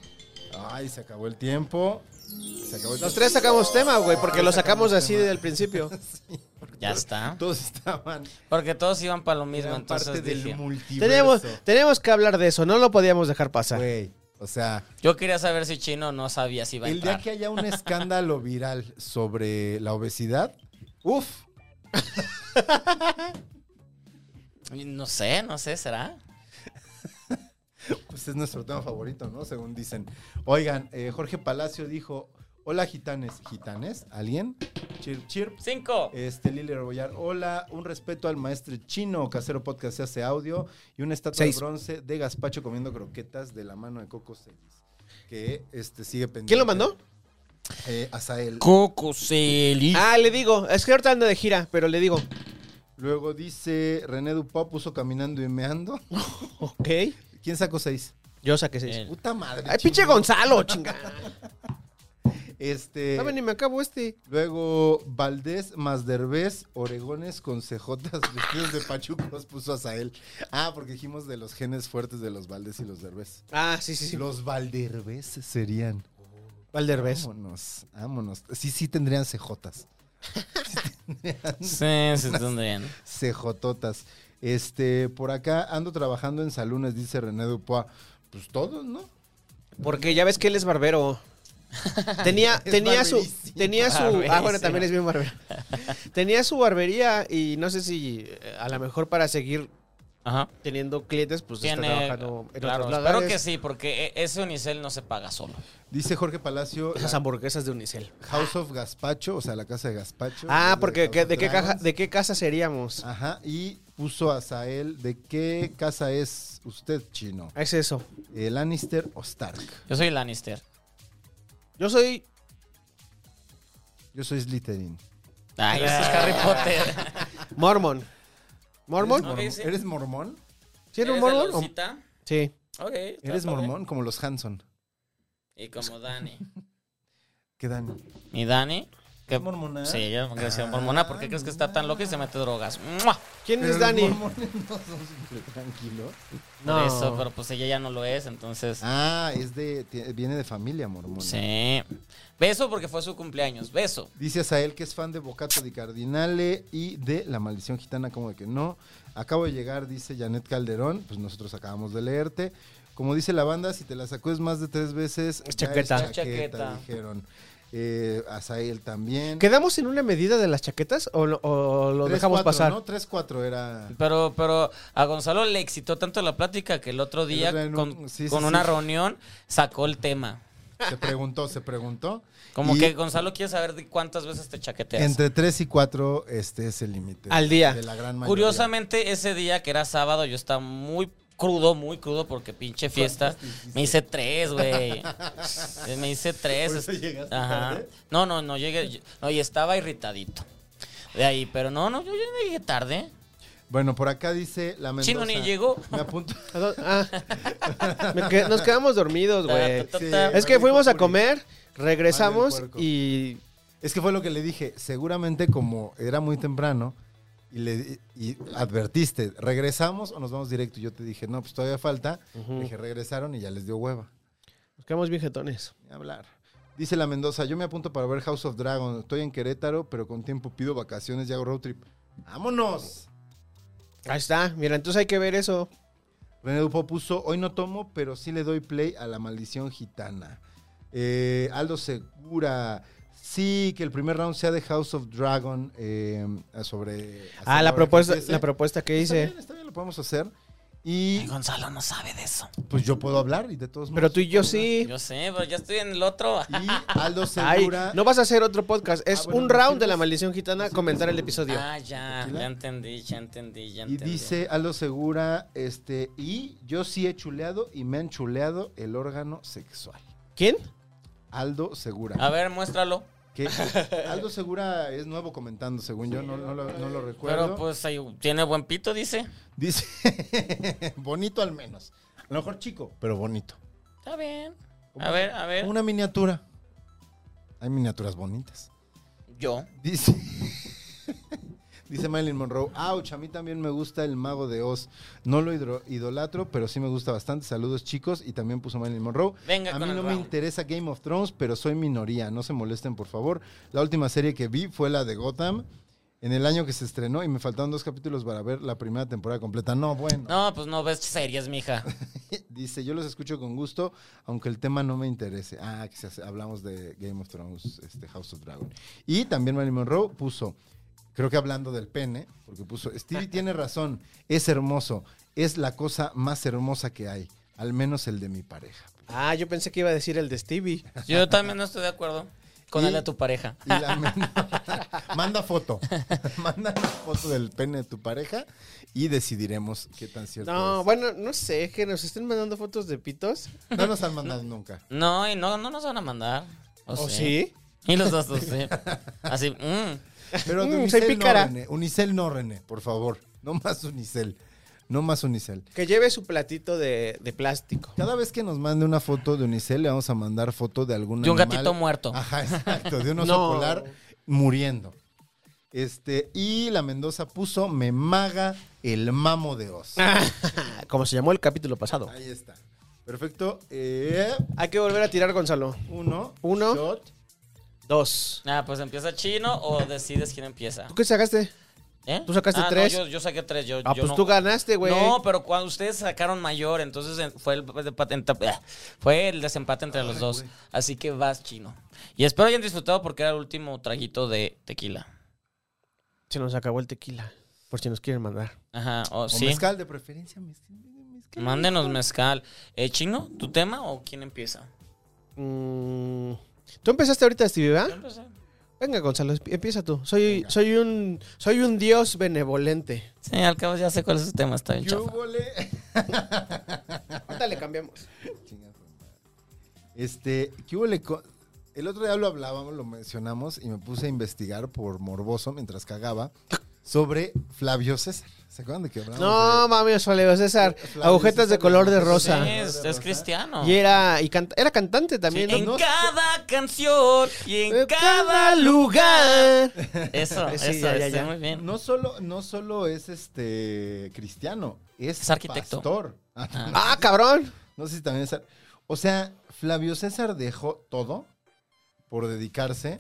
[SPEAKER 7] Ay, se acabó el tiempo. Se acabó
[SPEAKER 6] Los
[SPEAKER 7] el tiempo.
[SPEAKER 6] tres sacamos tema, güey, porque lo sacamos así desde el [laughs] principio.
[SPEAKER 5] Ya está.
[SPEAKER 7] Todos estaban.
[SPEAKER 5] Porque todos iban para lo mismo,
[SPEAKER 7] eran
[SPEAKER 5] entonces
[SPEAKER 7] parte
[SPEAKER 5] dije,
[SPEAKER 7] del multiverso.
[SPEAKER 6] Tenemos, tenemos que hablar de eso, no lo podíamos dejar pasar.
[SPEAKER 7] Güey, o sea,
[SPEAKER 5] Yo quería saber si Chino no sabía si iba a
[SPEAKER 7] el día
[SPEAKER 5] entrar.
[SPEAKER 7] que haya un escándalo viral sobre la obesidad, uff,
[SPEAKER 5] No sé, no sé, ¿será?
[SPEAKER 7] pues es nuestro tema favorito, ¿no? Según dicen. Oigan, eh, Jorge Palacio dijo: Hola, gitanes. ¿Gitanes? ¿Alguien? Chirp, chirp.
[SPEAKER 5] Cinco.
[SPEAKER 7] Este, Lili Rebollar, hola, un respeto al maestro chino, Casero Podcast se hace audio y una estatua
[SPEAKER 6] Seis.
[SPEAKER 7] de bronce de gazpacho comiendo croquetas de la mano de Coco Celis, que este sigue pendiente.
[SPEAKER 6] ¿Quién lo mandó?
[SPEAKER 7] Eh, Azael.
[SPEAKER 5] Coco Celis.
[SPEAKER 6] Ah, le digo, es que ahorita ando de gira, pero le digo,
[SPEAKER 7] Luego dice René Dupá puso caminando y meando.
[SPEAKER 6] ok,
[SPEAKER 7] ¿Quién sacó seis?
[SPEAKER 6] yo saqué seis.
[SPEAKER 7] [laughs]
[SPEAKER 5] Él.
[SPEAKER 7] Puta madre.
[SPEAKER 6] Ay,
[SPEAKER 7] chino.
[SPEAKER 6] pinche [laughs] Gonzalo, chinga.
[SPEAKER 7] Este.
[SPEAKER 6] Saben, ni me acabo este.
[SPEAKER 7] Luego Valdés más Derbez, Oregones con cejotas [laughs] vestidos de pachucos puso Azael. Ah, porque dijimos de los genes fuertes de los Valdés y los Derbez.
[SPEAKER 6] Ah, sí, sí, sí.
[SPEAKER 7] Los Valderbés serían.
[SPEAKER 6] Valderbez.
[SPEAKER 7] Vámonos, vámonos. Sí, sí tendrían cejotas.
[SPEAKER 5] Sí, sí, tendrían.
[SPEAKER 7] Cejototas. Este, por acá ando trabajando en salones, dice René Dupois. Pues todos, ¿no?
[SPEAKER 5] [laughs]
[SPEAKER 6] Porque ya ves que él es barbero. Tenía,
[SPEAKER 7] Es
[SPEAKER 6] tenía su.
[SPEAKER 7] barberísimo.
[SPEAKER 6] Tenía su. Ah, bueno,
[SPEAKER 5] Barberísimo.
[SPEAKER 6] también es
[SPEAKER 5] [laughs]
[SPEAKER 6] bien barbero. tenía su barbería y no sé si eh, a lo mejor para seguir
[SPEAKER 5] Ajá.
[SPEAKER 6] teniendo clientes, pues está
[SPEAKER 5] Tiene.
[SPEAKER 6] trabajando en
[SPEAKER 5] claro,
[SPEAKER 6] otros
[SPEAKER 5] espero
[SPEAKER 6] lugares.
[SPEAKER 5] que sí, porque e- ese Unicel no se paga solo.
[SPEAKER 7] Dice Jorge Palacio,
[SPEAKER 6] Esas
[SPEAKER 7] la
[SPEAKER 6] hamburguesas de Unicel.
[SPEAKER 7] House of Gaspacho, o sea, la casa de Gaspacho.
[SPEAKER 6] Ah,
[SPEAKER 7] de
[SPEAKER 6] porque
[SPEAKER 7] House
[SPEAKER 6] ¿qué-
[SPEAKER 7] of
[SPEAKER 6] de, qué
[SPEAKER 7] Dragons.
[SPEAKER 6] caja, ¿de qué casa seríamos?
[SPEAKER 7] Ajá, y puso a Sael, ¿de qué casa es usted chino?
[SPEAKER 6] Es eso.
[SPEAKER 7] ¿El Lannister o Stark?
[SPEAKER 5] Yo soy Lannister.
[SPEAKER 6] Yo soy.
[SPEAKER 7] Yo soy Slytherin. [laughs]
[SPEAKER 5] Ay, eso es Harry Potter.
[SPEAKER 6] Mormon. ¿Mormon?
[SPEAKER 5] Ok,
[SPEAKER 7] ¿Eres,
[SPEAKER 5] sí.
[SPEAKER 7] ¿Eres mormón?
[SPEAKER 6] ¿Sí era un
[SPEAKER 5] ¿Eres
[SPEAKER 6] mormon?
[SPEAKER 5] de
[SPEAKER 6] o-
[SPEAKER 5] Lucita?
[SPEAKER 6] Sí.
[SPEAKER 5] Ok, está
[SPEAKER 7] ¿Eres
[SPEAKER 5] padre.
[SPEAKER 7] mormón? Como los Hanson.
[SPEAKER 5] Y como Dani.
[SPEAKER 7] ¿Qué dan?
[SPEAKER 5] ¿Y Dani? ¿Qué
[SPEAKER 7] ¿Es mormona? Ah.
[SPEAKER 5] Sí, ella me decía mormona. ¿Por qué crees que está tan loca y se mete drogas? ¡Mua!
[SPEAKER 6] ¿Quién
[SPEAKER 7] Pero
[SPEAKER 6] es
[SPEAKER 7] los
[SPEAKER 6] Dani?
[SPEAKER 7] mormones no son [laughs] siempre tranquilos.
[SPEAKER 5] Por eso, pero pues ella ya no lo es, entonces.
[SPEAKER 7] Ah, es de, tie- viene de familia mormona.
[SPEAKER 5] Sí. Beso porque fue su cumpleaños. Beso.
[SPEAKER 7] Dice Azael que es fan de Bocato di Cardinale y de La Maldición Gitana, como de que no. Acabo de llegar, dice Janet Calderón, pues nosotros acabamos de leerte. Como dice la banda, si te la sacudes más de tres veces,
[SPEAKER 6] Es
[SPEAKER 7] ya
[SPEAKER 6] chaqueta.
[SPEAKER 7] Es
[SPEAKER 5] Es
[SPEAKER 7] chaqueta,
[SPEAKER 5] chaqueta.
[SPEAKER 7] dijeron. Eh, Azael también.
[SPEAKER 6] ¿Quedamos en una medida de las chaquetas o lo, o lo dejamos pasar?
[SPEAKER 7] No, 3-4 era...
[SPEAKER 5] Pero, pero a Gonzalo le excitó tanto la plática que el otro día,
[SPEAKER 7] otro día en
[SPEAKER 5] con,
[SPEAKER 7] un- sí, sí,
[SPEAKER 5] con una
[SPEAKER 7] sí.
[SPEAKER 5] reunión, sacó el tema.
[SPEAKER 7] Se preguntó, se preguntó.
[SPEAKER 5] Como
[SPEAKER 7] Y
[SPEAKER 5] que Gonzalo quiere saber de cuántas veces te chaqueteas.
[SPEAKER 7] Entre 3 y 4 este es el límite.
[SPEAKER 6] Al día.
[SPEAKER 7] De la gran mayoría.
[SPEAKER 5] Curiosamente, ese día que era sábado, yo estaba muy crudo, muy crudo, porque pinche fiesta. Me hice tres,
[SPEAKER 7] [laughs]
[SPEAKER 5] güey. Me hice tres.
[SPEAKER 7] Por eso
[SPEAKER 5] Este-
[SPEAKER 7] llegaste tarde.
[SPEAKER 5] No, no, no llegué. yo- No, y estaba irritadito. De ahí, pero no, no, yo ya llegué tarde.
[SPEAKER 7] Bueno, por acá dice la Mendoza.
[SPEAKER 5] Chino ni llegó.
[SPEAKER 6] [laughs]
[SPEAKER 7] Me apunto.
[SPEAKER 6] ¿A dó- ah. [laughs] Me que- nos quedamos dormidos, güey.
[SPEAKER 5] Ta, ta, ta,
[SPEAKER 7] Sí.
[SPEAKER 5] ta.
[SPEAKER 6] Es que
[SPEAKER 7] Marico
[SPEAKER 6] fuimos a
[SPEAKER 7] Puri.
[SPEAKER 6] comer, regresamos
[SPEAKER 7] Madre del puerco.
[SPEAKER 6] y
[SPEAKER 7] Es que fue lo que le dije. Seguramente como era muy temprano y le y advertiste, ¿regresamos o nos vamos directo? Y yo te dije, no, pues todavía falta. Le dije, regresaron y ya les dio hueva.
[SPEAKER 6] nos quedamos bien jetones.
[SPEAKER 7] Ni hablar. Dice la Mendoza, yo me apunto para ver House of Dragon. Estoy en Querétaro, pero con tiempo pido vacaciones y hago road trip. ¡Vámonos!
[SPEAKER 6] Ahí está, mira, entonces hay que ver eso.
[SPEAKER 7] René Dupo puso, hoy no tomo, pero sí le doy play a la maldición gitana. Eh, Aldo Segura, sí, que el primer round sea de House of Dragon eh, sobre...
[SPEAKER 6] Ah, la propuesta,
[SPEAKER 7] Está
[SPEAKER 6] la propuesta que hice.
[SPEAKER 7] bien, está bien, lo podemos hacer. Y
[SPEAKER 5] Ay, Gonzalo no sabe de eso.
[SPEAKER 7] pues yo puedo hablar y de todos
[SPEAKER 6] Pero
[SPEAKER 7] modos.
[SPEAKER 6] tú y yo sí.
[SPEAKER 5] Yo sé, pero ya estoy en el otro.
[SPEAKER 7] Y Aldo
[SPEAKER 6] [laughs] Ay,
[SPEAKER 7] Segura...
[SPEAKER 6] no vas a hacer otro podcast. Es
[SPEAKER 7] Ah, bueno,
[SPEAKER 6] un
[SPEAKER 7] ¿me
[SPEAKER 6] round de
[SPEAKER 7] sirves?
[SPEAKER 6] la maldición gitana, comentar el episodio.
[SPEAKER 5] Ah, ya, ya entendí, ya entendí, ya
[SPEAKER 7] Y
[SPEAKER 5] entendí.
[SPEAKER 7] dice Aldo Segura, este, y yo sí he chuleado y me han chuleado el órgano sexual.
[SPEAKER 6] ¿Quién?
[SPEAKER 7] Aldo Segura.
[SPEAKER 5] A ver, muéstralo. [laughs]
[SPEAKER 7] Que Aldo Segura es nuevo comentando, según yo, no, no lo, no lo recuerdo.
[SPEAKER 5] Pero pues ahí tiene buen pito, dice.
[SPEAKER 7] Dice, [laughs] bonito al menos. A lo mejor chico, pero bonito.
[SPEAKER 5] Está bien. A ver, a ver.
[SPEAKER 7] Una miniatura. Hay miniaturas bonitas.
[SPEAKER 5] Yo.
[SPEAKER 7] Dice, [laughs] dice Marilyn Monroe, ouch, a mí también me gusta el mago de Oz. No lo hidro- idolatro, pero sí me gusta bastante. Saludos chicos. Y también puso Marilyn Monroe.
[SPEAKER 5] Venga
[SPEAKER 7] a
[SPEAKER 5] con
[SPEAKER 7] mí
[SPEAKER 5] el
[SPEAKER 7] no me
[SPEAKER 5] round.
[SPEAKER 7] interesa Game of Thrones, pero soy minoría. No se molesten, por favor. La última serie que vi fue la de Gotham. En el año que se estrenó y me faltaron dos capítulos para ver la primera temporada completa. No, bueno.
[SPEAKER 5] No, pues no ves series,
[SPEAKER 6] [laughs]
[SPEAKER 5] mija.
[SPEAKER 7] [laughs] Dice, yo los escucho con gusto, aunque el tema no me interese. Ah, que se hace- hablamos de Game of Thrones, este House of Dragon. Y también Marilyn Monroe puso, creo que hablando del pene, porque puso, Stevie tiene razón, es hermoso, es la cosa más hermosa que hay, al menos el de mi pareja.
[SPEAKER 6] Ah, yo pensé que iba a decir el de Stevie.
[SPEAKER 5] Yo también no estoy de acuerdo con
[SPEAKER 7] Y-
[SPEAKER 5] el de tu pareja.
[SPEAKER 7] Y la men- [laughs] manda foto, [laughs] manda la foto del pene de tu pareja y decidiremos qué tan cierto
[SPEAKER 6] No,
[SPEAKER 7] es.
[SPEAKER 6] bueno, no sé, que nos estén mandando fotos de pitos.
[SPEAKER 7] No nos han mandado nunca.
[SPEAKER 5] No, y no, no nos van a mandar. ¿O,
[SPEAKER 6] ¿O
[SPEAKER 5] sí?
[SPEAKER 6] sí?
[SPEAKER 5] Y los dos, dos,
[SPEAKER 6] [laughs]
[SPEAKER 5] sí. Así, mm.
[SPEAKER 7] Pero de
[SPEAKER 6] Mm, soy
[SPEAKER 7] unicel
[SPEAKER 6] pícara.
[SPEAKER 7] no, René. Unicel no, René, por favor. No más unicel. No más unicel.
[SPEAKER 6] Que lleve su platito de, de plástico.
[SPEAKER 7] Cada vez que nos mande una foto de unicel, le vamos a mandar foto de algún
[SPEAKER 5] De un
[SPEAKER 7] animal.
[SPEAKER 5] gatito muerto.
[SPEAKER 7] Ajá,
[SPEAKER 6] [laughs]
[SPEAKER 7] exacto. De un oso
[SPEAKER 6] No.
[SPEAKER 7] polar muriendo. Este, y la Mendoza puso me maga el mamo de os.
[SPEAKER 6] Ah. Como se llamó el capítulo pasado.
[SPEAKER 7] Ahí está. Perfecto. Eh,
[SPEAKER 6] Hay que volver a tirar, Gonzalo.
[SPEAKER 7] uno.
[SPEAKER 6] Uno.
[SPEAKER 7] Shot.
[SPEAKER 6] Dos.
[SPEAKER 5] Ah, pues empieza chino o decides quién empieza.
[SPEAKER 6] ¿Tú qué sacaste?
[SPEAKER 5] ¿Eh?
[SPEAKER 6] Tú sacaste
[SPEAKER 5] Ah, no,
[SPEAKER 6] tres.
[SPEAKER 5] yo, yo saqué tres. Yo,
[SPEAKER 6] Ah,
[SPEAKER 5] yo
[SPEAKER 6] pues
[SPEAKER 5] no-
[SPEAKER 6] tú ganaste, güey.
[SPEAKER 5] No, pero cuando ustedes sacaron mayor, entonces en- fue el desempate, ent- fue el desempate entre los dos. Así que vas chino. Y espero hayan disfrutado porque era el último traguito de tequila.
[SPEAKER 6] Se nos acabó el tequila. Por si nos quieren mandar.
[SPEAKER 5] Ajá, o,
[SPEAKER 7] O
[SPEAKER 5] sí.
[SPEAKER 7] mezcal de preferencia. mezcal, mezcal.
[SPEAKER 5] Mándenos mezcal. Eh, chino, ¿tu tema o quién empieza?
[SPEAKER 6] Mm, Tú empezaste ahorita, Stevie,
[SPEAKER 5] Yo
[SPEAKER 6] ¿verdad?
[SPEAKER 5] empecé.
[SPEAKER 6] Venga, Gonzalo, emp- empieza tú. Soy, soy un soy un dios benevolente.
[SPEAKER 5] Sí, al cabo ya sé cuál es su tema, está bien chafa.
[SPEAKER 7] Yúbole. [laughs]
[SPEAKER 6] Ahorita le cambiamos.
[SPEAKER 7] Chinga tu madre. Este, ¿qué hubo le co- El otro día lo hablábamos, lo mencionamos y me puse a investigar por morboso mientras cagaba sobre Flavio César. ¿Se acuerdan de que
[SPEAKER 5] Ah,
[SPEAKER 7] hablamos?
[SPEAKER 6] No,
[SPEAKER 7] de-
[SPEAKER 6] mami, Soleo César.
[SPEAKER 7] Flavio
[SPEAKER 6] Agujetas de
[SPEAKER 7] César,
[SPEAKER 6] color de
[SPEAKER 7] Flavio
[SPEAKER 5] Sí,
[SPEAKER 6] rosa.
[SPEAKER 7] César.
[SPEAKER 5] es, es cristiano.
[SPEAKER 6] Y era, y canta- era cantante
[SPEAKER 5] Sí,
[SPEAKER 6] también.
[SPEAKER 5] en
[SPEAKER 6] ¿no?
[SPEAKER 5] cada canción y en cada lugar.
[SPEAKER 6] lugar.
[SPEAKER 5] Eso,
[SPEAKER 6] Eh, Sí,
[SPEAKER 5] eso,
[SPEAKER 6] ya, ya,
[SPEAKER 5] está
[SPEAKER 6] ya.
[SPEAKER 5] muy bien.
[SPEAKER 7] No solo, no solo es este cristiano, es,
[SPEAKER 5] Es arquitecto.
[SPEAKER 7] pastor. Ah, no,
[SPEAKER 6] Ah, cabrón.
[SPEAKER 7] [laughs] No sé si también es. ar- O sea, Flavio César dejó todo por dedicarse.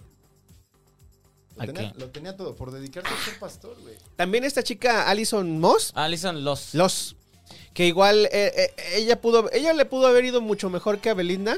[SPEAKER 7] Lo,
[SPEAKER 5] ¿A
[SPEAKER 7] tenía,
[SPEAKER 5] qué?
[SPEAKER 7] lo tenía todo, por dedicarse a ser pastor, güey.
[SPEAKER 6] También esta chica Alison Moss,
[SPEAKER 5] Alison Los.
[SPEAKER 6] los que igual eh, eh, ella pudo, ella le pudo haber ido mucho mejor que a Belinda.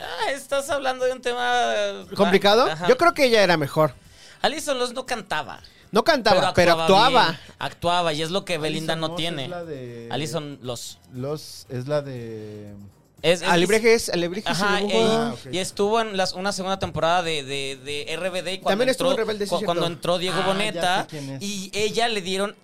[SPEAKER 5] Ah, estás hablando de un tema eh,
[SPEAKER 6] Complicado.
[SPEAKER 5] ajá.
[SPEAKER 6] Yo creo que ella era mejor.
[SPEAKER 5] Alison Los no cantaba,
[SPEAKER 6] No cantaba, pero, actuaba.
[SPEAKER 5] bien, actuaba y es lo que Belinda
[SPEAKER 7] Alison
[SPEAKER 5] no
[SPEAKER 7] Moss
[SPEAKER 5] tiene.
[SPEAKER 7] Es la de.
[SPEAKER 5] Alison Los.
[SPEAKER 7] Los. Es la de.
[SPEAKER 5] Es, es-
[SPEAKER 6] Ah, Alebrejes, Alebrejes. y
[SPEAKER 5] Ajá,
[SPEAKER 6] Lugo.
[SPEAKER 5] y-
[SPEAKER 7] Ah, ok.
[SPEAKER 5] y estuvo en las, una segunda temporada de, de- de RBD. y Cuando
[SPEAKER 6] También estuvo
[SPEAKER 5] entró,
[SPEAKER 6] en Rebelde, sí,
[SPEAKER 5] cu- Cuando
[SPEAKER 6] cierto.
[SPEAKER 5] entró Diego
[SPEAKER 7] Ah,
[SPEAKER 5] Boneta
[SPEAKER 7] ya sé quién es.
[SPEAKER 5] y ella le dieron...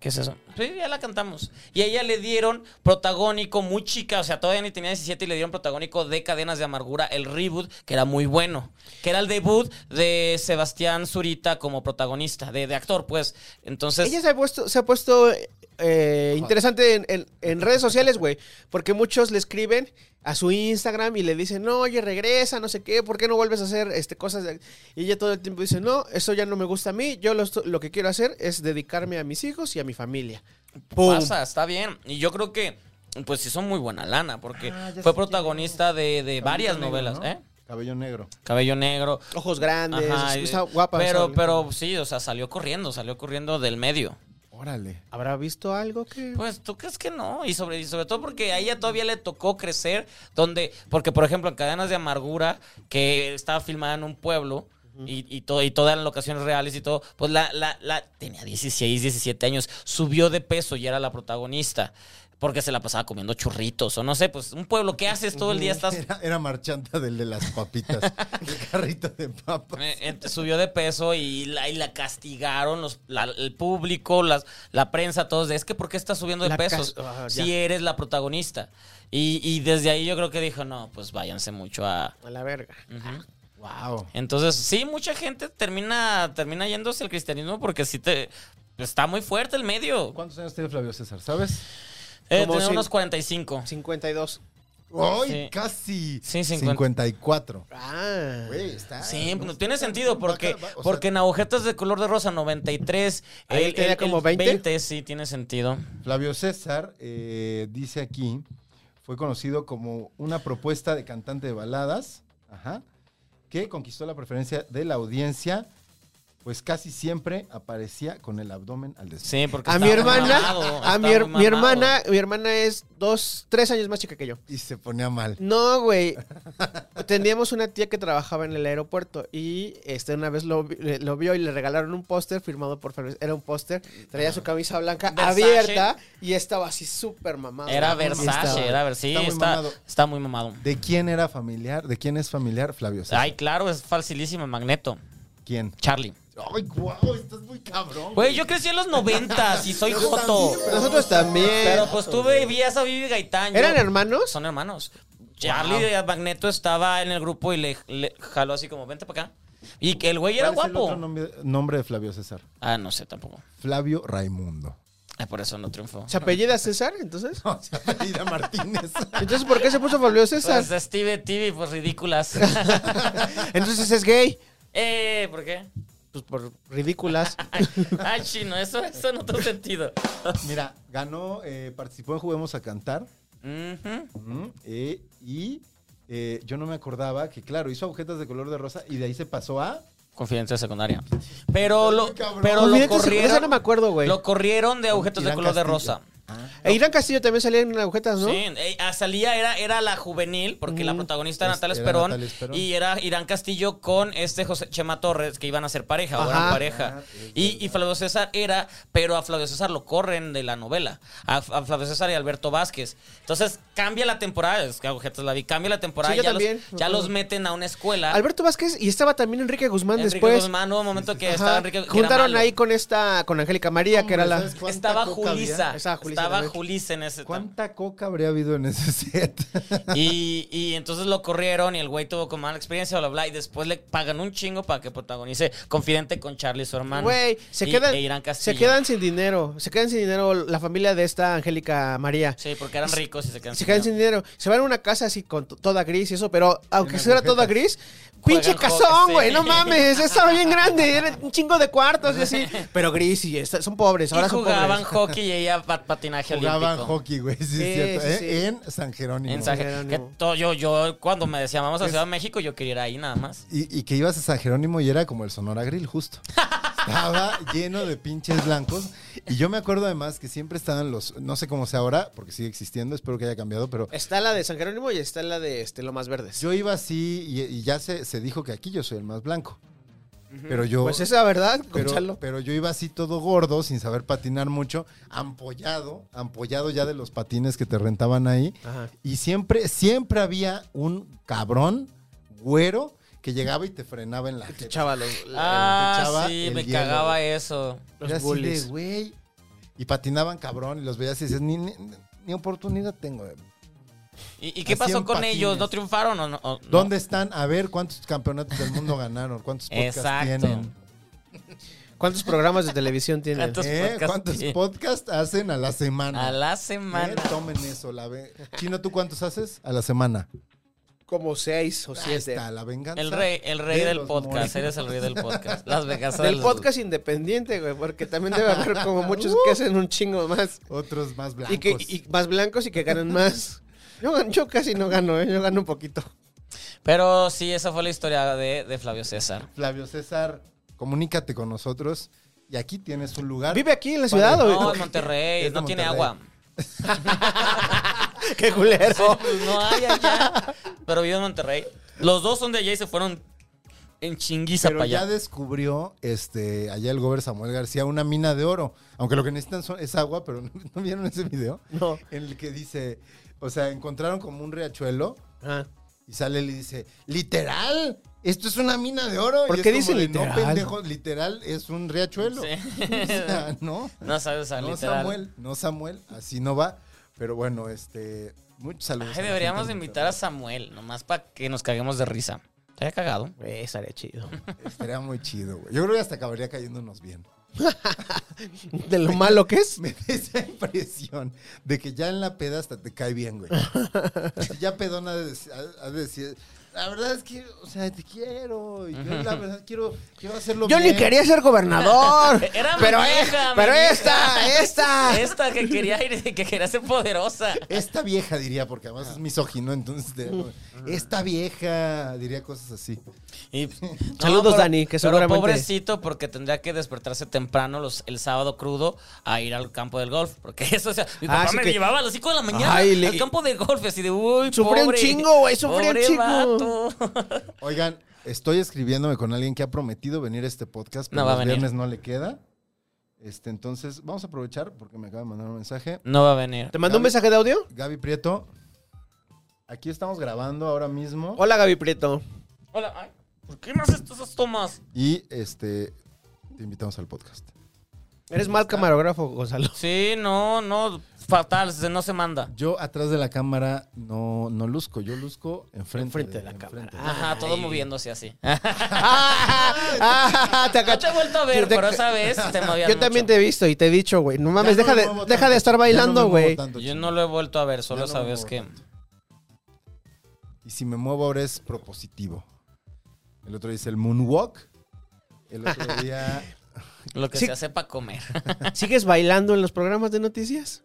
[SPEAKER 5] ¿Qué es eso? Sí, ya la cantamos. Y a ella le dieron protagónico muy chica, o sea, todavía ni tenía 17 y le dieron protagónico de Cadenas de Amargura, el reboot, que era muy bueno, que era el debut de Sebastián Zurita como protagonista, de, de actor, pues. Entonces...
[SPEAKER 6] Ella se ha puesto, se ha puesto eh, interesante en, en- en redes sociales, güey. Porque muchos le escriben a su Instagram y le dicen, no, oye, regresa, no sé qué, ¿por qué no vuelves a hacer este, cosas? de-?" Y ella todo el tiempo dice, no, eso ya no me gusta a mí. Yo lo, estu- lo que quiero hacer es dedicarme a mis hijos y a mi familia. ¡Pum!
[SPEAKER 5] pasa, está bien. Y yo creo que, pues hizo muy buena lana, porque
[SPEAKER 7] Ah, ya
[SPEAKER 5] fue
[SPEAKER 7] sé
[SPEAKER 5] protagonista de, de varias
[SPEAKER 7] Cabello negro,
[SPEAKER 5] novelas, ¿eh?
[SPEAKER 7] ¿no? Cabello negro.
[SPEAKER 5] Cabello negro.
[SPEAKER 6] Ojos grandes,
[SPEAKER 5] Ajá, y-
[SPEAKER 6] está guapa.
[SPEAKER 5] Pero,
[SPEAKER 6] esa-
[SPEAKER 5] pero sí, o sea, salió corriendo, salió corriendo del medio.
[SPEAKER 7] Órale.
[SPEAKER 6] ¿Habrá visto algo que...?
[SPEAKER 5] Pues tú crees que no, y sobre, y sobre todo porque a ella todavía le tocó crecer, donde, porque por ejemplo en Cadenas de Amargura, que estaba filmada en un pueblo, y, y, todo, y todas eran locaciones reales y todo, pues la, la, la tenía 16, 17 años, subió de peso y era la protagonista. Porque se la pasaba comiendo churritos o no sé, pues un pueblo, ¿qué haces todo el día? Estás
[SPEAKER 7] Era, era marchanta del de las papitas.
[SPEAKER 5] [laughs]
[SPEAKER 7] el carrito
[SPEAKER 6] [laughs]
[SPEAKER 7] de papas.
[SPEAKER 5] Eh, eh, subió de peso y la, y la castigaron los, la- el público, las, la prensa, todos. De, es que ¿por qué estás subiendo de
[SPEAKER 6] La
[SPEAKER 5] peso?
[SPEAKER 6] cas- ah, ya.
[SPEAKER 5] si eres la protagonista. Y, y desde ahí yo creo que dijo, no, pues váyanse mucho a...
[SPEAKER 6] A la verga.
[SPEAKER 5] Ujú.
[SPEAKER 7] Wow.
[SPEAKER 5] Entonces, sí, mucha gente termina, termina yéndose al cristianismo porque sí te... Está muy fuerte el medio.
[SPEAKER 7] ¿Cuántos años tiene Flavio César? ¿Sabes?
[SPEAKER 5] Eh,
[SPEAKER 6] Como
[SPEAKER 5] tenía
[SPEAKER 6] si-
[SPEAKER 5] unos
[SPEAKER 6] Ah,
[SPEAKER 5] 45.
[SPEAKER 6] 52.
[SPEAKER 7] ¡Ay,
[SPEAKER 5] Sí.
[SPEAKER 7] casi!
[SPEAKER 5] Sí, 50.
[SPEAKER 7] 54.
[SPEAKER 6] Ah.
[SPEAKER 7] Güey, está.
[SPEAKER 5] Sí,
[SPEAKER 7] no
[SPEAKER 5] no
[SPEAKER 7] está
[SPEAKER 5] tiene
[SPEAKER 7] tan-
[SPEAKER 5] sentido porque,
[SPEAKER 7] va- va- o sea,
[SPEAKER 5] porque en agujetas de color de rosa 93,
[SPEAKER 6] Ahí él tenía como 20.
[SPEAKER 5] 20, sí, tiene sentido.
[SPEAKER 7] Flavio César eh, dice aquí, fue conocido como una propuesta de cantante de baladas, ajá, que conquistó la preferencia de la audiencia, pues casi siempre aparecía con el abdomen al desnudo.
[SPEAKER 5] Sí, porque
[SPEAKER 6] A
[SPEAKER 5] está
[SPEAKER 6] mi
[SPEAKER 5] muy
[SPEAKER 6] hermana,
[SPEAKER 5] mamado,
[SPEAKER 6] a
[SPEAKER 5] está
[SPEAKER 6] mi, her-
[SPEAKER 5] muy
[SPEAKER 6] mi
[SPEAKER 5] mamado.
[SPEAKER 6] hermana, mi hermana es dos, tres años más chica que yo.
[SPEAKER 7] Y se ponía mal.
[SPEAKER 6] No, güey. [laughs] Teníamos una tía que trabajaba en el aeropuerto y este una vez lo, vi- le- lo vio y le regalaron un póster firmado por Fernández. Era un póster, traía su camisa blanca
[SPEAKER 5] Versace.
[SPEAKER 6] abierta y estaba así súper mamado.
[SPEAKER 5] Era
[SPEAKER 6] Y estaba-
[SPEAKER 5] Versace, era Versace. Sí,
[SPEAKER 7] está muy
[SPEAKER 5] está,
[SPEAKER 7] mamado.
[SPEAKER 5] está muy mamado.
[SPEAKER 7] ¿De quién era familiar? ¿De quién es familiar Flavio César?
[SPEAKER 5] Ay, claro, es facilísimo, Magneto.
[SPEAKER 7] ¿Quién?
[SPEAKER 5] Charlie.
[SPEAKER 7] Ay, guau, estás muy cabrón.
[SPEAKER 5] Güey, yo crecí en los noventas y soy
[SPEAKER 7] Yo
[SPEAKER 5] joto.
[SPEAKER 7] también,
[SPEAKER 6] Nosotros también.
[SPEAKER 5] Pero pues tú veías a Vivi Gaitán. yo-
[SPEAKER 6] ¿Eran hermanos?
[SPEAKER 5] Son hermanos. Charlie de Magneto estaba en el grupo y le, le jaló así como, vente para acá. Y que el güey era
[SPEAKER 7] ¿Cuál es el otro
[SPEAKER 5] guapo.
[SPEAKER 7] nombre, nombre de Flavio César?
[SPEAKER 5] Ah, no sé tampoco.
[SPEAKER 7] Flavio Raimundo. [laughs]
[SPEAKER 5] Ay, por eso no triunfó.
[SPEAKER 6] ¿Se apellida César entonces?
[SPEAKER 7] No, se apellida Martínez.
[SPEAKER 6] Entonces, ¿por qué se puso volvió César?
[SPEAKER 5] Pues Steve TV, pues
[SPEAKER 7] [laughs]
[SPEAKER 5] ridículas. [laughs]
[SPEAKER 6] Entonces es gay.
[SPEAKER 5] eh, ¿por qué?
[SPEAKER 6] Pues por ridículas.
[SPEAKER 5] [laughs] Ay, chino, eso, eso en otro sentido. [laughs]
[SPEAKER 7] Mira, ganó, eh, participó en Juguemos a Cantar.
[SPEAKER 5] Ujú.
[SPEAKER 7] Ujú, eh, y eh, yo no me acordaba que, claro, hizo agujetas de color de rosa y de ahí se pasó a
[SPEAKER 5] Confidencia secundaria. Pero lo,
[SPEAKER 7] cabrón.
[SPEAKER 5] pero lo
[SPEAKER 6] Confidentes-
[SPEAKER 5] corrieron.
[SPEAKER 6] esa no me acuerdo, güey.
[SPEAKER 5] Lo corrieron de agujetas de
[SPEAKER 7] Irán
[SPEAKER 5] color de
[SPEAKER 7] Castillo.
[SPEAKER 5] rosa.
[SPEAKER 6] E Irán Castillo también salía en agujetas, ¿no?
[SPEAKER 5] Sí, eh, ah, salía, era, era la juvenil, porque la protagonista era
[SPEAKER 6] Este,
[SPEAKER 7] Es-
[SPEAKER 5] Natalia
[SPEAKER 7] era
[SPEAKER 5] Esperón,
[SPEAKER 7] Natalia Esperón.
[SPEAKER 5] y era Irán Castillo con este José Chema Torres, que iban a ser pareja, o
[SPEAKER 6] Ajá. Ah, pues,
[SPEAKER 5] eran pareja. y, y Flavio César era, pero a Flavio César lo corren de la novela, a, a Flavio César y Alberto Vázquez. Entonces cambia la temporada, es que agujetas la vi, cambia la temporada,
[SPEAKER 6] Sí,
[SPEAKER 5] y
[SPEAKER 6] yo
[SPEAKER 5] ya, los,
[SPEAKER 6] también, me
[SPEAKER 5] ya
[SPEAKER 6] acuerdo.
[SPEAKER 5] los meten a una escuela.
[SPEAKER 6] Alberto Vázquez y estaba también Enrique Guzmán
[SPEAKER 5] Enrique
[SPEAKER 6] después.
[SPEAKER 5] Guzmán, hubo un momento que
[SPEAKER 6] Ajá.
[SPEAKER 5] estaba Enrique que era
[SPEAKER 6] Juntaron
[SPEAKER 5] malo.
[SPEAKER 6] ahí con esta, con Angélica María, que era la.
[SPEAKER 7] ¿Sabes cuánta
[SPEAKER 5] Estaba
[SPEAKER 7] coca había?
[SPEAKER 5] Julisa,
[SPEAKER 6] Estaba Julisa
[SPEAKER 5] estaba
[SPEAKER 6] también.
[SPEAKER 5] Julisa en ese tiempo.
[SPEAKER 7] ¿Cuánta coca habría habido en ese
[SPEAKER 5] [laughs]
[SPEAKER 7] set?
[SPEAKER 5] Y, y entonces lo corrieron y el güey tuvo como mala experiencia, bla, bla, y después le pagan un chingo para que protagonice Confidente con Charlie, su hermano.
[SPEAKER 6] Güey, se,
[SPEAKER 5] y-
[SPEAKER 6] quedan,
[SPEAKER 5] e Irán Castillo.
[SPEAKER 6] se quedan sin dinero. Se quedan sin dinero la familia de esta Angélica María.
[SPEAKER 5] Sí, porque eran ricos y se quedan
[SPEAKER 6] Se quedan sin dinero. Se van a una casa así con to- toda gris y eso, pero aunque
[SPEAKER 7] Unas
[SPEAKER 6] fuera toda
[SPEAKER 7] agujetas.
[SPEAKER 6] gris, pinche
[SPEAKER 5] Juegan
[SPEAKER 6] casón,
[SPEAKER 5] hockey,
[SPEAKER 6] güey,
[SPEAKER 5] sí.
[SPEAKER 6] no mames, estaba bien grande, era un chingo de cuartos
[SPEAKER 5] [laughs]
[SPEAKER 6] y así, pero gris y esta- son pobres, ahora
[SPEAKER 5] y
[SPEAKER 6] son
[SPEAKER 5] jugaban
[SPEAKER 6] pobres.
[SPEAKER 5] hockey y ella pat- patinaje
[SPEAKER 7] Jugaban
[SPEAKER 5] olímpico.
[SPEAKER 7] hockey, güey, sí, es
[SPEAKER 6] Sí,
[SPEAKER 7] cierto.
[SPEAKER 6] sí,
[SPEAKER 7] ¿eh?
[SPEAKER 6] sí.
[SPEAKER 7] En San Jerónimo.
[SPEAKER 5] En San-
[SPEAKER 6] Jerónimo.
[SPEAKER 5] que todo- yo, yo, cuando me decían, vamos a
[SPEAKER 7] Es-
[SPEAKER 5] Ciudad de México, yo quería ir ahí nada más.
[SPEAKER 7] Y, y que ibas a San Jerónimo y era como el Sonora Grill, justo. Estaba lleno de pinches blancos. Y yo me acuerdo además que siempre estaban los, no sé cómo sea ahora, porque sigue existiendo, espero que haya cambiado, pero
[SPEAKER 6] Está la de San Jerónimo y está la de este, Lomas Verdes.
[SPEAKER 7] yo iba así y, y ya se, se dijo que aquí yo soy el más blanco. Pero yo...
[SPEAKER 6] pues esa verdad,
[SPEAKER 7] pero,
[SPEAKER 6] Gonzalo.
[SPEAKER 7] pero yo iba así todo gordo, sin saber patinar mucho, ampollado, ampollado ya de los patines que te rentaban ahí.
[SPEAKER 6] Ajá.
[SPEAKER 7] Y siempre, siempre había un cabrón güero que llegaba y te frenaba en la jeta.
[SPEAKER 6] Chaval,
[SPEAKER 5] Ah,
[SPEAKER 7] echaba
[SPEAKER 5] sí,
[SPEAKER 7] el
[SPEAKER 5] me
[SPEAKER 7] hielo,
[SPEAKER 5] cagaba
[SPEAKER 7] güey.
[SPEAKER 5] eso.
[SPEAKER 6] Los
[SPEAKER 7] Era así
[SPEAKER 6] bullies.
[SPEAKER 7] de, güey. Y patinaban cabrón y los veías y dices, ni, ni- ni oportunidad tengo. eh".
[SPEAKER 5] ¿Y, y qué
[SPEAKER 7] Hacían
[SPEAKER 5] pasó con
[SPEAKER 7] patines.
[SPEAKER 5] ellos? ¿No triunfaron o no? o no?
[SPEAKER 7] ¿Dónde están? A ver cuántos campeonatos del mundo ganaron, cuántos podcasts
[SPEAKER 5] Exacto.
[SPEAKER 7] tienen.
[SPEAKER 6] ¿cuántos programas de televisión tienen?
[SPEAKER 5] ¿Cuántos
[SPEAKER 7] ¿Eh?
[SPEAKER 5] podcasts
[SPEAKER 7] ¿Cuántos
[SPEAKER 5] tienen?
[SPEAKER 7] podcasts hacen a la semana?
[SPEAKER 5] A la
[SPEAKER 7] ¿Eh?
[SPEAKER 5] semana.
[SPEAKER 7] Tomen eso, la ve. Chino, ¿tú cuántos haces a la semana?
[SPEAKER 6] Como seis o
[SPEAKER 7] Ahí
[SPEAKER 6] siete.
[SPEAKER 7] está, la venganza.
[SPEAKER 5] El rey, el rey
[SPEAKER 7] de
[SPEAKER 5] del
[SPEAKER 7] los
[SPEAKER 5] podcast.
[SPEAKER 7] morenos.
[SPEAKER 5] Eres el rey del podcast.
[SPEAKER 7] [laughs]
[SPEAKER 5] Las Vegas.
[SPEAKER 6] Del podcast independiente, güey, porque también debe haber como muchos que hacen un chingo más.
[SPEAKER 7] Otros más blancos.
[SPEAKER 6] Y que y más blancos y que ganan más. Yo, yo casi no gano, ¿eh? yo gano un poquito.
[SPEAKER 5] Pero sí, esa fue la historia de, de Flavio César.
[SPEAKER 7] Flavio César, comunícate con nosotros. Y aquí tienes un lugar.
[SPEAKER 6] ¿Vive aquí en la ciudad o
[SPEAKER 5] No, en Monterrey,
[SPEAKER 7] Es de
[SPEAKER 5] no tiene
[SPEAKER 7] Monterrey.
[SPEAKER 5] agua.
[SPEAKER 7] [laughs]
[SPEAKER 6] qué
[SPEAKER 5] [laughs]
[SPEAKER 6] culero?
[SPEAKER 5] Pues no hay allá. Pero vive en Monterrey. Los dos son de allá y se fueron en chinguiza
[SPEAKER 7] Pero
[SPEAKER 5] para
[SPEAKER 7] ya
[SPEAKER 5] allá.
[SPEAKER 7] descubrió este, allá el gober Samuel García una mina de oro. Aunque lo que necesitan son- es agua, pero [laughs] ¿no, no vieron ese video?
[SPEAKER 6] No.
[SPEAKER 7] En el que dice, o sea, encontraron como un riachuelo y sale y le dice, literal, esto es una mina de oro.
[SPEAKER 6] ¿Por
[SPEAKER 7] Y
[SPEAKER 6] qué
[SPEAKER 7] es
[SPEAKER 6] dice
[SPEAKER 7] como de,
[SPEAKER 6] literal?
[SPEAKER 7] No, pendejo, literal es un riachuelo.
[SPEAKER 5] Sí.
[SPEAKER 7] [laughs] O sea,
[SPEAKER 5] [laughs]
[SPEAKER 7] no.
[SPEAKER 5] No sabes usar
[SPEAKER 7] No,
[SPEAKER 5] literal.
[SPEAKER 7] Samuel, no, Samuel, así no va. Pero bueno, este, muchos saludos.
[SPEAKER 5] Ay, deberíamos de invitar a Samuel, nomás para que nos caguemos de risa. Te había cagado.
[SPEAKER 6] Eh, estaría chido.
[SPEAKER 7] Estaría muy chido, güey. Yo creo que hasta acabaría cayéndonos bien.
[SPEAKER 6] [laughs] De lo malo que es.
[SPEAKER 7] [laughs] Me da esa impresión de que ya en la peda hasta te cae
[SPEAKER 5] [laughs]
[SPEAKER 7] bien, güey. Si ya pedona de dec- ha- ha de decir, la verdad es que, o sea, te quiero. y yo la verdad quiero, quiero hacerlo
[SPEAKER 6] Yo
[SPEAKER 7] bien.
[SPEAKER 6] ni quería ser gobernador.
[SPEAKER 5] Era mi
[SPEAKER 6] pero
[SPEAKER 5] vieja,
[SPEAKER 6] eh,
[SPEAKER 5] mi
[SPEAKER 6] pero
[SPEAKER 5] vieja. [laughs]
[SPEAKER 6] esta, esta.
[SPEAKER 5] Ah. Esta que quería ir, que quería ser poderosa.
[SPEAKER 7] Esta vieja diría, porque además es misógino, entonces te- esta vieja diría cosas así.
[SPEAKER 5] Y-
[SPEAKER 6] Saludos, Dani, que seguramente-
[SPEAKER 5] pobrecito, porque tendría que despertarse temprano los, el sábado crudo a ir al campo del golf. Porque [laughs] eso, o sea, mi
[SPEAKER 6] Ah,
[SPEAKER 5] papá
[SPEAKER 6] así
[SPEAKER 5] me
[SPEAKER 6] que-
[SPEAKER 5] llevaba a las 5 de la mañana
[SPEAKER 6] Ay, le-
[SPEAKER 5] al campo del golf. Así de, uy,
[SPEAKER 6] Sufrí un
[SPEAKER 5] pobre,
[SPEAKER 6] chingo, güey, sufrí un
[SPEAKER 5] pobre
[SPEAKER 6] chingo.
[SPEAKER 5] vato.
[SPEAKER 7] [laughs] Oigan, estoy escribiéndome con alguien que ha prometido venir a este podcast, pero
[SPEAKER 5] No va a
[SPEAKER 7] los
[SPEAKER 5] venir.
[SPEAKER 7] viernes no le queda. Este, entonces, vamos a aprovechar porque me acaba de mandar un mensaje.
[SPEAKER 5] No va a venir.
[SPEAKER 6] ¿Te mandó un mensaje de audio?
[SPEAKER 7] Gaby Prieto, aquí estamos grabando ahora mismo.
[SPEAKER 6] Hola, Gaby Prieto.
[SPEAKER 5] Hola, ay, ¿por qué me haces todas esas tomas?
[SPEAKER 7] Y este te invitamos al podcast.
[SPEAKER 6] Eres mal camarógrafo, Gonzalo. [laughs]
[SPEAKER 5] Sí, no, no, fatal, se- no se manda.
[SPEAKER 7] Yo atrás de la cámara no, no luzco, yo luzco enfrente,
[SPEAKER 6] Enfrente de la cámara. Ah.
[SPEAKER 5] Ajá, todo
[SPEAKER 6] Ay.
[SPEAKER 5] moviéndose así.
[SPEAKER 6] Ah, te
[SPEAKER 5] [laughs] No te he vuelto a ver,
[SPEAKER 6] Te-
[SPEAKER 5] pero esa vez te movían
[SPEAKER 6] [laughs] Yo también
[SPEAKER 5] mucho.
[SPEAKER 6] te he visto y te he dicho, güey. No mames,
[SPEAKER 7] Ya no
[SPEAKER 6] deja,
[SPEAKER 7] me
[SPEAKER 6] de,
[SPEAKER 7] muevo
[SPEAKER 6] deja
[SPEAKER 7] tanto,
[SPEAKER 6] de estar
[SPEAKER 7] ya no me
[SPEAKER 6] bailando,
[SPEAKER 7] muevo
[SPEAKER 6] güey.
[SPEAKER 7] tanto,
[SPEAKER 5] Yo
[SPEAKER 7] chino.
[SPEAKER 5] no lo he vuelto a ver,
[SPEAKER 7] Ya
[SPEAKER 5] solo
[SPEAKER 7] no me
[SPEAKER 5] sabes
[SPEAKER 7] muevo
[SPEAKER 5] que...
[SPEAKER 7] tanto. Y si me muevo ahora es propositivo. El otro dice el moonwalk. El otro
[SPEAKER 6] [laughs]
[SPEAKER 7] día.
[SPEAKER 5] Lo que
[SPEAKER 6] Sí.
[SPEAKER 5] se hace para comer. [laughs]
[SPEAKER 6] ¿Sigues bailando en los programas de noticias?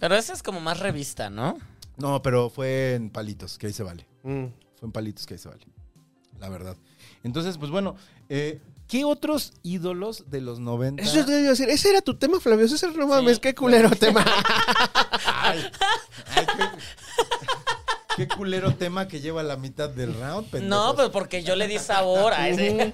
[SPEAKER 5] Pero esa es como más revista, ¿no?
[SPEAKER 7] No, pero fue en palitos, que ahí se vale.
[SPEAKER 6] Mm.
[SPEAKER 7] Fue en palitos que ahí se vale. La verdad. Entonces, pues bueno, eh, ¿qué otros ídolos de los 90?
[SPEAKER 6] Eso te iba a decir, ese era tu tema, Flavio. Ese no mames,
[SPEAKER 5] Sí.
[SPEAKER 6] qué culero tema.
[SPEAKER 7] Ay, qué, qué culero tema que lleva la mitad del round,
[SPEAKER 5] No,
[SPEAKER 7] pendejos.
[SPEAKER 5] pues porque yo le di sabor a ese.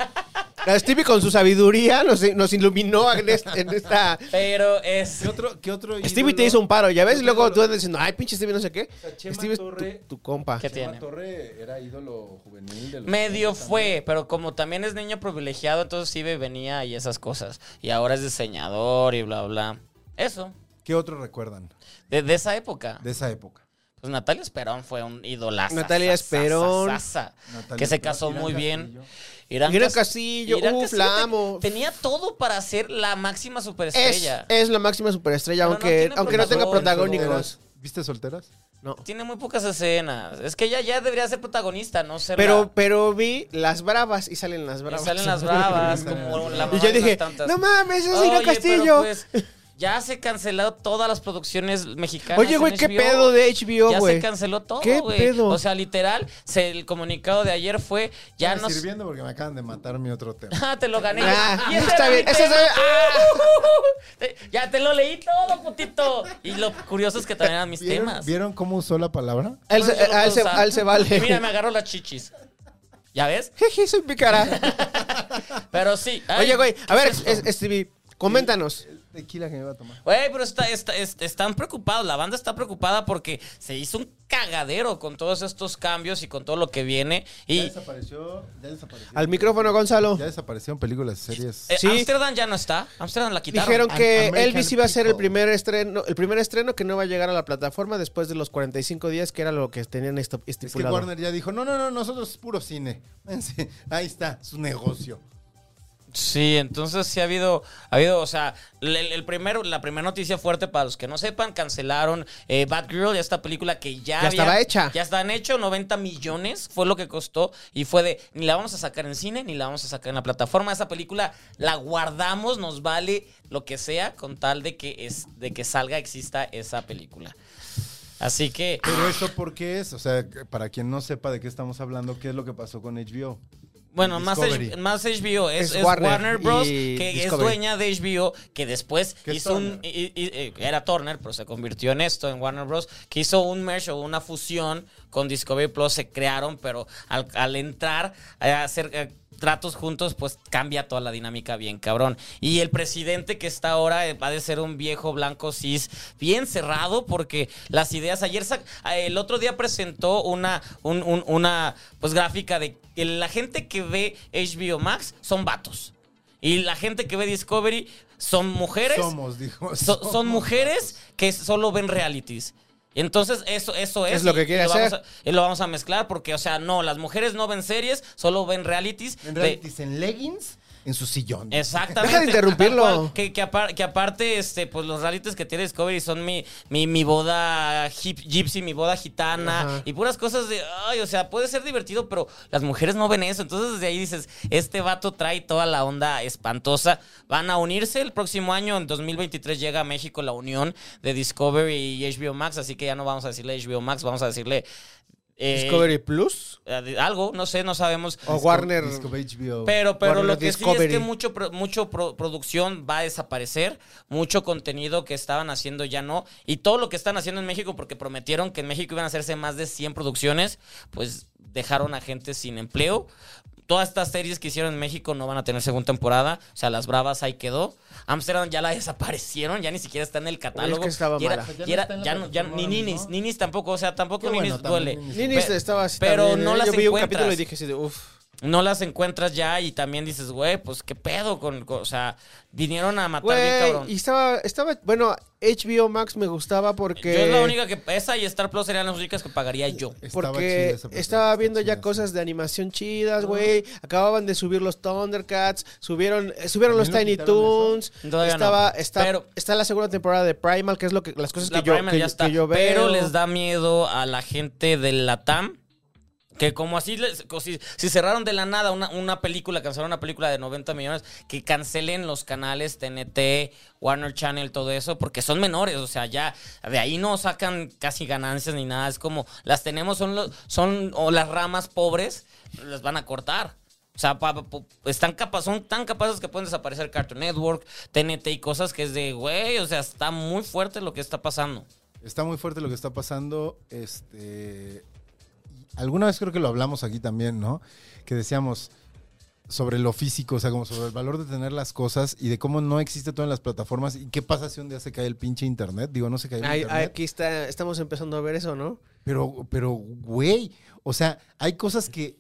[SPEAKER 6] La Stevie con su sabiduría nos, nos iluminó en es- en esta.
[SPEAKER 5] Pero es.
[SPEAKER 7] ¿Qué otro, qué otro
[SPEAKER 6] Stevie te
[SPEAKER 7] ídolo?
[SPEAKER 6] hizo un paro, ya ves, y
[SPEAKER 7] Yo
[SPEAKER 6] luego
[SPEAKER 7] tengo-
[SPEAKER 6] tú andas diciendo, ay, pinche Stevie, no sé qué.
[SPEAKER 7] sea, Chema
[SPEAKER 6] Stevie es tu,
[SPEAKER 7] Torre-
[SPEAKER 6] tu compa.
[SPEAKER 5] ¿Qué
[SPEAKER 7] Chema
[SPEAKER 5] tiene?
[SPEAKER 7] Torre era ídolo juvenil de los
[SPEAKER 5] Medio
[SPEAKER 7] 90.
[SPEAKER 5] fue, pero como también es niño privilegiado, entonces sí ve- venía y esas cosas. Y ahora es diseñador y bla, bla. Eso,
[SPEAKER 7] ¿Qué otro recuerdan
[SPEAKER 5] de, de esa época.
[SPEAKER 7] de esa época?
[SPEAKER 5] Pues Natalia Esperón fue un idolazo.
[SPEAKER 6] Natalia Esperón.
[SPEAKER 7] Natalia
[SPEAKER 5] Que se
[SPEAKER 7] Esperón,
[SPEAKER 5] casó
[SPEAKER 7] Irán
[SPEAKER 5] muy bien.
[SPEAKER 7] Castillo.
[SPEAKER 5] Irán,
[SPEAKER 6] Irán
[SPEAKER 5] Cas-
[SPEAKER 6] Castillo, uh,
[SPEAKER 5] Irán
[SPEAKER 6] uf,
[SPEAKER 5] Castillo
[SPEAKER 6] la
[SPEAKER 5] te-
[SPEAKER 6] amo.
[SPEAKER 5] Tenía todo para ser la máxima
[SPEAKER 6] Es, e
[SPEAKER 5] superestrella.
[SPEAKER 6] es la máxima superestrella,
[SPEAKER 5] Pero no
[SPEAKER 6] aunque,
[SPEAKER 5] tiene
[SPEAKER 6] aunque no tenga
[SPEAKER 5] protagonismo.
[SPEAKER 6] protagónicos.
[SPEAKER 7] ¿Viste solteras?
[SPEAKER 6] No.
[SPEAKER 5] Tiene muy pocas escenas. Es que ella ya debería ser protagonista, no ser
[SPEAKER 6] Pero,
[SPEAKER 5] la-
[SPEAKER 6] pero vi las bravas y salen las
[SPEAKER 5] Y
[SPEAKER 6] bravas. [laughs]
[SPEAKER 5] salen las bravas, como la mamá
[SPEAKER 6] Y yo
[SPEAKER 5] de unas
[SPEAKER 6] dije,
[SPEAKER 5] tantas.
[SPEAKER 6] no mames, es Irán
[SPEAKER 5] Oye, pero
[SPEAKER 6] Castillo.
[SPEAKER 5] pues, ya se cancelado todas las producciones mexicanas.
[SPEAKER 6] Oye,
[SPEAKER 5] en
[SPEAKER 6] güey, qué
[SPEAKER 5] HBO.
[SPEAKER 6] pedo de HBO,
[SPEAKER 5] Ya
[SPEAKER 6] güey.
[SPEAKER 5] se canceló todo,
[SPEAKER 6] ¿Qué
[SPEAKER 5] güey.
[SPEAKER 6] pedo? Ah,
[SPEAKER 5] O sea, literal, se- el comunicado de ayer fue, ya
[SPEAKER 7] Me
[SPEAKER 5] nos...
[SPEAKER 7] sirviendo porque me acaban de matar mi otro tema.
[SPEAKER 5] [laughs] Ah, te lo gané.
[SPEAKER 6] Ah,
[SPEAKER 5] ese
[SPEAKER 6] está
[SPEAKER 5] era mi
[SPEAKER 6] bien, ese ah,
[SPEAKER 5] tema.
[SPEAKER 6] está bien.
[SPEAKER 5] Te- Ya te lo leí todo, putito. Y lo curioso es que también eran [laughs] mis
[SPEAKER 7] ¿Vieron,
[SPEAKER 5] temas.
[SPEAKER 7] ¿Vieron cómo usó la palabra?
[SPEAKER 6] Él
[SPEAKER 5] Bueno,
[SPEAKER 6] se-
[SPEAKER 5] yo lo
[SPEAKER 6] a él
[SPEAKER 5] puedo
[SPEAKER 6] se-
[SPEAKER 5] usar.
[SPEAKER 6] a él se vale.
[SPEAKER 5] Mira, me agarró las chichis. ¿Ya ves?
[SPEAKER 6] [laughs] Jeje, soy picara.
[SPEAKER 5] Pero sí. [laughs] ay,
[SPEAKER 6] Oye, güey, a ver,
[SPEAKER 5] esto.
[SPEAKER 6] es- es- Stevie, coméntanos.
[SPEAKER 7] El tequila que me iba a tomar.
[SPEAKER 5] Güey, pero está, está- es- están preocupados. La banda está preocupada porque se hizo un cagadero con todos estos cambios y con todo lo que viene.
[SPEAKER 7] Ya
[SPEAKER 5] Y eh,
[SPEAKER 7] desapareció, ya desapareció.
[SPEAKER 6] Al micrófono, Gonzalo.
[SPEAKER 7] Ya desaparecieron películas, series.
[SPEAKER 5] eh,
[SPEAKER 6] Sí.
[SPEAKER 5] Amsterdam ya no está. Amsterdam la quitaron.
[SPEAKER 6] Dijeron que
[SPEAKER 7] American
[SPEAKER 6] Elvis iba a ser el
[SPEAKER 7] People.
[SPEAKER 6] primer estreno, el primer estreno que no va a llegar a la plataforma después de los 45 días, que era lo que tenían esto-
[SPEAKER 7] Es que
[SPEAKER 6] estipulado.
[SPEAKER 7] Warner ya dijo, no, no, no, nosotros es puro cine. [laughs] Vénse, Ahí está, su negocio.
[SPEAKER 5] Sí, entonces sí ha habido, ha habido, o sea, el, el- el primero, la primera noticia fuerte para los que no sepan, cancelaron eh, Batgirl, ya esta película que ya,
[SPEAKER 6] Ya estaba hecha.
[SPEAKER 5] Ya están hecho, 90 millones fue lo que costó y fue de, ni la vamos a sacar en cine, ni la vamos a sacar en la plataforma. Esa película la guardamos, nos vale lo que sea con tal de que, es, de que salga, exista esa película. Así que...
[SPEAKER 7] Pero eso por qué es, o sea, que- para quien no sepa de qué estamos hablando, ¿qué es lo que pasó con HBO?
[SPEAKER 5] Bueno, más,
[SPEAKER 7] Discovery.
[SPEAKER 5] H- más HBO, es,
[SPEAKER 6] Es
[SPEAKER 5] es Warner,
[SPEAKER 6] Warner
[SPEAKER 5] Bros.
[SPEAKER 6] y
[SPEAKER 5] que es
[SPEAKER 6] Discovery.
[SPEAKER 5] dueña de HBO, que después
[SPEAKER 7] Que es
[SPEAKER 5] hizo un.
[SPEAKER 7] Turner.
[SPEAKER 5] y- y- y- era Turner, pero se convirtió en esto, en Warner Bros. Que hizo un merge o una fusión con Discovery Plus, se crearon, pero al, al entrar a hacer. eh, Tratos juntos, pues cambia toda la dinámica bien, cabrón. Y el presidente que está ahora eh, va de ser un viejo blanco cis, bien cerrado, porque las ideas. Ayer, sac- el otro día presentó una, un- un- una pues, gráfica de que la gente que ve HBO Max son vatos. Y la gente que ve Discovery son mujeres.
[SPEAKER 7] Somos, dijo.
[SPEAKER 5] so- son
[SPEAKER 7] [laughs] somos.
[SPEAKER 5] mujeres que solo ven realities. Y Entonces, eso, eso es.
[SPEAKER 6] Es lo que
[SPEAKER 5] y-
[SPEAKER 6] quiere
[SPEAKER 5] y vamos
[SPEAKER 6] hacer.
[SPEAKER 5] a- y lo vamos a mezclar porque, o sea, no, las mujeres no ven series, solo ven realities.
[SPEAKER 7] En
[SPEAKER 5] de-
[SPEAKER 7] realidad dicen leggings en su sillón.
[SPEAKER 5] Exactamente.
[SPEAKER 6] Deja de interrumpirlo.
[SPEAKER 5] Tal cual, Que, que apar- que aparte, este, pues los realities que tiene Discovery son mi, mi, mi boda hip- gypsy, mi boda gitana
[SPEAKER 6] Ajá.
[SPEAKER 5] y puras cosas de, ay, o sea, puede ser divertido, pero las mujeres no ven eso. Entonces desde ahí dices, este vato trae toda la onda espantosa. Van a unirse el próximo año, en 2023 llega a México la unión de Discovery y HBO Max, así que ya no vamos a decirle HBO Max, vamos a decirle... eh,
[SPEAKER 6] Discovery Plus
[SPEAKER 5] eh, Algo, no sé, no sabemos.
[SPEAKER 6] o Warner.
[SPEAKER 7] Disco HBO.
[SPEAKER 5] Pero, pero
[SPEAKER 6] Warner
[SPEAKER 5] lo que sí es
[SPEAKER 6] Discovery.
[SPEAKER 5] que mucho, pro- mucho pro- producción va a desaparecer, mucho contenido que estaban haciendo ya no, y todo lo que están haciendo en México, porque prometieron que en México iban a hacerse más de 100 producciones, pues dejaron a gente sin empleo. Todas estas series que hicieron en México no van a tener segunda temporada, o sea, Las Bravas ahí quedó. Amsterdam ya la desaparecieron, ya ni siquiera está en el catálogo.
[SPEAKER 6] que estaba
[SPEAKER 5] Y era-
[SPEAKER 6] mala.
[SPEAKER 5] y era-
[SPEAKER 7] Pues Ya no está en
[SPEAKER 5] ya
[SPEAKER 7] la
[SPEAKER 5] no- ya no- ni
[SPEAKER 7] plataforma,
[SPEAKER 5] Ninis,
[SPEAKER 7] ¿no?
[SPEAKER 5] Ninis tampoco, o sea, tampoco
[SPEAKER 7] Qué bueno,
[SPEAKER 5] Ninis
[SPEAKER 7] también
[SPEAKER 5] duele.
[SPEAKER 7] Ninis.
[SPEAKER 6] Ninis
[SPEAKER 5] Pe-
[SPEAKER 6] estaba así
[SPEAKER 5] pero
[SPEAKER 6] también, ¿eh?
[SPEAKER 5] no las
[SPEAKER 6] Yo vi un
[SPEAKER 5] encuentras.
[SPEAKER 6] capítulo y dije así de uff.
[SPEAKER 5] no las encuentras ya y también dices, güey, pues qué pedo con, con- o sea, vinieron a matar bien cabrón.
[SPEAKER 6] Güey, y estaba, estaba, bueno, HBO Max me gustaba porque...
[SPEAKER 5] Yo es la única que esa y Star Plus serían las únicas que pagaría yo.
[SPEAKER 7] Estaba chida
[SPEAKER 6] Porque
[SPEAKER 7] esa película,
[SPEAKER 6] estaba
[SPEAKER 7] está
[SPEAKER 6] viendo ya
[SPEAKER 7] chida.
[SPEAKER 6] cosas de animación
[SPEAKER 5] Ah.
[SPEAKER 6] chidas, güey. Acababan de subir los Thundercats, subieron, eh, subieron los Tiny
[SPEAKER 7] ¿También lo quitaron
[SPEAKER 6] Toons.
[SPEAKER 5] Todavía no.
[SPEAKER 6] Estaba, está,
[SPEAKER 5] Pero-
[SPEAKER 6] está la segunda temporada de Primal, que es lo que las cosas
[SPEAKER 5] La
[SPEAKER 6] que yo,
[SPEAKER 5] Primer
[SPEAKER 6] que,
[SPEAKER 5] ya
[SPEAKER 6] yo-
[SPEAKER 5] está,
[SPEAKER 6] que yo veo.
[SPEAKER 5] pero les da miedo a la gente de la TAM. Que como así, les- co- si, si cerraron de la nada una, una película, cancelaron una película de 90 millones, que cancelen los canales TNT, Warner Channel, todo eso, porque son menores, o sea, ya de ahí no sacan casi ganancias ni nada, es como las tenemos, son, los, son o las ramas pobres, las van a cortar. O sea, pa- pa- están capas, son tan capaces que pueden desaparecer Cartoon Network, TNT y cosas que es de, güey, o sea, está muy fuerte lo que está pasando.
[SPEAKER 7] Está muy fuerte lo que está pasando. Este. y Alguna vez creo que lo hablamos aquí también, ¿no? Que decíamos sobre lo físico, o sea, como sobre el valor de tener las cosas y de cómo no existe todo en las plataformas y qué pasa si un día se cae el pinche internet. Digo, no se cae el
[SPEAKER 6] Ay,
[SPEAKER 7] internet.
[SPEAKER 6] aquí está, estamos empezando a ver eso, ¿no?
[SPEAKER 7] Pero, pero, güey, o sea, hay cosas que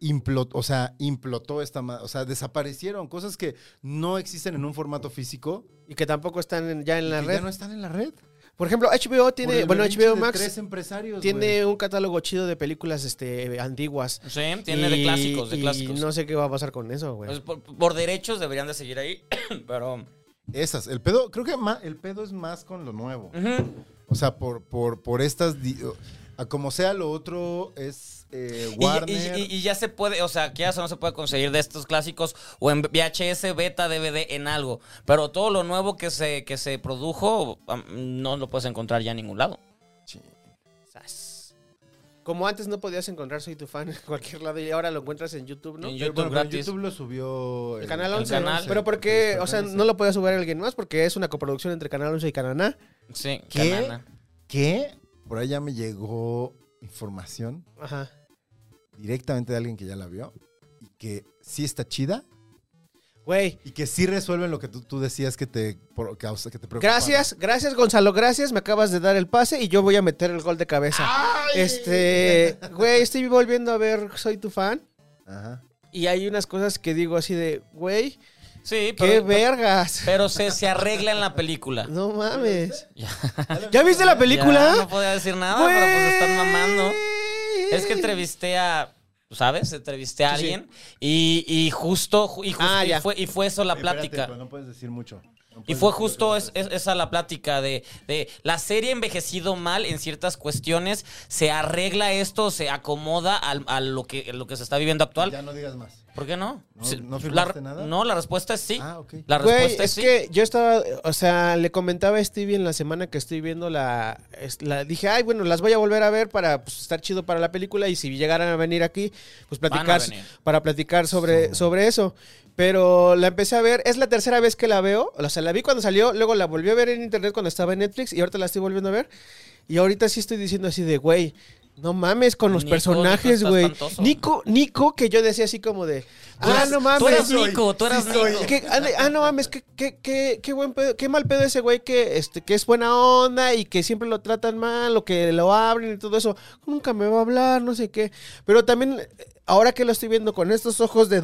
[SPEAKER 7] implotó, o sea, implotó esta, ma- o sea, desaparecieron, cosas que no existen en un formato físico
[SPEAKER 6] Y que tampoco están en- ya en la
[SPEAKER 7] que
[SPEAKER 6] red.
[SPEAKER 7] ya no están en la red.
[SPEAKER 6] Por ejemplo, HBO
[SPEAKER 7] Por
[SPEAKER 6] tiene,
[SPEAKER 7] el
[SPEAKER 6] bueno,
[SPEAKER 7] berrinche
[SPEAKER 6] HBO
[SPEAKER 7] de
[SPEAKER 6] Max
[SPEAKER 7] tres empresarios,
[SPEAKER 6] tiene
[SPEAKER 7] güey.
[SPEAKER 6] un catálogo chido de películas este, antiguas.
[SPEAKER 5] Sí, tiene de
[SPEAKER 6] Y-
[SPEAKER 5] clásicos, de
[SPEAKER 6] y
[SPEAKER 5] clásicos.
[SPEAKER 6] no sé qué va a pasar con eso, güey.
[SPEAKER 5] Pues por, por derechos deberían de seguir ahí, [coughs] pero...
[SPEAKER 7] esas. El pedo, creo que ma- el pedo es más con lo nuevo.
[SPEAKER 5] ujú.
[SPEAKER 7] O sea, por, por, por estas. di- A como sea, lo otro es eh,
[SPEAKER 5] Y- y-
[SPEAKER 7] Warner.
[SPEAKER 5] Y, y ya se puede, o sea, que ya no se puede conseguir de estos clásicos o en VHS, beta, DVD, en algo. Pero todo lo nuevo que se, que se produjo am, no lo puedes encontrar ya en ningún lado. Sas.
[SPEAKER 6] Como antes no podías encontrar Soy tu fan [laughs] en cualquier lado y ahora lo encuentras en YouTube, ¿no?
[SPEAKER 5] En
[SPEAKER 7] Pero,
[SPEAKER 5] YouTube
[SPEAKER 7] bueno, pero
[SPEAKER 5] gratis.
[SPEAKER 7] YouTube lo subió.
[SPEAKER 6] El canal
[SPEAKER 5] El
[SPEAKER 6] 11.
[SPEAKER 5] canal.
[SPEAKER 6] Pero porque, o sea, no lo podía subir alguien más porque es una coproducción entre Canal 11 y Cananá.
[SPEAKER 5] Sí,
[SPEAKER 7] ¿Qué?
[SPEAKER 5] canana.
[SPEAKER 7] ¿Qué? Por allá me llegó información
[SPEAKER 6] Ajá.
[SPEAKER 7] directamente de alguien que ya la vio y que sí está chida
[SPEAKER 6] Güey,
[SPEAKER 7] y que sí resuelven lo que tú, tú decías que te, por- causa- que te preocupaba.
[SPEAKER 6] gracias, gracias Gonzalo, gracias. Me acabas de dar el pase y yo voy a meter el gol de cabeza. Este, güey, estoy volviendo a ver Soy tu fan
[SPEAKER 7] Ajá.
[SPEAKER 6] y hay unas cosas que digo así de, güey,
[SPEAKER 5] Sí,
[SPEAKER 6] qué
[SPEAKER 5] pero,
[SPEAKER 6] vergas.
[SPEAKER 5] pero se, se arregla en la película.
[SPEAKER 6] No mames.
[SPEAKER 5] Ya.
[SPEAKER 6] ¿Ya viste la película?
[SPEAKER 5] Ya, no podía decir nada, pero pues están mamando.
[SPEAKER 6] Güey.
[SPEAKER 5] Es que entrevisté a. ¿Sabes? Entrevisté a
[SPEAKER 6] Sí, sí.
[SPEAKER 5] alguien y, y justo, ju- y, justo-
[SPEAKER 6] Ah,
[SPEAKER 5] y
[SPEAKER 6] ya.
[SPEAKER 5] fue, y fue eso la
[SPEAKER 7] Oye, espérate,
[SPEAKER 5] plática.
[SPEAKER 7] pero no puedes decir mucho. No
[SPEAKER 5] Y
[SPEAKER 7] puedes
[SPEAKER 5] fue
[SPEAKER 7] decir
[SPEAKER 5] justo
[SPEAKER 7] mucho.
[SPEAKER 5] es- es- esa la plática de, de la serie ha envejecido mal en ciertas cuestiones, se arregla esto, se acomoda al- a lo que, lo que se está viviendo actual.
[SPEAKER 7] Ya no digas más.
[SPEAKER 5] ¿Por qué no?
[SPEAKER 7] ¿No-
[SPEAKER 5] Sí,
[SPEAKER 7] no
[SPEAKER 5] la-
[SPEAKER 7] firmaste nada?
[SPEAKER 5] No, la respuesta es sí.
[SPEAKER 7] Ah, ok.
[SPEAKER 5] La
[SPEAKER 6] Güey,
[SPEAKER 5] respuesta es,
[SPEAKER 6] es
[SPEAKER 5] sí.
[SPEAKER 6] que yo estaba, o sea, le comentaba a Stevie en la semana que estoy viendo la, es- la- dije, ay, bueno, las voy a volver a ver para pues, estar chido para la película y si llegaran a venir aquí, pues
[SPEAKER 5] Van a
[SPEAKER 6] platicar,
[SPEAKER 5] venir.
[SPEAKER 6] para platicar sobre, sobre eso. Pero la empecé a ver, es la tercera vez que la veo, o sea, la vi cuando salió, luego la volví a ver en internet cuando estaba en Netflix y ahorita la estoy volviendo a ver y ahorita sí estoy diciendo así de, güey. No mames con los
[SPEAKER 5] Nico,
[SPEAKER 6] personajes,
[SPEAKER 5] Nico está
[SPEAKER 6] güey.
[SPEAKER 5] espantoso.
[SPEAKER 6] Nico, Nico, que yo decía así como de,
[SPEAKER 5] Tú
[SPEAKER 6] ah,
[SPEAKER 5] eras-
[SPEAKER 6] no mames.
[SPEAKER 5] Tú eras
[SPEAKER 6] soy-
[SPEAKER 5] Nico, tú eras Nico.
[SPEAKER 6] que- ande- ah, no mames, qué, qué, qué, qué buen pedo- qué mal pedo ese güey que, este, que es buena onda y que siempre lo tratan mal o que lo abren y todo eso. Nunca me va a hablar, no sé qué. Pero también, eh, ahora que lo estoy viendo con estos ojos de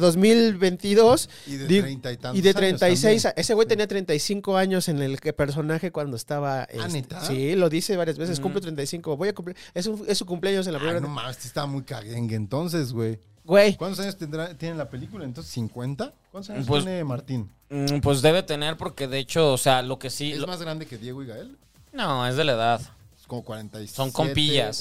[SPEAKER 6] 2022.
[SPEAKER 7] Y de
[SPEAKER 6] digo-
[SPEAKER 7] 30 y
[SPEAKER 6] y de
[SPEAKER 7] tantos años
[SPEAKER 6] 36.
[SPEAKER 7] también.
[SPEAKER 6] ese güey tenía 35 años en el que personaje cuando estaba. este,
[SPEAKER 7] Ah, ¿neta? Mm.
[SPEAKER 6] Sí, lo dice varias veces. Cumple 35. Voy a cumplir. Es, un- es su cumpleaños en la
[SPEAKER 7] Ah,
[SPEAKER 6] primera.
[SPEAKER 7] no mames, sí estaba muy caguengue entonces, güey.
[SPEAKER 6] Güey.
[SPEAKER 7] ¿Cuántos años tendrá, tiene la película? Entonces, ¿50? ¿Cuántos años
[SPEAKER 5] Pues-
[SPEAKER 7] tiene Martín?
[SPEAKER 5] Mm, Pues debe tener, porque de hecho, o sea, lo que sí.
[SPEAKER 7] ¿Es
[SPEAKER 5] lo-
[SPEAKER 7] más grande que Diego y Gael?
[SPEAKER 5] No, es de la edad.
[SPEAKER 7] Es como 46.
[SPEAKER 5] Son compillas.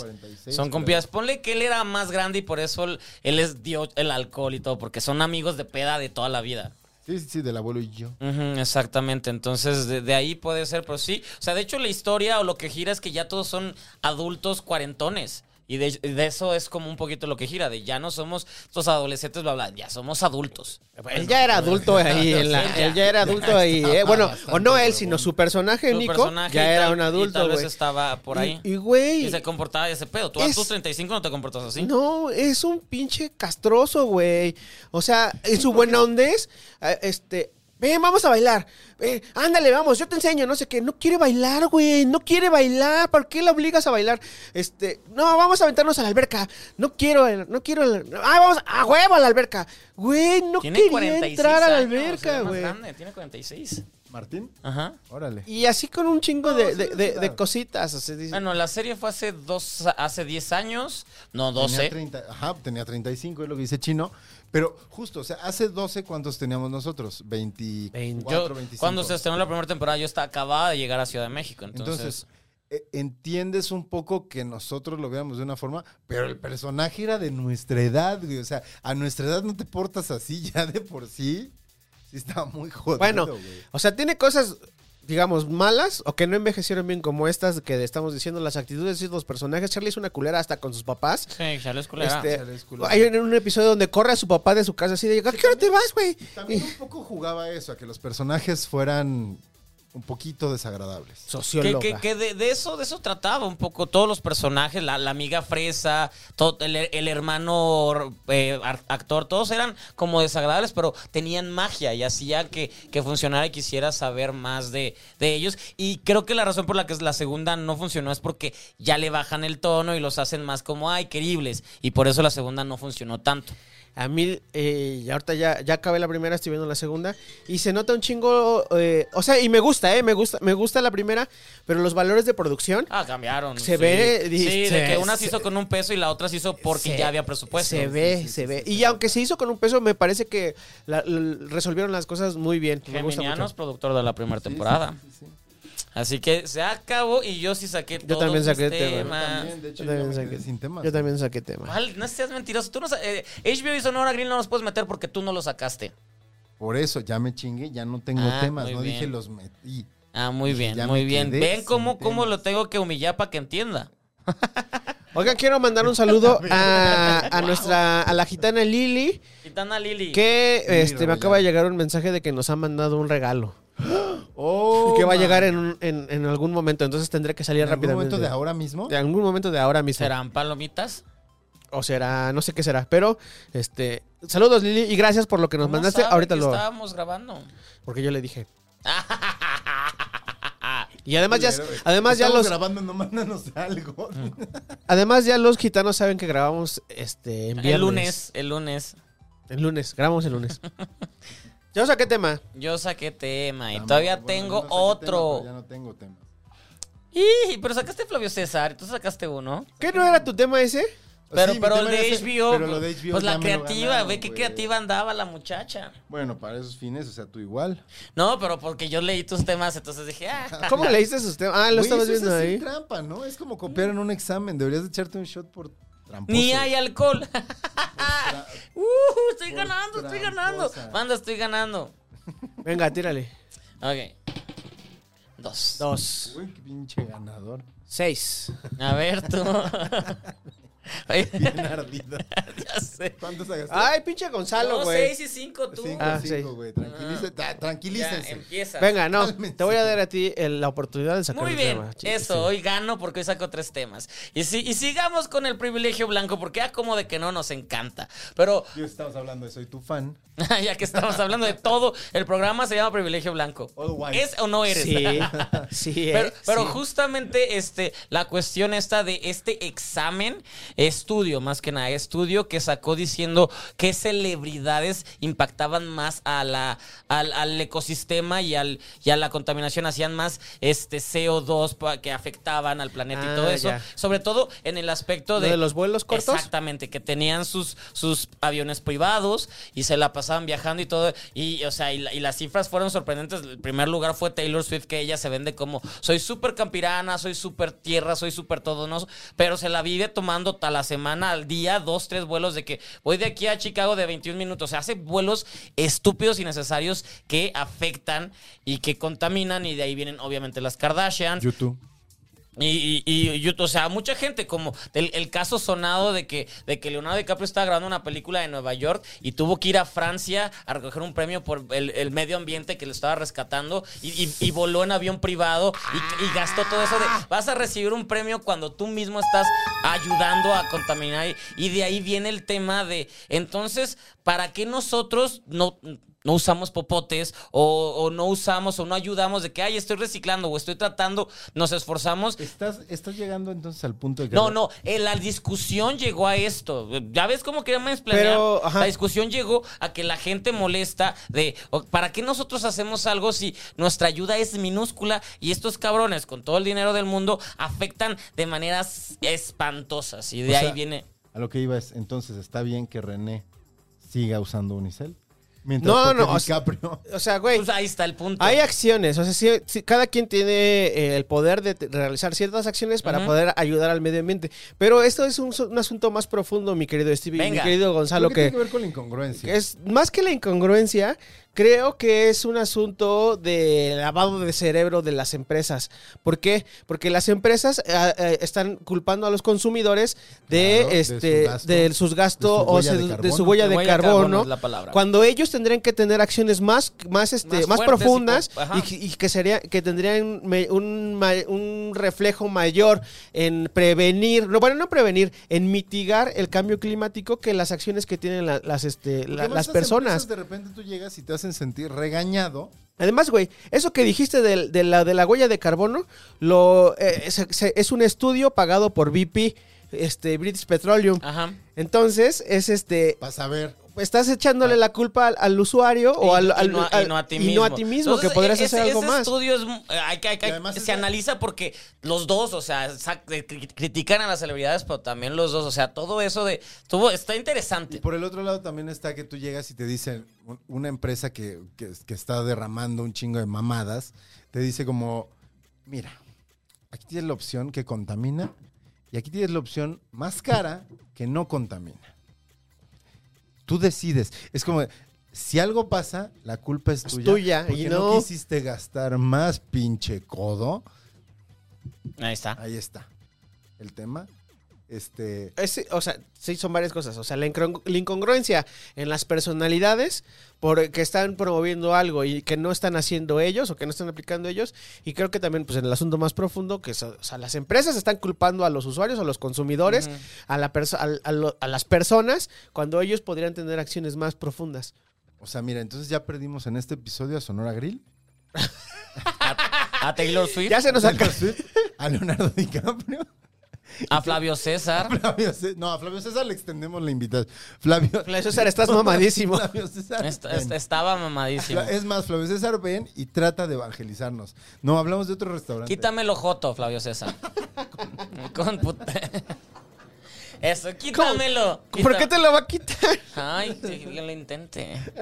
[SPEAKER 5] son compillas. Ponle que él era más grande y por eso él- él les dio el alcohol y todo, porque son amigos de peda de toda la vida.
[SPEAKER 7] Sí, sí, sí, del abuelo y yo.
[SPEAKER 5] Ujú, exactamente, entonces de, de ahí puede ser, pero sí, o sea, de hecho la historia o lo que gira es que ya todos son adultos cuarentones. Y de, de eso es como un poquito lo que gira, de ya no somos estos adolescentes, bla, bla, ya somos adultos.
[SPEAKER 6] Él ya era adulto ahí, en la- él ya
[SPEAKER 5] [laughs]
[SPEAKER 6] era adulto ahí. eh. Bueno, o no él, sino su personaje,
[SPEAKER 5] Su
[SPEAKER 6] Nico,
[SPEAKER 5] personaje y
[SPEAKER 6] ya era
[SPEAKER 5] tal-
[SPEAKER 6] un
[SPEAKER 5] y tal
[SPEAKER 6] adulto,
[SPEAKER 5] vez
[SPEAKER 6] güey.
[SPEAKER 5] estaba por ahí.
[SPEAKER 6] Y, y,
[SPEAKER 5] Y,
[SPEAKER 6] güey,
[SPEAKER 5] se comportaba de ese pedo. Tú a
[SPEAKER 6] Es-
[SPEAKER 5] tus 35 no te comportas así.
[SPEAKER 6] no, es un pinche castroso, güey. O sea, en su buena ondez, eh, este... Ven, vamos a bailar. Ven, ándale, vamos, yo te enseño, no sé qué. No quiere bailar, güey. No quiere bailar. ¿Por qué la obligas a bailar? Este, no, vamos a aventarnos a la alberca. No quiero, no quiero. Ah, vamos, a huevo a la alberca. Güey, no
[SPEAKER 5] Tiene
[SPEAKER 6] quería
[SPEAKER 5] 46
[SPEAKER 6] entrar a la
[SPEAKER 5] años,
[SPEAKER 6] alberca,
[SPEAKER 5] era más
[SPEAKER 6] güey.
[SPEAKER 5] grande, tiene 46.
[SPEAKER 7] ¿Martín?
[SPEAKER 5] Ajá.
[SPEAKER 7] Órale.
[SPEAKER 6] Y así con un chingo de,
[SPEAKER 7] sí,
[SPEAKER 6] de-
[SPEAKER 7] sí,
[SPEAKER 6] de-
[SPEAKER 7] claro.
[SPEAKER 6] de cositas. o sea, dice-
[SPEAKER 5] Bueno, la serie fue hace dos, hace 10 años, no
[SPEAKER 7] Tenía
[SPEAKER 5] 12.
[SPEAKER 7] 30, ajá, tenía 35, es lo que dice Chino. Pero justo, o sea, hace 12, ¿cuántos teníamos nosotros? 24,
[SPEAKER 5] Yo,
[SPEAKER 7] 25.
[SPEAKER 5] cuando se estrenó la primera temporada, yo estaba acabada de llegar a Ciudad de México. Entonces,
[SPEAKER 7] Entonces, eh, entiendes un poco que nosotros lo veamos de una forma, pero el personaje era de nuestra edad, güey. O sea, a nuestra edad no te [laughs] portas así ya de por sí. Sí, estaba muy jodido.
[SPEAKER 6] Bueno, eh,
[SPEAKER 7] güey.
[SPEAKER 6] o sea, tiene cosas digamos, malas o que no envejecieron bien como estas que estamos diciendo, las actitudes de los personajes. Charlie es una culera hasta con sus papás.
[SPEAKER 5] Sí, ya lo es culera.
[SPEAKER 6] Este,
[SPEAKER 7] Charlie es culera.
[SPEAKER 6] hay un, un episodio donde corre a su papá de su casa así de, ¿a qué hora te vas, güey?
[SPEAKER 7] También
[SPEAKER 6] Y-
[SPEAKER 7] un poco jugaba eso, a que los personajes fueran un poquito desagradables.
[SPEAKER 6] Socióloga.
[SPEAKER 5] Que, que- que de, de eso de eso trataba un poco todos los personajes, la, la amiga fresa, todo, el, el hermano eh, ar- actor, todos eran como desagradables, pero tenían magia y hacían que, que funcionara y quisiera saber más de, de ellos. Y creo que la razón por la que la segunda no funcionó es porque ya le bajan el tono y los hacen más como, ay, queribles. Y por eso la segunda no funcionó tanto.
[SPEAKER 6] A mí, eh, y ahorita ya, ya acabé la primera, estoy viendo la segunda. Y se nota un chingo. eh, o sea, y me gusta, ¿eh? Me gusta, me gusta la primera, pero los valores de producción.
[SPEAKER 5] Ah, cambiaron.
[SPEAKER 6] Se ve,
[SPEAKER 5] Sí,
[SPEAKER 6] di-
[SPEAKER 5] de
[SPEAKER 6] se-
[SPEAKER 5] que una se
[SPEAKER 6] se-
[SPEAKER 5] hizo con un peso y la otra se hizo porque
[SPEAKER 6] se-
[SPEAKER 5] ya había presupuesto.
[SPEAKER 6] Se ve, se ve. y aunque se hizo con un peso, me parece que la- l- resolvieron las cosas muy bien. Me gusta
[SPEAKER 5] Geminianos,
[SPEAKER 6] mucho.
[SPEAKER 5] productor de la primera temporada. Así que se acabó y yo sí saqué todos
[SPEAKER 6] también
[SPEAKER 5] mis
[SPEAKER 6] saqué el tema.
[SPEAKER 5] temas.
[SPEAKER 7] También,
[SPEAKER 5] pues,
[SPEAKER 7] de hecho,
[SPEAKER 6] Yo también
[SPEAKER 7] yo me
[SPEAKER 6] saqué-
[SPEAKER 7] quedé sin temas.
[SPEAKER 6] Yo también saqué tema.
[SPEAKER 5] Mal, no seas mentiroso. Tú no sa- eh, HBO y Sonora Grill no los puedes meter porque tú no los sacaste.
[SPEAKER 7] Por eso ya me chingué, ya no tengo
[SPEAKER 5] Ah,
[SPEAKER 7] temas,
[SPEAKER 5] muy
[SPEAKER 7] no
[SPEAKER 5] bien.
[SPEAKER 7] dije los metí.
[SPEAKER 5] Ah, muy bien,
[SPEAKER 7] Ya
[SPEAKER 5] muy
[SPEAKER 7] me
[SPEAKER 5] bien.
[SPEAKER 7] quedé
[SPEAKER 5] Ven
[SPEAKER 7] sin
[SPEAKER 5] cómo, cómo
[SPEAKER 7] temas.
[SPEAKER 5] lo tengo que humillar para que entienda.
[SPEAKER 6] Oigan, quiero mandar un
[SPEAKER 7] [laughs]
[SPEAKER 6] saludo a, a nuestra, a la gitana Lili,
[SPEAKER 5] Gitana Lili.
[SPEAKER 6] que
[SPEAKER 7] Lili
[SPEAKER 6] este, me
[SPEAKER 7] Rollán.
[SPEAKER 6] acaba de llegar un mensaje de que nos ha mandado un regalo.
[SPEAKER 7] [gasps] Oh,
[SPEAKER 6] que va a
[SPEAKER 7] man.
[SPEAKER 6] llegar en, un- en, en algún momento, entonces tendré que salir
[SPEAKER 7] ¿En algún
[SPEAKER 6] rápidamente.
[SPEAKER 7] momento de ahora mismo?
[SPEAKER 6] De algún momento de ahora mismo.
[SPEAKER 5] ¿Serán palomitas?
[SPEAKER 6] O será, no sé qué será. Pero, este. Saludos, Lili, y gracias por lo que nos
[SPEAKER 5] ¿Cómo
[SPEAKER 6] mandaste.
[SPEAKER 5] sabe
[SPEAKER 6] Ahorita
[SPEAKER 5] que
[SPEAKER 6] lo.
[SPEAKER 5] Estábamos grabando.
[SPEAKER 6] Porque yo
[SPEAKER 5] [laughs]
[SPEAKER 6] le dije. y además ya,
[SPEAKER 7] Culero, güey.
[SPEAKER 6] además, ya
[SPEAKER 7] Estamos
[SPEAKER 6] los,
[SPEAKER 7] grabando, no mándanos [laughs] algo.
[SPEAKER 6] además ya los gitanos saben que grabamos este en
[SPEAKER 5] El
[SPEAKER 6] viernes.
[SPEAKER 5] lunes, el lunes.
[SPEAKER 6] El lunes, grabamos
[SPEAKER 5] [laughs]
[SPEAKER 6] el lunes. Yo saqué tema.
[SPEAKER 5] Yo saqué tema y todavía
[SPEAKER 7] Bueno,
[SPEAKER 5] tengo
[SPEAKER 7] yo no saqué
[SPEAKER 5] otro.
[SPEAKER 7] temas, pero ya no tengo temas.
[SPEAKER 5] Y, pero sacaste Flavio César, tú sacaste uno.
[SPEAKER 6] ¿Qué no era tu tema ese?
[SPEAKER 5] Pero,
[SPEAKER 7] Sí, mi
[SPEAKER 5] pero el
[SPEAKER 7] tema era
[SPEAKER 5] de
[SPEAKER 7] ese,
[SPEAKER 5] HBO,
[SPEAKER 7] pero lo de HBO
[SPEAKER 5] pues la
[SPEAKER 7] ya me lo
[SPEAKER 5] creativa,
[SPEAKER 7] ganaron,
[SPEAKER 5] ve qué
[SPEAKER 7] güey.
[SPEAKER 5] creativa andaba la muchacha.
[SPEAKER 7] Bueno, para esos fines, o sea, tú igual.
[SPEAKER 5] No, pero porque yo leí tus temas, entonces dije,
[SPEAKER 7] [laughs]
[SPEAKER 5] ah,
[SPEAKER 6] ¿Cómo leíste sus temas? Ah, lo
[SPEAKER 7] Güey,
[SPEAKER 6] estabas
[SPEAKER 7] eso es
[SPEAKER 6] viendo
[SPEAKER 7] hacer
[SPEAKER 6] ahí.
[SPEAKER 7] trampa, ¿no? Es como copiar en un examen. Deberías de echarte un shot por tramposo.
[SPEAKER 5] ni hay
[SPEAKER 7] [laughs]
[SPEAKER 5] alcohol. [laughs] uh, estoy
[SPEAKER 7] por
[SPEAKER 5] ganando, estoy ganando.
[SPEAKER 7] tramposa.
[SPEAKER 5] Manda, estoy ganando.
[SPEAKER 6] Venga, tírale.
[SPEAKER 5] Ok. Dos.
[SPEAKER 6] Dos.
[SPEAKER 7] Güey, qué
[SPEAKER 5] [laughs]
[SPEAKER 7] pinche ganador.
[SPEAKER 6] Seis.
[SPEAKER 5] A ver,
[SPEAKER 7] [laughs]
[SPEAKER 5] tú. [laughs] Oye,
[SPEAKER 7] Bien ardido.
[SPEAKER 5] [laughs] ya sé.
[SPEAKER 7] ¿Cuántos sacaste?
[SPEAKER 6] Ay, pinche Gonzalo,
[SPEAKER 5] no,
[SPEAKER 6] güey.
[SPEAKER 5] seis y cinco, tú.
[SPEAKER 7] Cinco,
[SPEAKER 6] Ah,
[SPEAKER 7] cinco,
[SPEAKER 6] sí.
[SPEAKER 7] güey. Tranquilícese- ta-
[SPEAKER 5] Ya,
[SPEAKER 7] tranquilícense.
[SPEAKER 5] empieza.
[SPEAKER 6] Venga,
[SPEAKER 5] [laughs]
[SPEAKER 6] no.
[SPEAKER 7] Totalmente.
[SPEAKER 6] Te voy a dar a ti el- la oportunidad de sacar
[SPEAKER 5] Muy
[SPEAKER 6] un
[SPEAKER 5] bien,
[SPEAKER 6] tema. Ch-
[SPEAKER 5] eso,
[SPEAKER 6] sí.
[SPEAKER 5] hoy gano porque hoy saco tres temas. Y, si, y sigamos con el privilegio blanco, porque ah, como de que no nos encanta. Pero [laughs]
[SPEAKER 7] Yo estamos hablando de soy tu fan.
[SPEAKER 5] ya que estamos hablando de todo, el programa se llama Privilegio Blanco.
[SPEAKER 7] All white.
[SPEAKER 5] ¿Es o no eres?
[SPEAKER 6] Sí,
[SPEAKER 5] [laughs]
[SPEAKER 6] sí,
[SPEAKER 5] Pero,
[SPEAKER 6] eh,
[SPEAKER 5] pero
[SPEAKER 6] sí.
[SPEAKER 5] justamente este, la cuestión esta de este examen, estudio, más que nada, estudio que sacó diciendo qué celebridades impactaban más a la, al, al ecosistema y, al, y a la contaminación, hacían más este CO2 pa- que afectaban al planeta y
[SPEAKER 6] Ah,
[SPEAKER 5] todo eso.
[SPEAKER 6] ya.
[SPEAKER 5] Sobre todo en el aspecto
[SPEAKER 6] ¿Lo
[SPEAKER 5] de,
[SPEAKER 6] de los vuelos cortos?
[SPEAKER 5] Exactamente, que tenían sus, sus aviones privados y se la pasaban viajando y todo. Y, o sea, y, la- y las cifras fueron sorprendentes. El primer lugar fue Taylor Swift, que ella se vende como soy súper campirana, soy súper tierra, soy súper todo, ¿no? Pero se la vive tomando a la semana, al día, dos, tres vuelos de que voy de aquí a Chicago de 21 minutos. O sea, hace vuelos estúpidos y necesarios que afectan y que contaminan. Y de ahí vienen, obviamente, las Kardashian.
[SPEAKER 7] YouTube.
[SPEAKER 5] Y, y, y yo- o sea, mucha gente, como el, el caso sonado de que, de que Leonardo DiCaprio estaba grabando una película de Nueva York y tuvo que ir a Francia a recoger un premio por el, el medio ambiente que lo estaba rescatando y, y- y voló en avión privado y, y gastó todo eso de vas a recibir un premio cuando tú mismo estás ayudando a contaminar. Y, y de ahí viene el tema de entonces, ¿para qué nosotros no no usamos popotes o, o no usamos o no ayudamos de que, ay, estoy reciclando o estoy tratando, nos esforzamos.
[SPEAKER 7] ¿Estás, estás llegando entonces al punto de que.
[SPEAKER 5] No, no, eh, la discusión llegó a esto. Ya ves cómo queríamos planear.
[SPEAKER 6] Pero, ajá.
[SPEAKER 5] La discusión llegó a que la gente molesta de o- ¿para qué nosotros hacemos algo si nuestra ayuda es minúscula y estos cabrones con todo el dinero del mundo afectan de maneras espantosas? Y de
[SPEAKER 7] O
[SPEAKER 5] ahí
[SPEAKER 7] sea,
[SPEAKER 5] viene.
[SPEAKER 7] A lo que iba es, entonces, ¿está bien que René siga usando Unicel?
[SPEAKER 6] No,
[SPEAKER 7] porque
[SPEAKER 6] no, o sea-
[SPEAKER 7] DiCaprio.
[SPEAKER 6] O sea, güey.
[SPEAKER 5] Pues ahí está el punto.
[SPEAKER 6] Hay acciones, o sea, sí, sí, cada quien tiene eh, el poder de t- realizar ciertas acciones para
[SPEAKER 5] Ujú.
[SPEAKER 6] poder ayudar al medio ambiente. Pero esto es un, un asunto más profundo, mi querido Stevie, y mi
[SPEAKER 5] Venga.
[SPEAKER 6] querido Gonzalo,
[SPEAKER 7] Creo que tiene
[SPEAKER 6] que,
[SPEAKER 7] que ver con la
[SPEAKER 6] que
[SPEAKER 7] incongruencia.
[SPEAKER 6] es más que la incongruencia, Creo que es un asunto de lavado de cerebro de las empresas. ¿Por qué? Porque las empresas eh, eh, están culpando a los consumidores de,
[SPEAKER 7] Claro, de su
[SPEAKER 6] este,
[SPEAKER 7] gasto,
[SPEAKER 6] de sus gastos
[SPEAKER 7] de su
[SPEAKER 6] o
[SPEAKER 7] huella
[SPEAKER 6] sea,
[SPEAKER 7] de
[SPEAKER 6] de, su
[SPEAKER 7] carbono.
[SPEAKER 6] huella de
[SPEAKER 5] Huella de
[SPEAKER 6] carbono.
[SPEAKER 5] carbono es la palabra.
[SPEAKER 6] Cuando ellos tendrían que tener acciones más, más, este,
[SPEAKER 5] Más
[SPEAKER 6] más,
[SPEAKER 5] fuertes y
[SPEAKER 6] profundas
[SPEAKER 5] co- ajá.
[SPEAKER 6] y, y que sería que tendrían me- un, ma- un reflejo mayor en prevenir, no, bueno, no prevenir, en mitigar el cambio climático que las acciones que tienen la- las, este, la-
[SPEAKER 7] Porque además
[SPEAKER 6] las
[SPEAKER 7] esas
[SPEAKER 6] personas.
[SPEAKER 7] empresas, De repente tú llegas y te hacen sentir regañado.
[SPEAKER 6] Además, güey, eso que dijiste del- de, la, de la huella de carbono lo, eh, se- se- es un estudio pagado por BP, este, British Petroleum.
[SPEAKER 5] Ajá.
[SPEAKER 6] Entonces, es este.
[SPEAKER 7] Vas a ver.
[SPEAKER 6] Estás echándole la culpa al, al usuario o
[SPEAKER 5] Ah. Y-
[SPEAKER 6] al,
[SPEAKER 5] y
[SPEAKER 6] al-
[SPEAKER 5] no a-
[SPEAKER 6] al-
[SPEAKER 5] y no a ti
[SPEAKER 6] y
[SPEAKER 5] mismo.
[SPEAKER 6] no a ti mismo,
[SPEAKER 5] Entonces,
[SPEAKER 6] que podrías
[SPEAKER 5] ese-
[SPEAKER 6] hacer algo
[SPEAKER 5] ese
[SPEAKER 6] más.
[SPEAKER 5] estudio es, eh, hay que- hay que-
[SPEAKER 7] Y además
[SPEAKER 5] se
[SPEAKER 7] es la-
[SPEAKER 5] analiza porque los dos, o sea, sa- eh, cri- critican a las celebridades, pero también los dos, o sea, todo eso de estuvo está
[SPEAKER 7] Y
[SPEAKER 5] interesante.
[SPEAKER 7] por el otro lado también está que tú llegas y te dicen, un- una empresa que, que- que está derramando un chingo de mamadas, te dice como, mira, aquí tienes la opción que contamina y aquí tienes la opción más cara que no contamina. Tú decides. Es como, si algo pasa, la culpa es
[SPEAKER 6] Es
[SPEAKER 7] tuya.
[SPEAKER 6] tuya,
[SPEAKER 7] porque
[SPEAKER 6] y
[SPEAKER 7] no...
[SPEAKER 6] no-
[SPEAKER 7] quisiste gastar más pinche codo.
[SPEAKER 5] Ahí está.
[SPEAKER 7] Ahí está. El tema. Este...
[SPEAKER 6] Es- o sea, sí, son varias cosas. O sea, la, incongru- la incongruencia en las personalidades por, que están promoviendo algo y que no están haciendo ellos o que no están aplicando ellos. Y creo que también, pues, en el asunto más profundo, que es, o sea, las empresas están culpando a los usuarios, a los consumidores, a, la perso- al- a lo- a las personas, cuando ellos podrían tener acciones más profundas.
[SPEAKER 7] O sea, mira, entonces ya perdimos en este episodio a Sonora Grill.
[SPEAKER 5] A Taylor Swift,
[SPEAKER 6] Ya se
[SPEAKER 7] [laughs]
[SPEAKER 6] nos acaba.
[SPEAKER 7] a Leonardo DiCaprio.
[SPEAKER 5] a Flavio César.
[SPEAKER 7] [laughs] Flavio Cé- no, a Flavio César le extendemos la invitación. [laughs] Flavio,
[SPEAKER 6] Flavio César, estás mamadísimo.
[SPEAKER 7] Flavio César. [laughs]
[SPEAKER 5] Est- est-
[SPEAKER 7] ven.
[SPEAKER 5] estaba mamadísimo.
[SPEAKER 7] Fla- Es más, Flavio César, ven y trata de evangelizarnos. No, hablamos de otro restaurante.
[SPEAKER 5] Quítame lo joto, Flavio
[SPEAKER 6] [laughs]
[SPEAKER 5] César. Con puta. [laughs] Eso, quítamelo.
[SPEAKER 6] ¿Por qué te lo va a
[SPEAKER 7] [laughs]
[SPEAKER 6] quitar?
[SPEAKER 5] Ay, que que lo
[SPEAKER 6] [laughs]
[SPEAKER 5] intente. [laughs]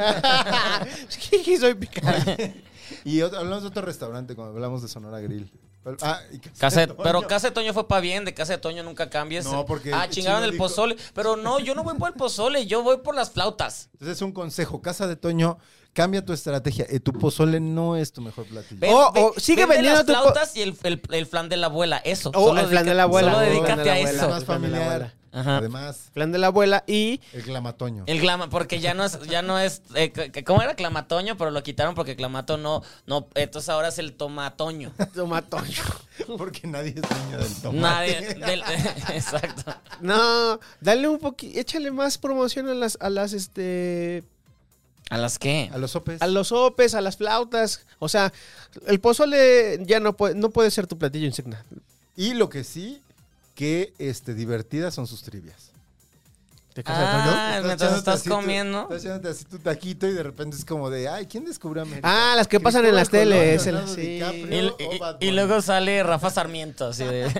[SPEAKER 6] Soy picante.
[SPEAKER 7] [laughs] Y otro- hablamos de otro restaurante cuando hablamos de Sonora Grill. ¿Cuál- Ah, y
[SPEAKER 5] Casa
[SPEAKER 7] [laughs]
[SPEAKER 5] de-
[SPEAKER 7] Toño.
[SPEAKER 5] pero Casa de Toño fue para bien, de Casa de Toño nunca cambies.
[SPEAKER 7] No, porque
[SPEAKER 5] Ah,
[SPEAKER 7] el
[SPEAKER 5] chingaron
[SPEAKER 7] chino
[SPEAKER 5] el
[SPEAKER 7] dijo-
[SPEAKER 5] pozole. Pero no, yo no voy por el pozole, yo voy por las flautas.
[SPEAKER 7] Entonces es un consejo. Casa de Toño, cambia tu estrategia. Eh, tu pozole no es tu mejor platillo.
[SPEAKER 5] Ven-
[SPEAKER 6] O-
[SPEAKER 5] ven-
[SPEAKER 6] o Oh, sigue
[SPEAKER 5] vende
[SPEAKER 6] vendiendo
[SPEAKER 5] las
[SPEAKER 6] tu po-
[SPEAKER 5] flautas y el, el- el flan de la abuela, eso.
[SPEAKER 6] Oh,
[SPEAKER 5] Solo
[SPEAKER 6] el flan
[SPEAKER 5] dedica-
[SPEAKER 6] de la abuela.
[SPEAKER 5] Solo
[SPEAKER 6] Oh, el
[SPEAKER 5] dedícate
[SPEAKER 6] flan de la
[SPEAKER 5] a
[SPEAKER 6] abuela.
[SPEAKER 5] eso.
[SPEAKER 7] más familiar.
[SPEAKER 5] Ajá.
[SPEAKER 7] Además,
[SPEAKER 6] Plan de la abuela y
[SPEAKER 7] el clamatoño.
[SPEAKER 5] El glama, porque ya no es, ya no es, eh, c- c- ¿cómo era? Clamatoño, pero lo quitaron porque Clamato no, no, entonces ahora es el tomatoño.
[SPEAKER 6] tomatoño.
[SPEAKER 7] [laughs] Porque nadie es dueño del
[SPEAKER 5] Nadie,
[SPEAKER 7] tomate.
[SPEAKER 5] del- [laughs] exacto.
[SPEAKER 6] [laughs] No, dale un poquito, échale más promoción a las, a las, este,
[SPEAKER 5] ¿A las qué?
[SPEAKER 7] [laughs] A los sopes.
[SPEAKER 6] a los sopes, a las flautas. O sea, el pozole ya no puede, no puede ser tu platillo insignia.
[SPEAKER 7] Y lo que sí, que este, divertidas son sus trivias.
[SPEAKER 6] Te casas de Toño.
[SPEAKER 5] Ah, mientras
[SPEAKER 7] echándote
[SPEAKER 5] estás
[SPEAKER 7] así tu-
[SPEAKER 5] comiendo.
[SPEAKER 7] Estás echándote así tu taquito y de repente es como de, ay, ¿quién descubrió América?
[SPEAKER 6] Ah, las que pasan en las
[SPEAKER 7] Cristóbal Colón,
[SPEAKER 6] teles. el-
[SPEAKER 7] Leonardo
[SPEAKER 6] sí.
[SPEAKER 7] DiCaprio.
[SPEAKER 5] Y,
[SPEAKER 7] o
[SPEAKER 5] y-
[SPEAKER 7] Bad
[SPEAKER 5] y
[SPEAKER 7] Bunny.
[SPEAKER 5] luego sale Rafa Sarmiento, así de,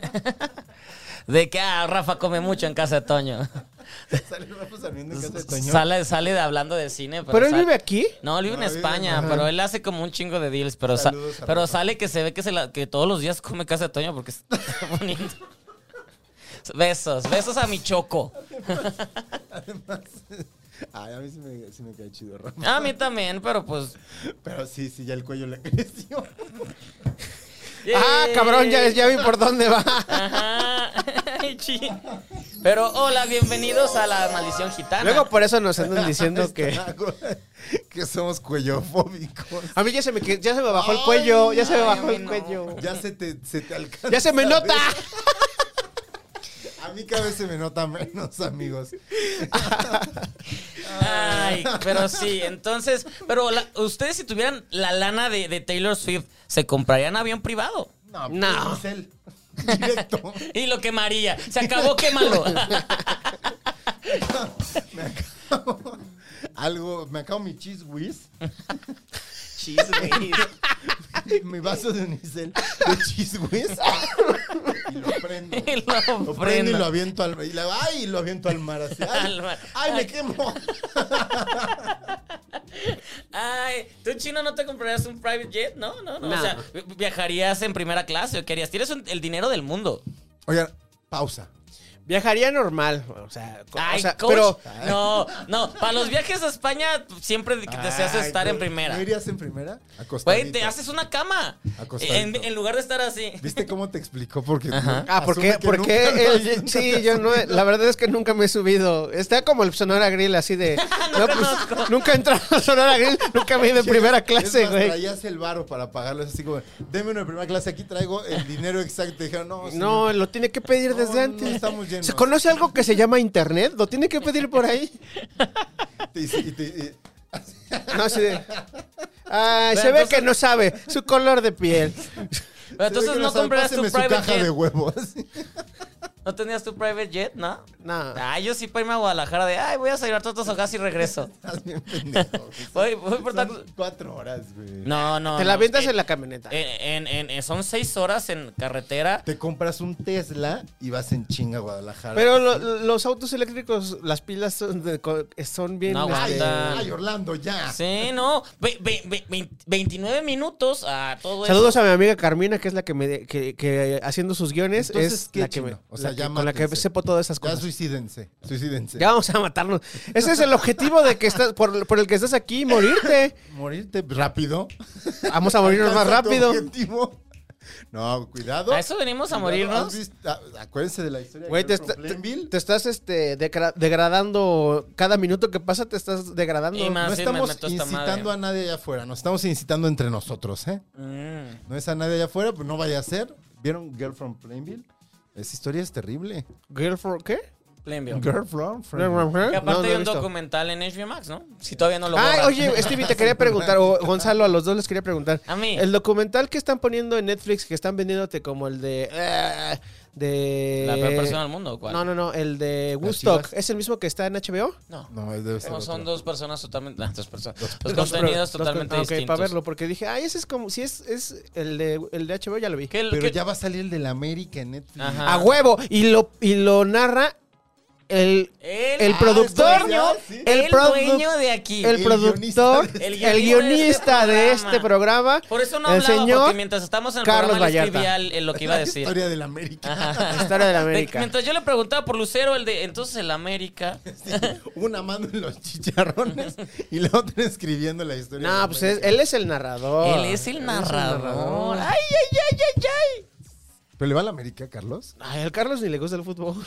[SPEAKER 5] [laughs] de que ah, Rafa come mucho en casa de Toño.
[SPEAKER 6] Ah.
[SPEAKER 7] [laughs] Sale Rafa Sarmiento en casa de Toño.
[SPEAKER 5] Sale, sale de hablando de cine. Pero,
[SPEAKER 6] Pero él
[SPEAKER 5] sale-
[SPEAKER 6] vive aquí.
[SPEAKER 5] No, él vive
[SPEAKER 7] No,
[SPEAKER 5] en
[SPEAKER 7] vive-
[SPEAKER 5] España,
[SPEAKER 7] ajá.
[SPEAKER 5] pero él hace como un chingo de deals. Pero, sa-
[SPEAKER 7] Saludos a
[SPEAKER 5] pero
[SPEAKER 7] Rafa.
[SPEAKER 5] sale que se ve que, se la- que todos los días come casa de Toño porque está [laughs] bonito. Besos, besos a mi choco.
[SPEAKER 7] [laughs] Además, [laughs] ay, a mí sí me, sí me cae chido Rafa.
[SPEAKER 5] A mí también, pero pues.
[SPEAKER 7] Pero sí, sí, ya el cuello le [laughs] creció.
[SPEAKER 6] Ah, cabrón, ya, ya vi por dónde va.
[SPEAKER 5] Ajá. [laughs] Ay, chi. Pero hola, bienvenidos a la maldición gitana.
[SPEAKER 6] Luego por eso
[SPEAKER 5] [laughs]
[SPEAKER 6] nos andan diciendo que...
[SPEAKER 7] Está, güey, Este, [laughs] que somos cuellofóbicos.
[SPEAKER 6] A mí ya se me, que- ya se me bajó Ah, el cuello, ya se me
[SPEAKER 5] Ay,
[SPEAKER 6] bajó
[SPEAKER 5] a mí
[SPEAKER 6] el
[SPEAKER 5] no.
[SPEAKER 6] cuello.
[SPEAKER 7] Ya se te, se te alcanza.
[SPEAKER 6] ¡Ya se me
[SPEAKER 5] [laughs]
[SPEAKER 7] a
[SPEAKER 6] nota!
[SPEAKER 7] ver. A mí cada vez se me nota menos,
[SPEAKER 6] [laughs]
[SPEAKER 7] amigos.
[SPEAKER 6] Ah.
[SPEAKER 5] Ay, pero sí, entonces, pero la- ustedes si tuvieran la lana de, de Taylor Swift, ¿se comprarían avión privado?
[SPEAKER 7] No,
[SPEAKER 6] No.
[SPEAKER 7] pues, es él. Directo.
[SPEAKER 5] Y lo quemaría, se acabó quémalo.
[SPEAKER 7] Me acabo. Algo, me acabo mi cheese whiz, [laughs] mi vaso de unicel de cheese whiz y lo
[SPEAKER 5] [laughs]
[SPEAKER 7] prendo.
[SPEAKER 5] Y lo
[SPEAKER 7] Lo prendo y
[SPEAKER 5] prendo.
[SPEAKER 7] lo aviento al mar. Y la- ay, y lo aviento al mar así. Ay,
[SPEAKER 5] Al mar.
[SPEAKER 7] ay,
[SPEAKER 5] Ay.
[SPEAKER 7] me quemo. [laughs]
[SPEAKER 5] Ay, tú chino no te comprarías un private jet, no, no, no. O
[SPEAKER 6] No.
[SPEAKER 5] sea, vi- viajarías en primera clase o qué harías. Tienes un- el dinero del mundo.
[SPEAKER 7] Oigan, pausa.
[SPEAKER 6] Viajaría normal, o sea, co- o
[SPEAKER 5] Ay,
[SPEAKER 6] sea,
[SPEAKER 5] coach.
[SPEAKER 6] pero
[SPEAKER 5] No, no. Para los viajes a España siempre que deseas estar en primera.
[SPEAKER 7] ¿No irías en primera? Acostadito.
[SPEAKER 5] Güey, te haces una cama. En,
[SPEAKER 7] Acostadito.
[SPEAKER 5] en lugar de estar así.
[SPEAKER 7] ¿Viste cómo te explicó? Porque.
[SPEAKER 6] Ah, porque, porque el, sí, yo no, la verdad es que nunca me he subido. Está como el Sonora Grill
[SPEAKER 5] [laughs]
[SPEAKER 6] así de no, pues, nunca he entrado al Sonora Grill, nunca me he ido en primera clase, güey.
[SPEAKER 7] Traías el varo para pagarlo. Es así como, deme uno de primera clase, aquí traigo el dinero exacto. Y Dijeron,
[SPEAKER 5] pues,
[SPEAKER 7] no,
[SPEAKER 6] No,
[SPEAKER 7] señor.
[SPEAKER 6] lo tiene que pedir
[SPEAKER 7] No,
[SPEAKER 6] desde
[SPEAKER 7] no,
[SPEAKER 6] antes.
[SPEAKER 7] estamos llenos.
[SPEAKER 6] ¿Se conoce algo que se llama internet? Lo tiene que pedir por ahí.
[SPEAKER 7] Y sí, y te- y-
[SPEAKER 6] No, así de Ay, se
[SPEAKER 5] Pero
[SPEAKER 6] ve
[SPEAKER 5] entonces-
[SPEAKER 6] que no sabe su color de piel.
[SPEAKER 5] Pero
[SPEAKER 7] se ve
[SPEAKER 5] entonces
[SPEAKER 7] que
[SPEAKER 5] no
[SPEAKER 7] sabe,
[SPEAKER 5] comprarías tu
[SPEAKER 7] páseme su
[SPEAKER 5] private
[SPEAKER 7] caja de
[SPEAKER 5] jet.
[SPEAKER 7] [laughs] huevos.
[SPEAKER 5] ¿No tenías tu private jet, no?
[SPEAKER 6] No.
[SPEAKER 5] Ah, yo sí para irme a Guadalajara de, ay, voy a salir a Totos Hogas y regreso.
[SPEAKER 7] Estás
[SPEAKER 5] [laughs]
[SPEAKER 7] bien pendejo.
[SPEAKER 5] Voy- voy por
[SPEAKER 7] Son
[SPEAKER 5] tacos.
[SPEAKER 7] cuatro horas, güey.
[SPEAKER 5] No, no.
[SPEAKER 6] Te la
[SPEAKER 5] no.
[SPEAKER 6] avientas
[SPEAKER 5] Eh,
[SPEAKER 6] en la camioneta.
[SPEAKER 5] en- en- en- son seis horas en carretera.
[SPEAKER 7] Te compras un Tesla y vas en chinga a Guadalajara.
[SPEAKER 6] Pero lo- lo- los autos eléctricos, las pilas son, de co- son bien.
[SPEAKER 5] No,
[SPEAKER 7] Ay,
[SPEAKER 6] este,
[SPEAKER 5] Anda.
[SPEAKER 7] ay, Orlando, ya.
[SPEAKER 5] Sí, no. Ve- ve- ve- ve- 29 minutos a todo eso.
[SPEAKER 6] Saludos a mi amiga Carmina, que es la que me de- que, que haciendo sus guiones
[SPEAKER 7] Entonces,
[SPEAKER 6] es
[SPEAKER 7] ¿qué
[SPEAKER 6] la que me-
[SPEAKER 7] chino? O
[SPEAKER 6] la
[SPEAKER 7] sea,
[SPEAKER 6] que-
[SPEAKER 7] ya
[SPEAKER 6] con la que
[SPEAKER 7] mátense.
[SPEAKER 6] sepo todas esas
[SPEAKER 7] Ya
[SPEAKER 6] cosas.
[SPEAKER 7] suicídense. Suicídense.
[SPEAKER 6] Ya vamos a
[SPEAKER 7] [laughs]
[SPEAKER 6] matarnos. Ese es el objetivo de que estás por, por el que estás aquí, morirte.
[SPEAKER 7] Morirte rápido.
[SPEAKER 6] Vamos a morirnos más
[SPEAKER 7] Alcanza tu
[SPEAKER 6] rápido.
[SPEAKER 7] objetivo. No, cuidado.
[SPEAKER 5] ¿A eso venimos a
[SPEAKER 7] Cuidado,
[SPEAKER 5] morirnos?
[SPEAKER 7] ¿has visto? A- Acuérdense de la historia
[SPEAKER 6] Güey,
[SPEAKER 7] de
[SPEAKER 6] te,
[SPEAKER 7] Girl
[SPEAKER 6] esta-
[SPEAKER 7] from Plainville.
[SPEAKER 6] te- te estás este degra- degradando cada minuto que pasa te estás degradando.
[SPEAKER 5] Y más. sí,
[SPEAKER 7] no
[SPEAKER 5] me
[SPEAKER 7] estamos
[SPEAKER 5] meto esta madre.
[SPEAKER 7] incitando a nadie allá afuera, nos estamos incitando entre nosotros, ¿eh?
[SPEAKER 5] Mm.
[SPEAKER 7] No es a nadie allá afuera, pues no vaya a ser. ¿Vieron Girl from Plainville? Esa historia es terrible.
[SPEAKER 6] Girl for- ¿qué?
[SPEAKER 5] Plainview.
[SPEAKER 7] Girl from Plainville.
[SPEAKER 6] No,
[SPEAKER 5] Que aparte
[SPEAKER 6] no he
[SPEAKER 5] hay un
[SPEAKER 6] visto.
[SPEAKER 5] documental en HBO Max, ¿no? Si todavía no lo
[SPEAKER 6] Ay,
[SPEAKER 5] borran.
[SPEAKER 6] oye, Stevie, te quería preguntar, o Gonzalo, a los dos les quería preguntar.
[SPEAKER 5] A mí.
[SPEAKER 6] El documental que están poniendo en Netflix, que están vendiéndote como el de... eh, de
[SPEAKER 5] ¿La peor persona del mundo o cuál?
[SPEAKER 6] No, no, no, el de Woodstock.
[SPEAKER 7] chivas?
[SPEAKER 6] ¿Es el mismo que está en HBO?
[SPEAKER 5] No.
[SPEAKER 7] No, debe ser
[SPEAKER 5] No, son
[SPEAKER 7] otro.
[SPEAKER 5] dos personas totalmente. ah, dos personas. Los,
[SPEAKER 6] Los pro-
[SPEAKER 5] contenidos
[SPEAKER 6] los con-
[SPEAKER 5] totalmente
[SPEAKER 6] ah, ok,
[SPEAKER 5] distintos.
[SPEAKER 6] para verlo, porque dije, ay, ese es como... Si es, es el, de, el de HBO, ya lo vi.
[SPEAKER 5] ¿Qué-
[SPEAKER 7] Pero
[SPEAKER 5] qué-
[SPEAKER 7] ya va a salir el de la América en Netflix. Ah,
[SPEAKER 5] Ajá.
[SPEAKER 6] ¡A huevo! Y lo, y lo narra el...
[SPEAKER 5] El,
[SPEAKER 6] el
[SPEAKER 5] ah,
[SPEAKER 6] productor,
[SPEAKER 5] dueño,
[SPEAKER 7] sí.
[SPEAKER 5] el,
[SPEAKER 6] el produ-
[SPEAKER 5] dueño de aquí.
[SPEAKER 6] El,
[SPEAKER 7] el
[SPEAKER 6] productor,
[SPEAKER 7] guionista
[SPEAKER 5] de este-
[SPEAKER 6] el guionista de este programa,
[SPEAKER 5] Por eso no
[SPEAKER 6] el
[SPEAKER 5] hablaba,
[SPEAKER 6] señor
[SPEAKER 5] porque mientras estábamos en el
[SPEAKER 6] Carlos
[SPEAKER 5] programa le
[SPEAKER 6] Vallarta.
[SPEAKER 5] escribía el- el lo que iba a
[SPEAKER 7] La
[SPEAKER 5] decir.
[SPEAKER 7] historia de la América.
[SPEAKER 5] Ajá.
[SPEAKER 6] Historia de
[SPEAKER 5] [laughs]
[SPEAKER 6] la
[SPEAKER 5] De-
[SPEAKER 6] América.
[SPEAKER 5] mientras yo le preguntaba por Lucero, el de entonces el América.
[SPEAKER 7] Sí, [laughs] una mano en los chicharrones y la otra escribiendo la historia. de
[SPEAKER 6] No,
[SPEAKER 7] la
[SPEAKER 6] pues es-
[SPEAKER 7] América.
[SPEAKER 6] él es el narrador.
[SPEAKER 5] Él es el narrador.
[SPEAKER 6] Oh, narrador.
[SPEAKER 5] Ay, ay, ay, ay, ay.
[SPEAKER 7] ¿Pero le va a la América, Carlos?
[SPEAKER 6] Ay, al Carlos ni le gusta el fútbol.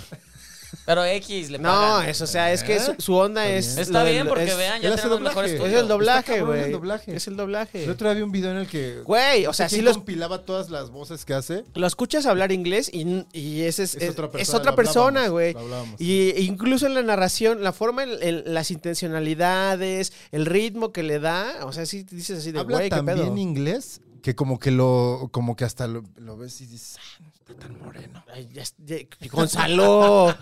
[SPEAKER 5] Pero X le
[SPEAKER 6] No,
[SPEAKER 5] pagan.
[SPEAKER 6] eso, o sea, es que su, su onda es.
[SPEAKER 5] Está
[SPEAKER 6] lo del-
[SPEAKER 5] bien, porque
[SPEAKER 6] es-
[SPEAKER 5] vean,
[SPEAKER 7] él
[SPEAKER 5] ya
[SPEAKER 7] hace
[SPEAKER 5] tenemos mejor
[SPEAKER 7] doblaje.
[SPEAKER 6] Es
[SPEAKER 5] estudio.
[SPEAKER 6] el doblaje,
[SPEAKER 7] Está cabrón el
[SPEAKER 6] güey.
[SPEAKER 7] doblaje.
[SPEAKER 6] Es el doblaje.
[SPEAKER 7] El otro día vi un video en el que.
[SPEAKER 6] Güey, o sea,
[SPEAKER 7] ¿quién
[SPEAKER 6] sí los,
[SPEAKER 7] compilaba todas las voces que hace.
[SPEAKER 6] lo escuchas hablar inglés y, y ese es,
[SPEAKER 7] Es
[SPEAKER 6] es-
[SPEAKER 7] otra
[SPEAKER 6] es
[SPEAKER 7] persona,
[SPEAKER 6] otra
[SPEAKER 7] lo
[SPEAKER 6] persona,
[SPEAKER 7] hablábamos,
[SPEAKER 6] güey.
[SPEAKER 7] lo hablábamos.
[SPEAKER 6] Y incluso en la narración, la forma, en- en las intencionalidades, el ritmo que le da, o sea, sí dices así de,
[SPEAKER 7] Habla
[SPEAKER 6] güey, qué
[SPEAKER 7] tan
[SPEAKER 6] pedo.
[SPEAKER 7] bien inglés que como que lo. Como que hasta lo, lo ves y dices. "Ah, no está tan
[SPEAKER 6] [laughs]
[SPEAKER 7] moreno.
[SPEAKER 6] Ay, ya es- de- Gonzalo,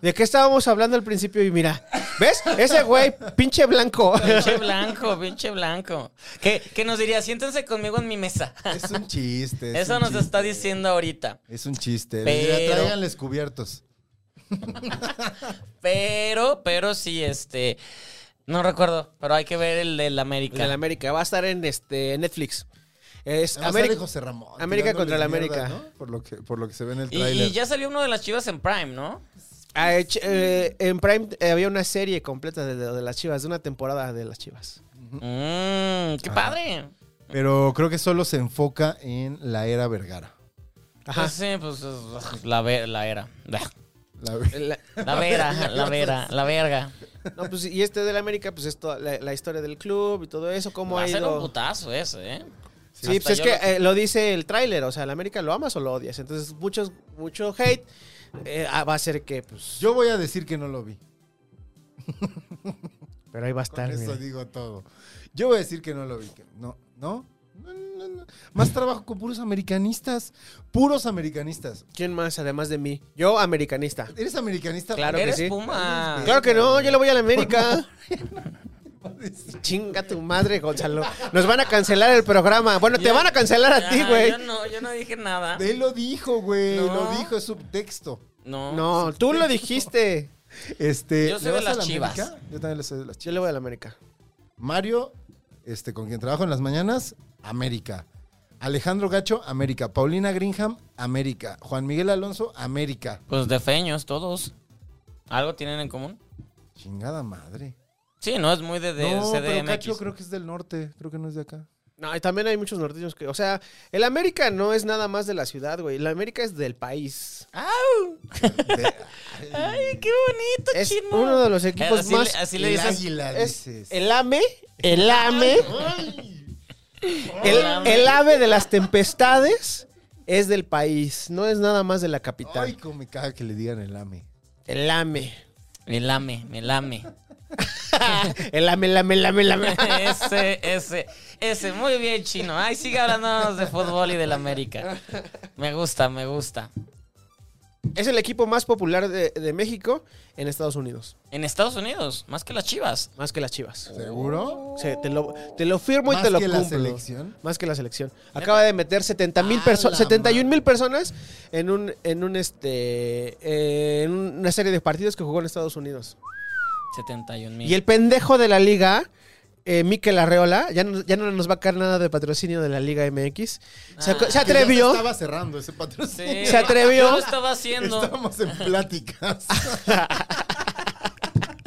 [SPEAKER 6] ¿de qué estábamos hablando al principio? Y mira, ¿ves? Ese güey, pinche blanco.
[SPEAKER 5] Pinche blanco, pinche blanco. Que, que nos diría, siéntense conmigo en mi mesa.
[SPEAKER 7] Es un chiste. es
[SPEAKER 5] Eso
[SPEAKER 7] un
[SPEAKER 5] nos
[SPEAKER 7] chiste.
[SPEAKER 5] está diciendo ahorita.
[SPEAKER 7] Es un chiste.
[SPEAKER 5] Pero-
[SPEAKER 7] Les diría, "Tráiganles cubiertos.
[SPEAKER 5] Pero, pero sí, este. No recuerdo, pero hay que ver el del América.
[SPEAKER 6] En el América, va a estar en este Netflix. Es
[SPEAKER 7] Además,
[SPEAKER 6] América,
[SPEAKER 7] sale José Ramón.
[SPEAKER 6] América contra la
[SPEAKER 7] tirándole mierda,
[SPEAKER 6] América.
[SPEAKER 7] ¿no? Por, lo que, por lo que se ve en el
[SPEAKER 5] y,
[SPEAKER 7] tráiler.
[SPEAKER 5] y ya salió uno de las chivas en Prime, ¿no?
[SPEAKER 6] Ah, eh, ch- eh, en Prime eh, había una serie completa de, de las Chivas, de una temporada de las Chivas.
[SPEAKER 5] Mmm, qué padre.
[SPEAKER 7] Pero creo que solo se enfoca en la era Vergara.
[SPEAKER 6] Ajá.
[SPEAKER 5] Pues sí, pues es- la, ve- la era.
[SPEAKER 7] La-
[SPEAKER 6] La-
[SPEAKER 5] La vera, la vera, la verga.
[SPEAKER 6] no, pues, y este del América, pues es toda la, la historia del club y todo eso, cómo
[SPEAKER 5] Va
[SPEAKER 6] ha
[SPEAKER 5] a ser un
[SPEAKER 6] ido.
[SPEAKER 5] putazo ese, ¿eh?
[SPEAKER 6] Sí,
[SPEAKER 5] Hasta
[SPEAKER 6] pues es
[SPEAKER 5] yo
[SPEAKER 6] que
[SPEAKER 5] lo-
[SPEAKER 6] eh, lo dice el tráiler, o sea, el América lo amas o lo odias. Entonces, muchos, mucho hate eh, ah, va a ser que, pues,
[SPEAKER 7] Yo voy a decir que no lo vi.
[SPEAKER 6] pero ahí va a
[SPEAKER 7] Con
[SPEAKER 6] estar.
[SPEAKER 7] eso
[SPEAKER 6] mira.
[SPEAKER 7] digo todo. Yo voy a decir que no lo vi. que no, no, no, no, no. Más trabajo con puros americanistas. Puros americanistas.
[SPEAKER 6] ¿Quién más, además de mí? Yo, americanista.
[SPEAKER 7] ¿Eres americanista?
[SPEAKER 6] Claro que
[SPEAKER 5] Eres
[SPEAKER 6] sí.
[SPEAKER 5] Puma.
[SPEAKER 6] Claro que no, yo le voy a la
[SPEAKER 7] [laughs]
[SPEAKER 6] América. Chinga tu madre, Gonzalo. Nos van a cancelar el programa. Bueno, te
[SPEAKER 5] Yo-
[SPEAKER 6] van a cancelar a ti,
[SPEAKER 5] Ajá,
[SPEAKER 6] güey.
[SPEAKER 5] Yo no, yo no dije nada.
[SPEAKER 7] Él lo dijo, güey.
[SPEAKER 5] No.
[SPEAKER 7] Lo dijo, es subtexto.
[SPEAKER 5] No.
[SPEAKER 6] No, tú lo dijiste.
[SPEAKER 7] Este,
[SPEAKER 5] Yo soy
[SPEAKER 7] ¿le
[SPEAKER 5] de
[SPEAKER 7] vas a
[SPEAKER 5] las
[SPEAKER 7] la
[SPEAKER 5] Chivas.
[SPEAKER 7] América? Yo también le soy de las
[SPEAKER 6] Yo
[SPEAKER 7] chivas.
[SPEAKER 6] le voy a la América.
[SPEAKER 7] Mario, este, con quien trabajo en las mañanas, América. Alejandro Gacho, América. Paulina Greenham, América. Juan Miguel Alonso, América.
[SPEAKER 5] Pues de feños todos. ¿Algo tienen en común?
[SPEAKER 7] Chingada madre.
[SPEAKER 5] Sí, no es muy de, de
[SPEAKER 7] no, pero
[SPEAKER 5] CDMX.
[SPEAKER 7] Cacho creo que es del norte. Creo que no es
[SPEAKER 5] [laughs]
[SPEAKER 7] de acá.
[SPEAKER 6] No, y también hay muchos norteños que. O sea, el América no es nada más de la ciudad, güey. El América es del país.
[SPEAKER 7] Ah,
[SPEAKER 5] ¡Au!
[SPEAKER 7] De-
[SPEAKER 5] ¡Ay, qué bonito,
[SPEAKER 6] Es
[SPEAKER 5] chino!
[SPEAKER 6] uno de los equipos
[SPEAKER 5] Eh, así
[SPEAKER 6] más-
[SPEAKER 5] Le, así le
[SPEAKER 7] el
[SPEAKER 5] dices.
[SPEAKER 7] águila,
[SPEAKER 6] Es
[SPEAKER 7] dices.
[SPEAKER 6] el AME. El AME. El, el ave de las tempestades es del país. No es nada más de la capital.
[SPEAKER 7] Ay, cómo me caga que le digan el AME.
[SPEAKER 6] El AME.
[SPEAKER 5] Me lame, me lame.
[SPEAKER 6] El AME, el AME, el AME, el
[SPEAKER 7] [laughs]
[SPEAKER 6] AME.
[SPEAKER 5] Ese, ese, ese. Muy bien, chino. Ay, sigue hablándonos de fútbol y del América. Me gusta, me gusta.
[SPEAKER 6] Es el equipo más popular de, de México en Estados Unidos.
[SPEAKER 5] En Estados Unidos, más que las chivas.
[SPEAKER 6] Más que las Chivas.
[SPEAKER 7] ¿Seguro?
[SPEAKER 6] O sea, te, lo, te lo firmo y
[SPEAKER 7] ¿Más
[SPEAKER 6] te lo
[SPEAKER 7] que la
[SPEAKER 6] cumplo.
[SPEAKER 7] selección?
[SPEAKER 6] Más que la selección. Acaba de meter 70 mil
[SPEAKER 7] ¡A la
[SPEAKER 6] personas, 71
[SPEAKER 7] madre!
[SPEAKER 6] mil personas en un, en un este, eh, en una serie de partidos que jugó en Estados Unidos.
[SPEAKER 5] 71 mil.
[SPEAKER 6] Y el pendejo de la liga, eh, Mikel Arreola, ya no, ya no nos va a caer nada de patrocinio de la Liga MX. Se, acu-
[SPEAKER 5] Ah.
[SPEAKER 6] se
[SPEAKER 7] Que ya se
[SPEAKER 6] atrevió.
[SPEAKER 7] Estaba cerrando ese [laughs] patrocinio.
[SPEAKER 6] Se atrevió.
[SPEAKER 5] Yo lo estaba haciendo.
[SPEAKER 7] Estábamos en
[SPEAKER 6] [laughs]
[SPEAKER 7] pláticas.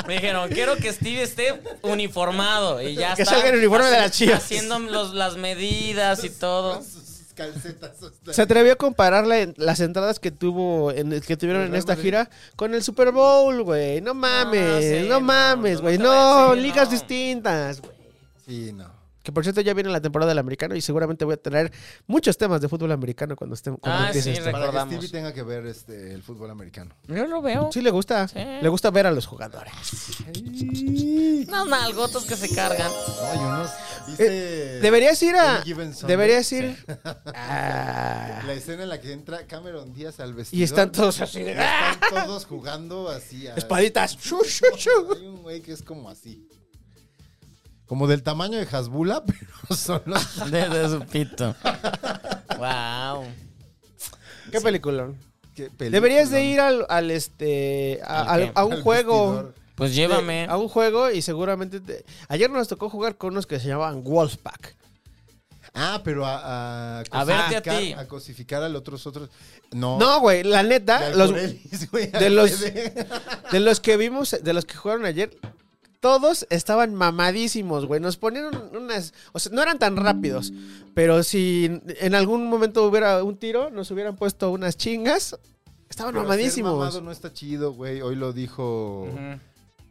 [SPEAKER 5] Me dijeron, quiero que Steve esté uniformado. Y ya
[SPEAKER 6] Que
[SPEAKER 5] está.
[SPEAKER 6] salga en uniforme de
[SPEAKER 5] Haci-
[SPEAKER 6] las chivas.
[SPEAKER 5] Haciendo los- las medidas y todo.
[SPEAKER 7] Con sus calcetas. hasta-
[SPEAKER 6] Se atrevió a comparar la- las entradas que tuvo en, que tuvieron en esta gira con el Super Bowl, güey. No mames,
[SPEAKER 5] sí,
[SPEAKER 6] no,
[SPEAKER 5] no,
[SPEAKER 6] mames,
[SPEAKER 5] no,
[SPEAKER 6] güey.
[SPEAKER 5] no
[SPEAKER 6] No,
[SPEAKER 5] te vayas, sí,
[SPEAKER 6] ligas
[SPEAKER 5] no.
[SPEAKER 6] distintas, güey.
[SPEAKER 7] Sí, no.
[SPEAKER 6] Que por cierto ya viene la temporada del americano y seguramente voy a tener muchos temas de fútbol americano cuando estemos cuando
[SPEAKER 5] Ah,
[SPEAKER 6] empiece este.
[SPEAKER 5] sí,
[SPEAKER 6] esto.
[SPEAKER 7] Para que
[SPEAKER 5] Recordamos.
[SPEAKER 7] Stevie tenga que ver este, el fútbol americano.
[SPEAKER 5] Yo lo veo.
[SPEAKER 6] Sí le gusta,
[SPEAKER 5] Sí. Ah,
[SPEAKER 6] le gusta ver a los jugadores.
[SPEAKER 5] Unas nalgotas que se cargan.
[SPEAKER 7] Ay, unos. ¿viste
[SPEAKER 6] Eh, Deberías ir a
[SPEAKER 7] Any Given Sunday?
[SPEAKER 6] deberías ir Ah,
[SPEAKER 7] La escena en la que entra Cameron Díaz al vestidor.
[SPEAKER 6] y están todos así
[SPEAKER 7] Y
[SPEAKER 6] de
[SPEAKER 7] están todos jugando así. a-
[SPEAKER 6] espaditas. Shu, shu, shu.
[SPEAKER 7] [laughs] Hay un güey que es como así. Como del tamaño de Hasbula, [laughs] pero son los.
[SPEAKER 5] Desde su pito. Wow.
[SPEAKER 6] Qué película.
[SPEAKER 7] Qué película.
[SPEAKER 6] Deberías de ir al, al, este a,
[SPEAKER 5] ¿Al qué?
[SPEAKER 6] al- a un
[SPEAKER 7] Al
[SPEAKER 6] juego.
[SPEAKER 7] vestidor.
[SPEAKER 5] Pues llévame.
[SPEAKER 6] A un juego y seguramente te- ayer nos tocó jugar con unos que se llamaban Wolfpack.
[SPEAKER 7] Ah, pero a. A,
[SPEAKER 5] A verte a ti.
[SPEAKER 7] A cosificar a los otros. otros. No.
[SPEAKER 6] No, güey, la
[SPEAKER 7] de
[SPEAKER 6] neta, los,
[SPEAKER 7] alcoholelis, güey,
[SPEAKER 6] de
[SPEAKER 7] al
[SPEAKER 6] los- [laughs]
[SPEAKER 7] bebé.
[SPEAKER 6] De los que vimos, de los que jugaron ayer, todos estaban mamadísimos, güey. Nos ponieron unas. O sea, no eran tan rápidos. Pero si en algún momento hubiera un tiro, nos hubieran puesto unas chingas. Estaban
[SPEAKER 7] Pero ser
[SPEAKER 6] mamadísimos.
[SPEAKER 7] mamado no está chido, güey. Hoy lo dijo.
[SPEAKER 5] Ujú.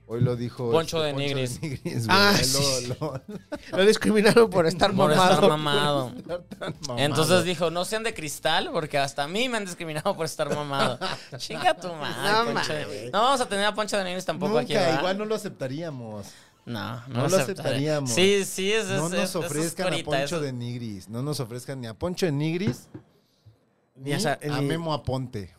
[SPEAKER 7] Hoy lo dijo. este
[SPEAKER 5] Poncho de Nigris.
[SPEAKER 7] Nigris, güey.
[SPEAKER 6] Ah,
[SPEAKER 7] Él
[SPEAKER 6] sí.
[SPEAKER 7] lo- lo- [laughs]
[SPEAKER 6] Lo discriminaron por estar
[SPEAKER 5] [laughs] Por
[SPEAKER 6] mamado.
[SPEAKER 5] estar mamado.
[SPEAKER 7] estar tan mamado.
[SPEAKER 5] Entonces dijo, no sean de cristal, porque hasta a mí me han discriminado por estar
[SPEAKER 7] [laughs]
[SPEAKER 5] mamado. Chinga tu madre.
[SPEAKER 6] No
[SPEAKER 5] Poncho de-
[SPEAKER 6] mames.
[SPEAKER 5] No vamos a tener a Poncho de Negros tampoco
[SPEAKER 7] Nunca,
[SPEAKER 5] aquí. ¿verdad?
[SPEAKER 7] igual no lo aceptaríamos.
[SPEAKER 5] No, no,
[SPEAKER 7] No lo
[SPEAKER 5] aceptaré.
[SPEAKER 7] aceptaríamos.
[SPEAKER 5] Sí, sí, es, es-
[SPEAKER 7] No
[SPEAKER 5] es-
[SPEAKER 7] nos
[SPEAKER 5] eso es
[SPEAKER 7] ofrezcan a
[SPEAKER 5] corita,
[SPEAKER 7] Poncho
[SPEAKER 5] eso-
[SPEAKER 7] de Nigris. No nos ofrezcan ni a Poncho de Nigris
[SPEAKER 6] Ni a sa-
[SPEAKER 7] a
[SPEAKER 6] ni-
[SPEAKER 7] Memo Aponte.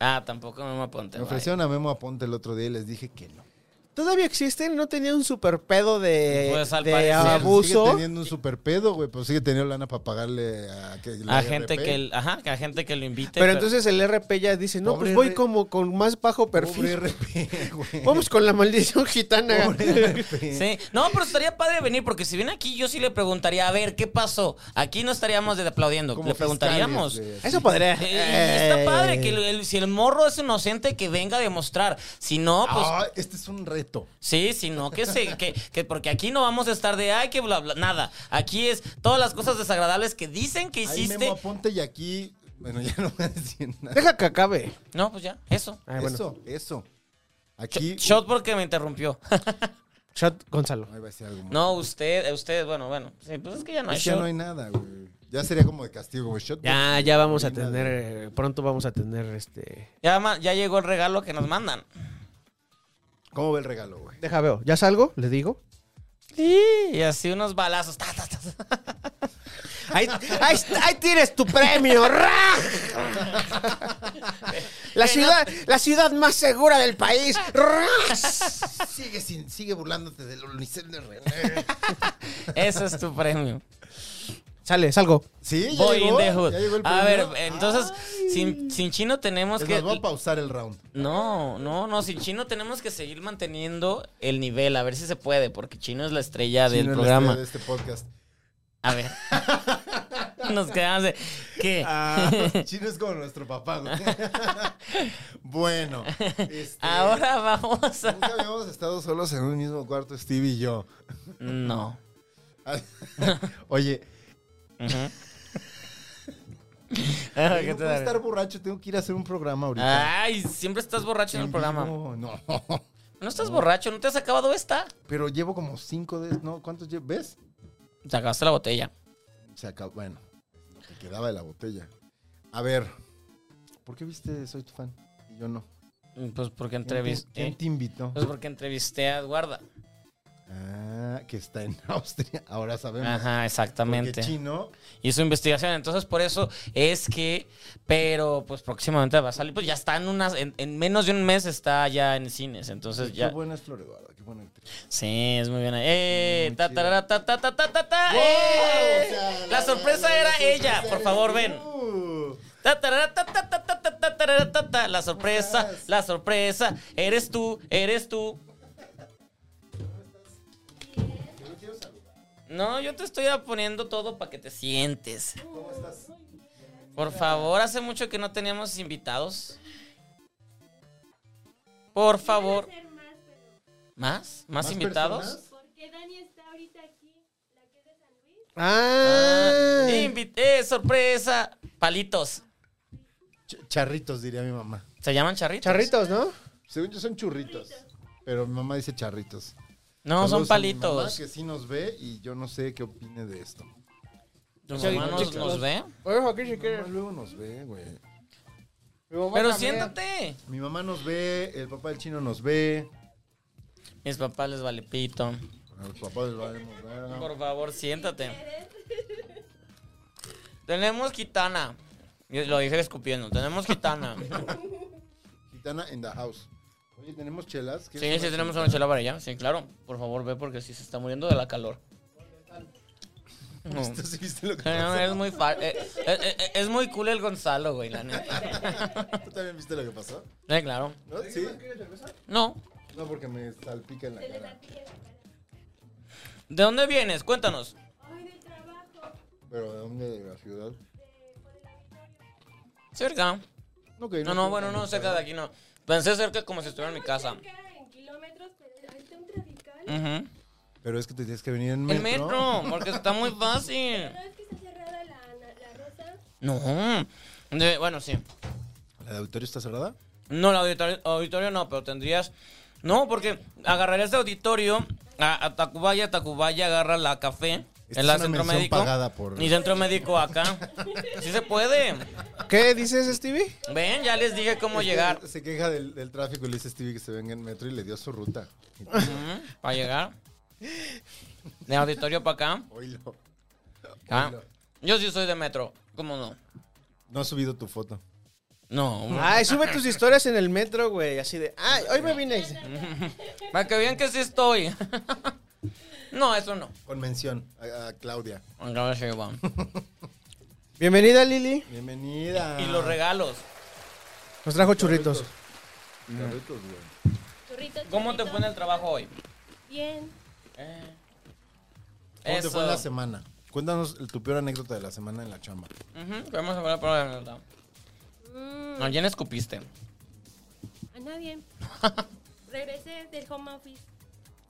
[SPEAKER 5] Ah, tampoco me aponte.
[SPEAKER 7] Me ofrecieron a Memo Aponte el otro día y les dije que no.
[SPEAKER 6] Todavía existen, no tenía un super pedo de,
[SPEAKER 5] Pues, al
[SPEAKER 6] de
[SPEAKER 5] parecer.
[SPEAKER 7] Sigue
[SPEAKER 6] abuso.
[SPEAKER 7] teniendo un super pedo, güey, pero sigue teniendo lana para pagarle a, que la
[SPEAKER 5] A gente
[SPEAKER 7] IRP.
[SPEAKER 5] que, el- ajá, que a gente que lo invite.
[SPEAKER 6] Pero entonces el RP ya dice, no,
[SPEAKER 7] Pobre
[SPEAKER 6] pues voy
[SPEAKER 7] R-
[SPEAKER 6] como con más bajo
[SPEAKER 7] Pobre
[SPEAKER 6] perfil.
[SPEAKER 7] RP,
[SPEAKER 5] [laughs]
[SPEAKER 7] güey.
[SPEAKER 6] Vamos con la maldición gitana.
[SPEAKER 7] [laughs] Pobre RP.
[SPEAKER 5] Sí, no, pero estaría padre venir porque si viene aquí yo sí le preguntaría, a ver, ¿qué pasó? Aquí no estaríamos de- aplaudiendo,
[SPEAKER 7] Como
[SPEAKER 5] le preguntaríamos.
[SPEAKER 7] fiscales, güey.
[SPEAKER 6] Eso podría.
[SPEAKER 5] Eh, y está padre que el- el- si el morro es inocente que venga a demostrar. Si no, pues
[SPEAKER 7] Ah, este es un reto.
[SPEAKER 5] sí, si no, que se, que, que porque aquí no vamos a estar de ay que bla bla. Nada. Aquí es todas las cosas desagradables que dicen que
[SPEAKER 7] Ahí
[SPEAKER 5] hiciste.
[SPEAKER 7] Memo Aponte y aquí... Bueno, [laughs] ya no voy a decir nada.
[SPEAKER 6] Deja que acabe.
[SPEAKER 5] No, pues ya, eso.
[SPEAKER 6] Ay, bueno.
[SPEAKER 7] Eso, eso.
[SPEAKER 5] Ch-
[SPEAKER 7] Aquí...
[SPEAKER 5] Shot porque me interrumpió.
[SPEAKER 6] Shot Gonzalo.
[SPEAKER 7] Ahí va a decir algo más.
[SPEAKER 5] No, usted, eh, usted, bueno, bueno. Sí, pues es que ya no hay
[SPEAKER 7] Es que ya
[SPEAKER 5] shot.
[SPEAKER 7] no hay nada, güey. Ya sería como de castigo, güey. Shot,
[SPEAKER 6] Ya, ya vamos a
[SPEAKER 7] Paulina,
[SPEAKER 6] tener, eh, pronto vamos a tener este.
[SPEAKER 5] Ya, ma- ya llegó el regalo que nos mandan.
[SPEAKER 7] ¿Cómo ve el regalo, güey?
[SPEAKER 6] Deja veo, ya salgo, les digo.
[SPEAKER 5] Y así unos balazos. ta, ta, ta, ta.
[SPEAKER 7] [laughs]
[SPEAKER 6] Ahí, ahí, está- ahí tienes tu premio, ¡ra! La ciudad, la ciudad más segura del país. ¡ra!
[SPEAKER 7] Sigue, sin, sigue burlándote del unicel de René.
[SPEAKER 5] Ese es tu premio.
[SPEAKER 6] Sale, salgo.
[SPEAKER 7] Sí, [laughs] ya
[SPEAKER 5] Boy
[SPEAKER 7] llegó.
[SPEAKER 5] in the hood.
[SPEAKER 7] Ya llegó el
[SPEAKER 5] A ver,
[SPEAKER 7] primero. Ah.
[SPEAKER 5] entonces, sin, sin chino tenemos
[SPEAKER 7] Es
[SPEAKER 5] que.
[SPEAKER 7] más, voy a pausar el round.
[SPEAKER 5] No, no, no, sin chino tenemos que seguir manteniendo el nivel, a ver si se puede, porque chino es la estrella
[SPEAKER 7] Chino este es
[SPEAKER 5] del
[SPEAKER 7] la
[SPEAKER 5] programa.
[SPEAKER 7] estrella De este podcast.
[SPEAKER 5] A ver. [laughs] Nos quedamos de. ¿Qué?
[SPEAKER 7] Ah,
[SPEAKER 5] [laughs]
[SPEAKER 7] Chino es como nuestro papá, güey. [laughs] bueno. este,
[SPEAKER 5] Ahora vamos a.
[SPEAKER 7] Nunca habíamos estado solos en un mismo cuarto, Steve y yo.
[SPEAKER 5] No.
[SPEAKER 7] Oye,
[SPEAKER 5] [laughs] Ujú.
[SPEAKER 7] oye,
[SPEAKER 5] ¿Qué
[SPEAKER 7] no
[SPEAKER 5] te
[SPEAKER 7] puedo
[SPEAKER 5] da?
[SPEAKER 7] estar borracho, tengo que ir a hacer un programa ahorita.
[SPEAKER 5] Ay, siempre estás borracho en el programa.
[SPEAKER 7] vivo, No, [laughs]
[SPEAKER 5] No estás borracho, no te has acabado esta.
[SPEAKER 7] pero llevo como cinco de... No, ¿cuántos llevo? ¿Ves?
[SPEAKER 5] Te acabaste la botella.
[SPEAKER 7] Se acabó, bueno, lo que quedaba de la botella. A ver, ¿por qué viste Soy tu fan? Y yo no.
[SPEAKER 5] Pues porque
[SPEAKER 7] ¿Quién te- ¿Quién
[SPEAKER 5] entrevisté.
[SPEAKER 7] te invitó?
[SPEAKER 5] Pues porque entrevisté a Guarda.
[SPEAKER 7] Ah, que está en [laughs] Austria, ahora sabemos.
[SPEAKER 5] Ajá,
[SPEAKER 7] Porque
[SPEAKER 5] exactamente.
[SPEAKER 7] chino,
[SPEAKER 5] Hizo investigación, entonces por eso es que, pero pues próximamente va a salir, pues ya está en unas, en, en menos de un mes está ya en cines, entonces Pues ya.
[SPEAKER 7] qué buena es Flor Eduarda, qué buena actriz.
[SPEAKER 5] Sí, es muy buena. ¡Eh!
[SPEAKER 7] Muy
[SPEAKER 5] ta,
[SPEAKER 7] chida.
[SPEAKER 5] tarara, ta, ta, ta, ta, ta, ta,
[SPEAKER 7] ¡Wow!
[SPEAKER 5] ¡Eh!
[SPEAKER 7] O sea,
[SPEAKER 5] La sorpresa era
[SPEAKER 7] sorpresa
[SPEAKER 5] ella,
[SPEAKER 7] era
[SPEAKER 5] por favor,
[SPEAKER 7] tú.
[SPEAKER 5] ven. Ta, tarara, ta, ta, ta, ta, ta, ta, tarara, ta, ta. La sorpresa, la sorpresa, eres tú, eres tú. No, yo te estoy poniendo todo para que te sientes. Por favor, hace mucho que no teníamos invitados. Por favor.
[SPEAKER 8] hacer más, pero
[SPEAKER 5] ¿Más? ¿Más,
[SPEAKER 7] ¿Más
[SPEAKER 5] invitados?
[SPEAKER 7] personas?
[SPEAKER 8] porque Dani está ahorita aquí, la que es de San Luis.
[SPEAKER 6] Ah,
[SPEAKER 5] Ah, invité, sorpresa. Palitos.
[SPEAKER 7] Ch- charritos, diría mi mamá.
[SPEAKER 5] ¿Se llaman charritos?
[SPEAKER 6] charritos, ¿no?
[SPEAKER 7] Según yo son churritos, pero mi mamá dice charritos.
[SPEAKER 5] No, son
[SPEAKER 7] Saludos a mi mamá,
[SPEAKER 5] palitos.
[SPEAKER 7] que sí nos ve y yo no sé qué opine de esto.
[SPEAKER 5] ¿Tu mamá nos,
[SPEAKER 6] Chicos.
[SPEAKER 5] nos ve?
[SPEAKER 6] Oye, Joaquín, si
[SPEAKER 7] Mi mamá
[SPEAKER 6] quieres.
[SPEAKER 7] luego nos ve, güey.
[SPEAKER 6] Mi mamá
[SPEAKER 5] Pero
[SPEAKER 6] también.
[SPEAKER 5] siéntate.
[SPEAKER 7] Mi mamá nos ve, el papá del chino nos ve,
[SPEAKER 5] Mis papás les vale pito.
[SPEAKER 7] el papá del vale nos ve.
[SPEAKER 5] Por favor, siéntate. [laughs] Tenemos gitana. Yo Lo dije escupiendo. Tenemos [laughs] gitana.
[SPEAKER 7] Gitana in the house. Oye, ¿tenemos chelas?
[SPEAKER 5] Sí,
[SPEAKER 7] ¿Quieres
[SPEAKER 5] sí, tenemos una chela para allá. Sí, claro. Por favor, ve porque sí se está muriendo de la calor. [laughs] No.
[SPEAKER 7] ¿Tú sí
[SPEAKER 5] [laughs]
[SPEAKER 7] viste lo que
[SPEAKER 5] No,
[SPEAKER 7] pasó?
[SPEAKER 5] es muy fa- eh, eh, eh, es muy cool el Gonzalo, güey, la neta. [laughs]
[SPEAKER 7] ¿Tú también viste lo que pasó?
[SPEAKER 5] Sí, claro.
[SPEAKER 7] ¿No? ¿Sí?
[SPEAKER 5] No.
[SPEAKER 7] No, porque me salpica en la cara.
[SPEAKER 5] ¿De dónde vienes? Cuéntanos.
[SPEAKER 8] Hoy del trabajo,
[SPEAKER 7] ¿Pero de dónde? ¿De la ciudad?
[SPEAKER 5] Cerca.
[SPEAKER 7] Ok,
[SPEAKER 5] No, no, bueno, no, cerca de aquí no. Pensé cerca como si estuviera en mi casa.
[SPEAKER 8] cerca en kilómetros, pero ahorita un trafical.
[SPEAKER 5] Ujú.
[SPEAKER 7] Pero es que te tienes que venir en metro.
[SPEAKER 5] El metro, porque está
[SPEAKER 8] [laughs]
[SPEAKER 5] muy fácil.
[SPEAKER 8] ¿No es que está cerrada la, la, la rosa?
[SPEAKER 5] No. De- bueno, sí.
[SPEAKER 7] ¿La de auditorio está cerrada?
[SPEAKER 5] No, el auditorio, auditorio no, pero tendrías... No, porque agarrarías de auditorio a, a Tacubaya, Tacubaya agarra la café.
[SPEAKER 7] Esta
[SPEAKER 5] en la
[SPEAKER 7] es una
[SPEAKER 5] centro
[SPEAKER 7] mención
[SPEAKER 5] médico.
[SPEAKER 7] pagada por-
[SPEAKER 5] Y centro médico
[SPEAKER 8] [laughs]
[SPEAKER 5] acá. Sí se puede.
[SPEAKER 6] ¿Qué dices, Stevie?
[SPEAKER 5] Ven, ya les dije cómo
[SPEAKER 7] Es que
[SPEAKER 5] llegar.
[SPEAKER 7] Se queja del, del tráfico y le dice a Stevie que se venga en metro y le dio su ruta. [laughs]
[SPEAKER 5] Para llegar. De auditorio para acá.
[SPEAKER 7] Oilo.
[SPEAKER 5] Ah, Yo sí soy de metro. ¿Cómo no?
[SPEAKER 7] No ha subido tu foto.
[SPEAKER 5] No. hombre.
[SPEAKER 6] Ay, sube tus historias en el metro, güey. Así de, ay, hoy me vine.
[SPEAKER 5] Para que vean que sí estoy. [laughs] No, eso no.
[SPEAKER 7] Con mención a, a Claudia.
[SPEAKER 5] Acá sí va.
[SPEAKER 7] [laughs]
[SPEAKER 6] Bienvenida, Lili.
[SPEAKER 7] Bienvenida.
[SPEAKER 5] Y los regalos.
[SPEAKER 6] Nos trajo churritos.
[SPEAKER 7] Carritos, güey.
[SPEAKER 8] Churritos,
[SPEAKER 5] ¿Cómo te
[SPEAKER 8] churritos.
[SPEAKER 5] fue en el trabajo hoy?
[SPEAKER 8] Bien.
[SPEAKER 7] ¿Cómo te fue
[SPEAKER 5] Eso.
[SPEAKER 7] la semana? Cuéntanos el- tu peor anécdota de la semana en la chamba.
[SPEAKER 5] Ujú, Vamos a hablar por la verdad.
[SPEAKER 8] Mm,
[SPEAKER 5] ¿A quién escupiste? [laughs]
[SPEAKER 8] a nadie. Regresé del home office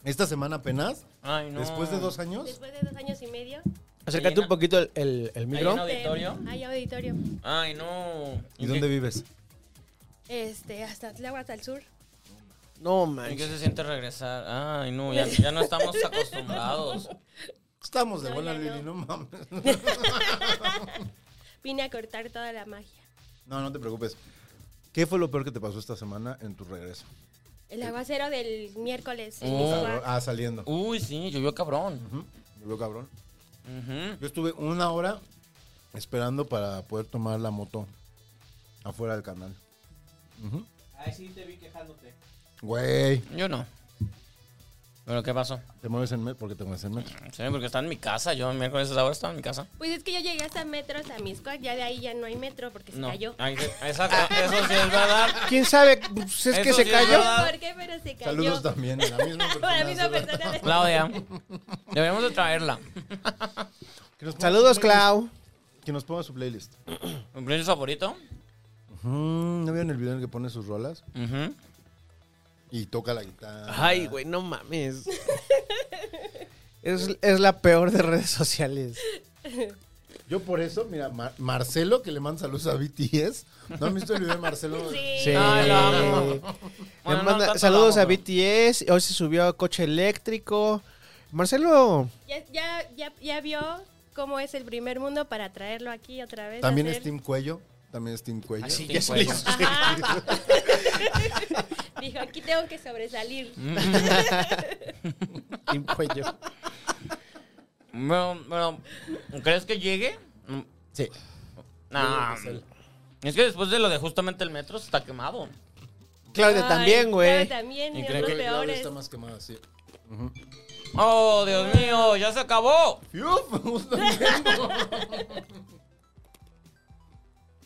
[SPEAKER 7] Esta semana apenas,
[SPEAKER 5] Ay, no.
[SPEAKER 7] después de dos años,
[SPEAKER 8] después de dos años y medio.
[SPEAKER 6] Acércate un poquito el, el, el
[SPEAKER 5] ¿Hay un
[SPEAKER 6] micro.
[SPEAKER 5] auditorio?
[SPEAKER 8] Hay auditorio.
[SPEAKER 5] Ay, no.
[SPEAKER 7] ¿y dónde
[SPEAKER 5] qué-
[SPEAKER 7] vives?
[SPEAKER 8] Este, hasta Tláhuac al sur.
[SPEAKER 6] No,
[SPEAKER 5] ¿Y qué
[SPEAKER 6] manches.
[SPEAKER 5] se siente regresar? Ay, no, ya, ya
[SPEAKER 7] [laughs]
[SPEAKER 5] no estamos acostumbrados.
[SPEAKER 7] Estamos de
[SPEAKER 8] No,
[SPEAKER 7] buena,
[SPEAKER 8] ya
[SPEAKER 7] Lili, no
[SPEAKER 8] no.
[SPEAKER 7] mames.
[SPEAKER 8] Vine a cortar toda la magia.
[SPEAKER 7] [laughs] No, no te preocupes. ¿Qué fue lo peor que te pasó esta semana en tu regreso?
[SPEAKER 8] El aguacero del miércoles. en
[SPEAKER 5] Oh.
[SPEAKER 8] Miscuac.
[SPEAKER 7] Ah, saliendo.
[SPEAKER 5] Uy, sí, llovió cabrón.
[SPEAKER 7] Ujú, me veo cabrón.
[SPEAKER 5] Ujú.
[SPEAKER 7] Yo estuve una hora esperando para poder tomar la moto afuera del canal. Ujú.
[SPEAKER 6] Ahí sí te vi quejándote.
[SPEAKER 7] Güey,
[SPEAKER 5] Yo no. ¿Pero qué pasó?
[SPEAKER 7] te mueves en metro porque te mueves en metro.
[SPEAKER 5] Sí, porque está en mi casa. Yo el miércoles a esa hora estaba en mi casa.
[SPEAKER 8] Pues es que yo llegué hasta metros a Miscuac, ya de ahí ya no hay metro porque se
[SPEAKER 5] No. ¿Ah,
[SPEAKER 8] cayó.
[SPEAKER 5] Ay, que- Exacto. Eso sí es [laughs] verdad.
[SPEAKER 6] [laughs] ¿Quién sabe? Pues es que
[SPEAKER 5] Eso
[SPEAKER 6] se
[SPEAKER 5] sí es
[SPEAKER 6] cayó.
[SPEAKER 5] verdad.
[SPEAKER 8] No sé por qué, pero se cayó.
[SPEAKER 7] Saludos también, la misma
[SPEAKER 8] [laughs]
[SPEAKER 7] persona.
[SPEAKER 8] Para la misma persona. de-
[SPEAKER 5] Claudia. Deberíamos de traerla.
[SPEAKER 7] Que nos
[SPEAKER 6] Saludos, Clau.
[SPEAKER 7] Que nos ponga su playlist.
[SPEAKER 5] ¿Un playlist favorito?
[SPEAKER 7] Mm, ¿No vieron el video en el que pone sus rolas?
[SPEAKER 5] Ujú.
[SPEAKER 7] Y toca la guitarra.
[SPEAKER 6] Ay, güey, no mames. [laughs] Es, es la peor de redes sociales.
[SPEAKER 7] Yo por eso, mira, Mar- Marcelo, que le manda saludos a BTS. ¿No han visto el video de Marcelo?
[SPEAKER 8] Sí.
[SPEAKER 6] Sí.
[SPEAKER 5] Ay, la amo.
[SPEAKER 6] Le
[SPEAKER 5] Bueno, no,
[SPEAKER 6] manda-
[SPEAKER 5] tanto
[SPEAKER 6] saludos
[SPEAKER 5] la
[SPEAKER 6] a
[SPEAKER 5] amo, pero-
[SPEAKER 6] BTS. Hoy se subió a coche eléctrico. Marcelo,
[SPEAKER 8] Ya, ya, ya, ya vio cómo es el primer mundo para traerlo aquí otra vez.
[SPEAKER 7] También este
[SPEAKER 8] a
[SPEAKER 7] es
[SPEAKER 8] hacer-
[SPEAKER 7] Team Cuello. También es Team Cuello.
[SPEAKER 5] Sí,
[SPEAKER 6] Ah,
[SPEAKER 5] pues.
[SPEAKER 6] ya se
[SPEAKER 5] güey.
[SPEAKER 6] le hizo.
[SPEAKER 8] Ajá. [laughs] Dijo, aquí tengo que sobresalir.
[SPEAKER 7] Mm.
[SPEAKER 6] Tim Cuello.
[SPEAKER 5] Bueno, bueno, ¿crees que llegue? Mm,
[SPEAKER 6] Sí.
[SPEAKER 5] Nah. Es que después de lo de justamente el metro está quemado.
[SPEAKER 6] Claudia
[SPEAKER 8] Ay,
[SPEAKER 6] también, güey.
[SPEAKER 8] Claudia también,
[SPEAKER 5] Y
[SPEAKER 8] y
[SPEAKER 5] creo
[SPEAKER 8] los
[SPEAKER 5] que
[SPEAKER 7] Claudia
[SPEAKER 8] peores.
[SPEAKER 7] está más quemada, sí.
[SPEAKER 5] Oh, Dios mío, ya se acabó.
[SPEAKER 7] Fiuf, justo a tiempo.